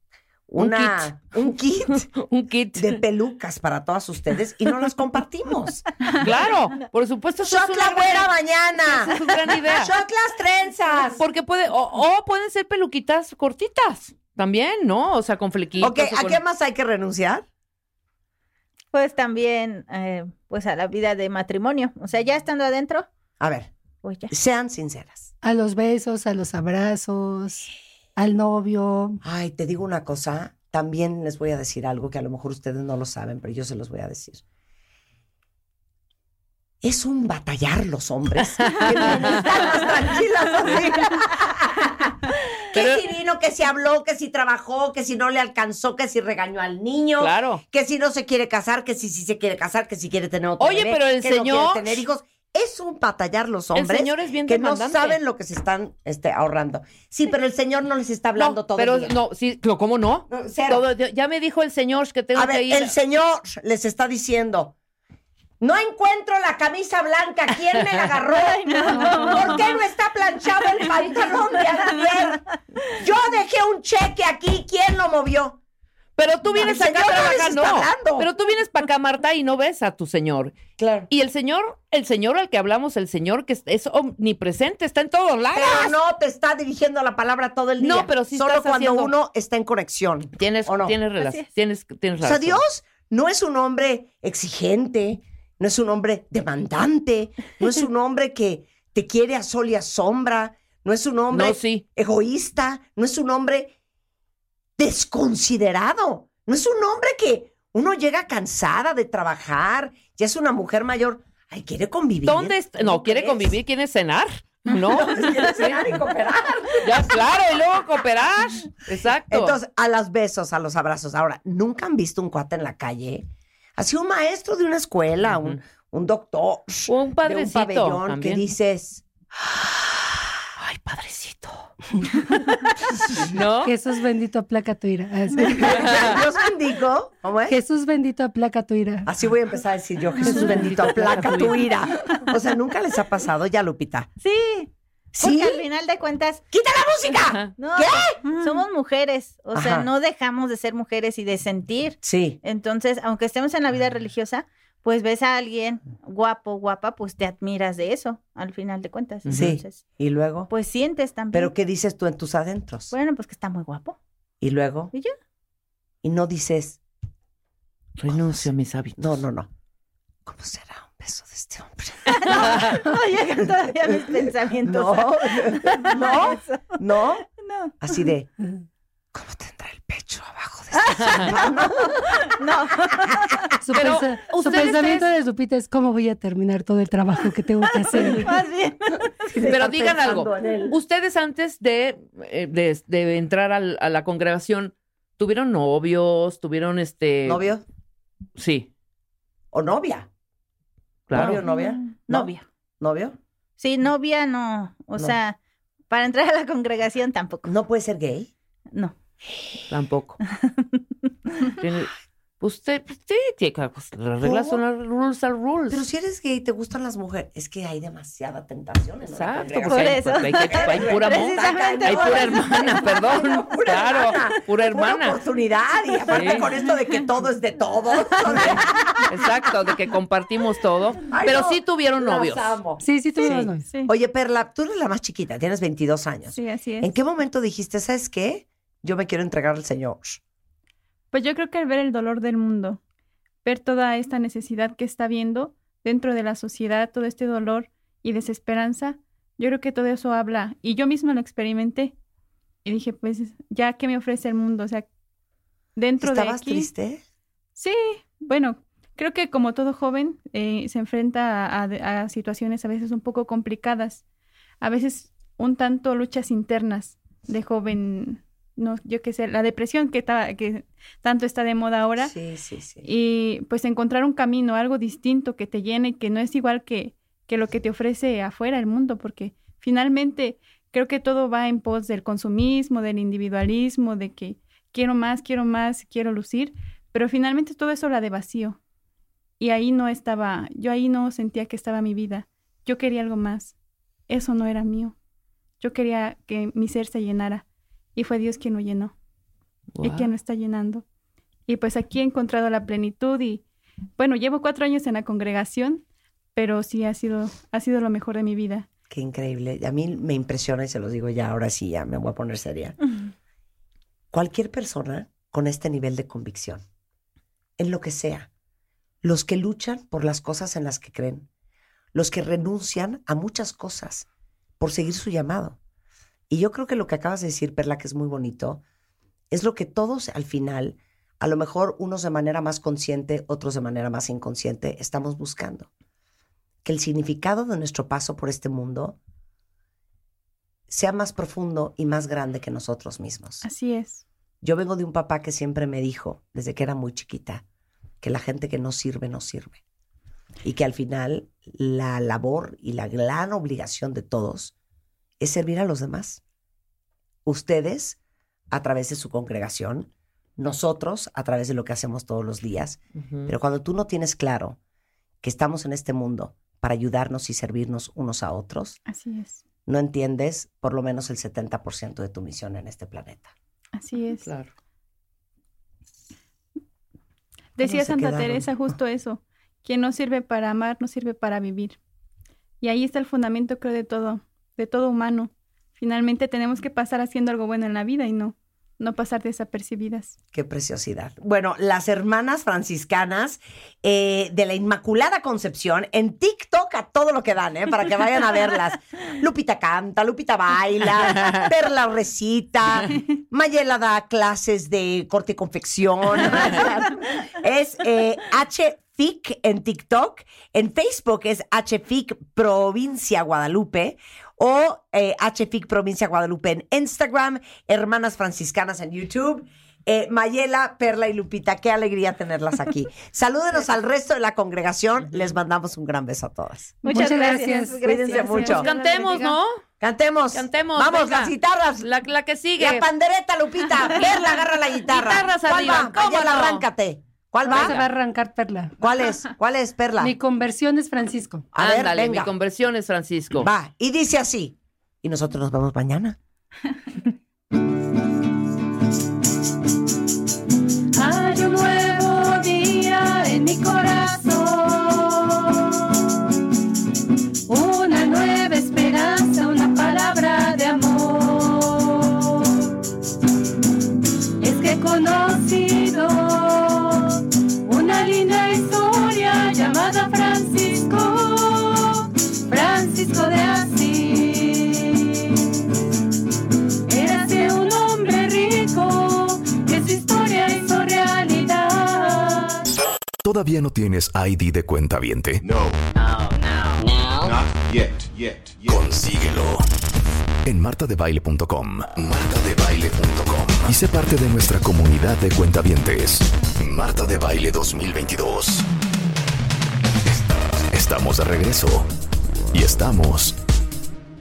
una, un kit. un kit.
de
pelucas para todas ustedes y no las compartimos.
Claro, por supuesto. eso es
Shot
una
la güera
gran-
mañana.
Esa es una gran idea.
Shot las trenzas.
Porque puede, o, o pueden ser peluquitas cortitas también, ¿no? O sea, con flequitos.
Ok, ¿a qué más
hay que renunciar?
Pues también, eh, pues a la vida de matrimonio. O sea, ya estando adentro,
A ver,
pues ya.
sean sinceras.
A los besos, a los abrazos, al novio.
Ay, te digo una cosa, también les voy a decir algo que a lo mejor ustedes no lo saben, pero yo se los voy a decir. Es un batallar los hombres. Que no están más tranquilas así. Que si vino, que si habló, que si trabajó, que si no le alcanzó, que si regañó al niño.
Claro.
Que si no se quiere casar, que si sí se quiere casar, que si quiere tener otro
Oye,
bebé,
pero el
que no quiere
señor-
tener hijos. Es un batallar los
El
hombres
señor es bien
que no
demandante.
saben lo que se están este, ahorrando. Sí, pero el señor no les está hablando todo
Pero
el día.
no, sí, lo- ¿cómo no?
No, cero.
Todo- ya me dijo el señor que tengo
A ver,
que ir.
el señor les está diciendo, no encuentro la camisa blanca, ¿quién me la agarró?
Ay, no.
¿Por qué no está planchado el pantalón de Antier? Yo dejé un cheque aquí, ¿quién lo movió?
Pero tú vienes
El
acá
señor no
para
les
acá,
está
no.
hablando.
Pero tú vienes para acá, Marta, y no ves a tu señor.
Claro.
Y el señor, el señor al que hablamos, el señor que es- es omnipresente, está en todos lados.
Pero no te está dirigiendo la palabra todo el día.
No, pero sí
Solo
estás
cuando
haciendo-
uno está en conexión.
Tienes,
¿o no? ¿Pues
tienes, relac- tienes, tienes
O sea,
razón.
Dios no es un hombre exigente, no es un hombre demandante, no es un hombre que te quiere a sol y a sombra, no es un hombre
No, sí.
egoísta, no es un hombre desconsiderado, no es un hombre que uno llega cansada de trabajar, ya es una mujer mayor, ay, quiere convivir.
¿Dónde est- No, quiere convivir, quiere cenar. No,
quiere cenar y cooperar.
Ya, claro, y luego cooperar. Exacto.
Entonces, a los besos, a los abrazos. Ahora, ¿nunca han visto un cuate en la calle? Así un maestro de una escuela, un, un doctor.
un padrecito
De un pabellón
también.
que dices,
ay, padrecito.
Jesús bendito, aplaca tu ira. Así.
Dios bendigo. ¿Cómo es?
Jesús bendito, aplaca tu ira.
Así voy a empezar a decir yo, Jesús bendito, aplaca tu ira. O sea, ¿nunca les ha pasado ya, Lupita?
Sí.
¿Sí?
Porque al final de cuentas.
¡Quita la música!
No,
¿Qué?
Somos mujeres. O sea,
Ajá.
no dejamos de ser mujeres y de sentir.
Sí.
Entonces, aunque estemos en la vida religiosa, pues ves a alguien guapo, guapa, pues te admiras de eso, al final de cuentas.
Sí.
Entonces,
Y luego,
pues sientes también.
¿pero qué dices tú en tus adentros?
Bueno, pues que está muy guapo.
Y luego,
Y ya.
y no dices,
Renuncio a mis hábitos.
No, no, no. ¿Cómo será un beso de este hombre?
No llegan todavía mis pensamientos.
No, no, no.
No.
Así de,
No.
Su,
Pero
pensa- su
ustedes
pensamiento de Lupita es cómo voy a terminar todo el trabajo que tengo que hacer.
Más bien.
Pero digan algo.
pensando en él.
Ustedes antes de, eh, de, de entrar al- a la congregación, ¿tuvieron novios? ¿Tuvieron este.
¿Novio?
Sí,
¿O novia?
claro.
¿Novio, novia?
Novia.
¿Novio?
Sí, novia no. O
No.
sea, para entrar a la congregación tampoco.
¿No puede ser gay?
No.
Tampoco. Tiene- Usted, pues, sí, tiene que- pues, las reglas son las rules are rules.
Pero si eres gay y te gustan las mujeres, es que hay demasiada tentación. en la
Exacto,
congregación.
porque hay, porque hay gente- hay pura mo-
Precisamente
hay
por
pura
eso.
hermana, perdón, claro, pura
Una
hermana.
oportunidad. Y aparte
Sí.
con esto de que todo es de todo.
Exacto, de que compartimos todo.
Ay,
pero
no,
sí tuvieron
las
novios.
amo.
Sí, sí tuvimos novios.
Oye, Perla, tú eres la más chiquita, tienes 22 años.
Sí, así es.
¿En qué momento dijiste, sabes qué? Yo me quiero entregar al Señor.
Pues yo creo que al ver el dolor del mundo, ver toda esta necesidad que está viendo dentro de la sociedad, todo este dolor y desesperanza, yo creo que todo eso habla. Y yo misma lo experimenté. Y dije, pues, ya que me ofrece el mundo, o sea, dentro de
¿Estabas
aquí.
triste?
Sí, bueno, creo que como todo joven eh, se enfrenta a, a- a situaciones a veces un poco complicadas, a veces un tanto luchas internas de joven, no, yo qué sé, la depresión que, ta- que tanto está de moda ahora.
Sí, sí, sí.
Y pues encontrar un camino, algo distinto que te llene, que no es igual que, que lo que te ofrece afuera el mundo, porque finalmente creo que todo va en pos del consumismo, del individualismo, de que quiero más, quiero más, quiero lucir, pero finalmente todo eso la de vacío. Y ahí no estaba, yo ahí no sentía que estaba mi vida. Yo quería algo más. Eso no era mío. Yo quería que mi ser se llenara. Y fue Dios quien lo llenó. Y
Guau.
quien lo está llenando. Y pues aquí he encontrado la plenitud y bueno, llevo cuatro años en la congregación, pero sí ha sido, ha sido lo mejor de mi vida.
Qué increíble. A mí me impresiona y se los digo ya, ahora sí, ya me voy a poner seria. Cualquier persona con este nivel de convicción, en lo que sea, los que luchan por las cosas en las que creen, los que renuncian a muchas cosas por seguir su llamado. Y yo creo que lo que acabas de decir, Perla, que es muy bonito, es lo que todos al final, a lo mejor unos de manera más consciente, otros de manera más inconsciente, estamos buscando. Que el significado de nuestro paso por este mundo sea más profundo y más grande que nosotros mismos.
Así es.
Yo vengo de un papá que siempre me dijo, desde que era muy chiquita, que la gente que no sirve, no sirve. Y que al final la labor y la gran obligación de todos es servir a los demás. Ustedes, a través de su congregación, nosotros, a través de lo que hacemos todos los días.
Ujú.
Pero cuando tú no tienes claro que estamos en este mundo para ayudarnos y servirnos unos a otros,
Así es.
no entiendes por lo menos el 70% de tu misión en este planeta. Ah,
Así es.
Claro.
Decía
se
Santa
quedaron?
Teresa justo eso, que no sirve para amar, no sirve para vivir. Y ahí está el fundamento, creo, de todo, de todo humano. Finalmente tenemos que pasar haciendo algo bueno en la vida y no, no pasar desapercibidas.
Qué preciosidad. Bueno, las hermanas franciscanas eh, de la Inmaculada Concepción en TikTok a todo lo que dan, ¿eh? Para que vayan a verlas. Lupita canta, Lupita baila, Perla recita, Mayela da clases de corte y confección. es eh, HFIC en TikTok. En Facebook es HFIC Provincia Guadalupe o eh, HFIC Provincia Guadalupe en Instagram, Hermanas Franciscanas en YouTube. Eh, Mayela, Perla y Lupita, qué alegría tenerlas aquí. Salúdenos al resto de la congregación. Les mandamos un gran beso a todas.
Muchas Muchas gracias. gracias.
Cuídense
Gracias.
mucho.
Pues cantemos, ¿no?
Cantemos.
Cantemos,
Vamos,
venga.
las guitarras.
La, la que sigue.
La pandereta, Lupita. Perla, agarra la guitarra.
Guitarras
¿Cuál
arriba,
va? Mayela,
cómo no.
arráncate. ¿Cuál va?
Se va a arrancar Perla.
¿Cuál es? ¿Cuál es Perla?
Mi conversión es Francisco.
Ándale, mi conversión es Francisco.
Va, y dice así. Y nosotros nos vemos mañana.
Hay un nuevo día en mi corazón, una nueva esperanza, una palabra de amor. Es que he conocido una linda historia llamada Francisco, Francisco de Asís. Érase un hombre rico que su historia hizo realidad.
¿Todavía no tienes ID de cuenta viente? No. Consíguelo. En martadebaile.com. Martadebaile.com. Y sé parte de nuestra comunidad de cuentavientes. Marta de Baile 2022. Estamos de regreso. Y estamos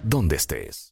donde estés.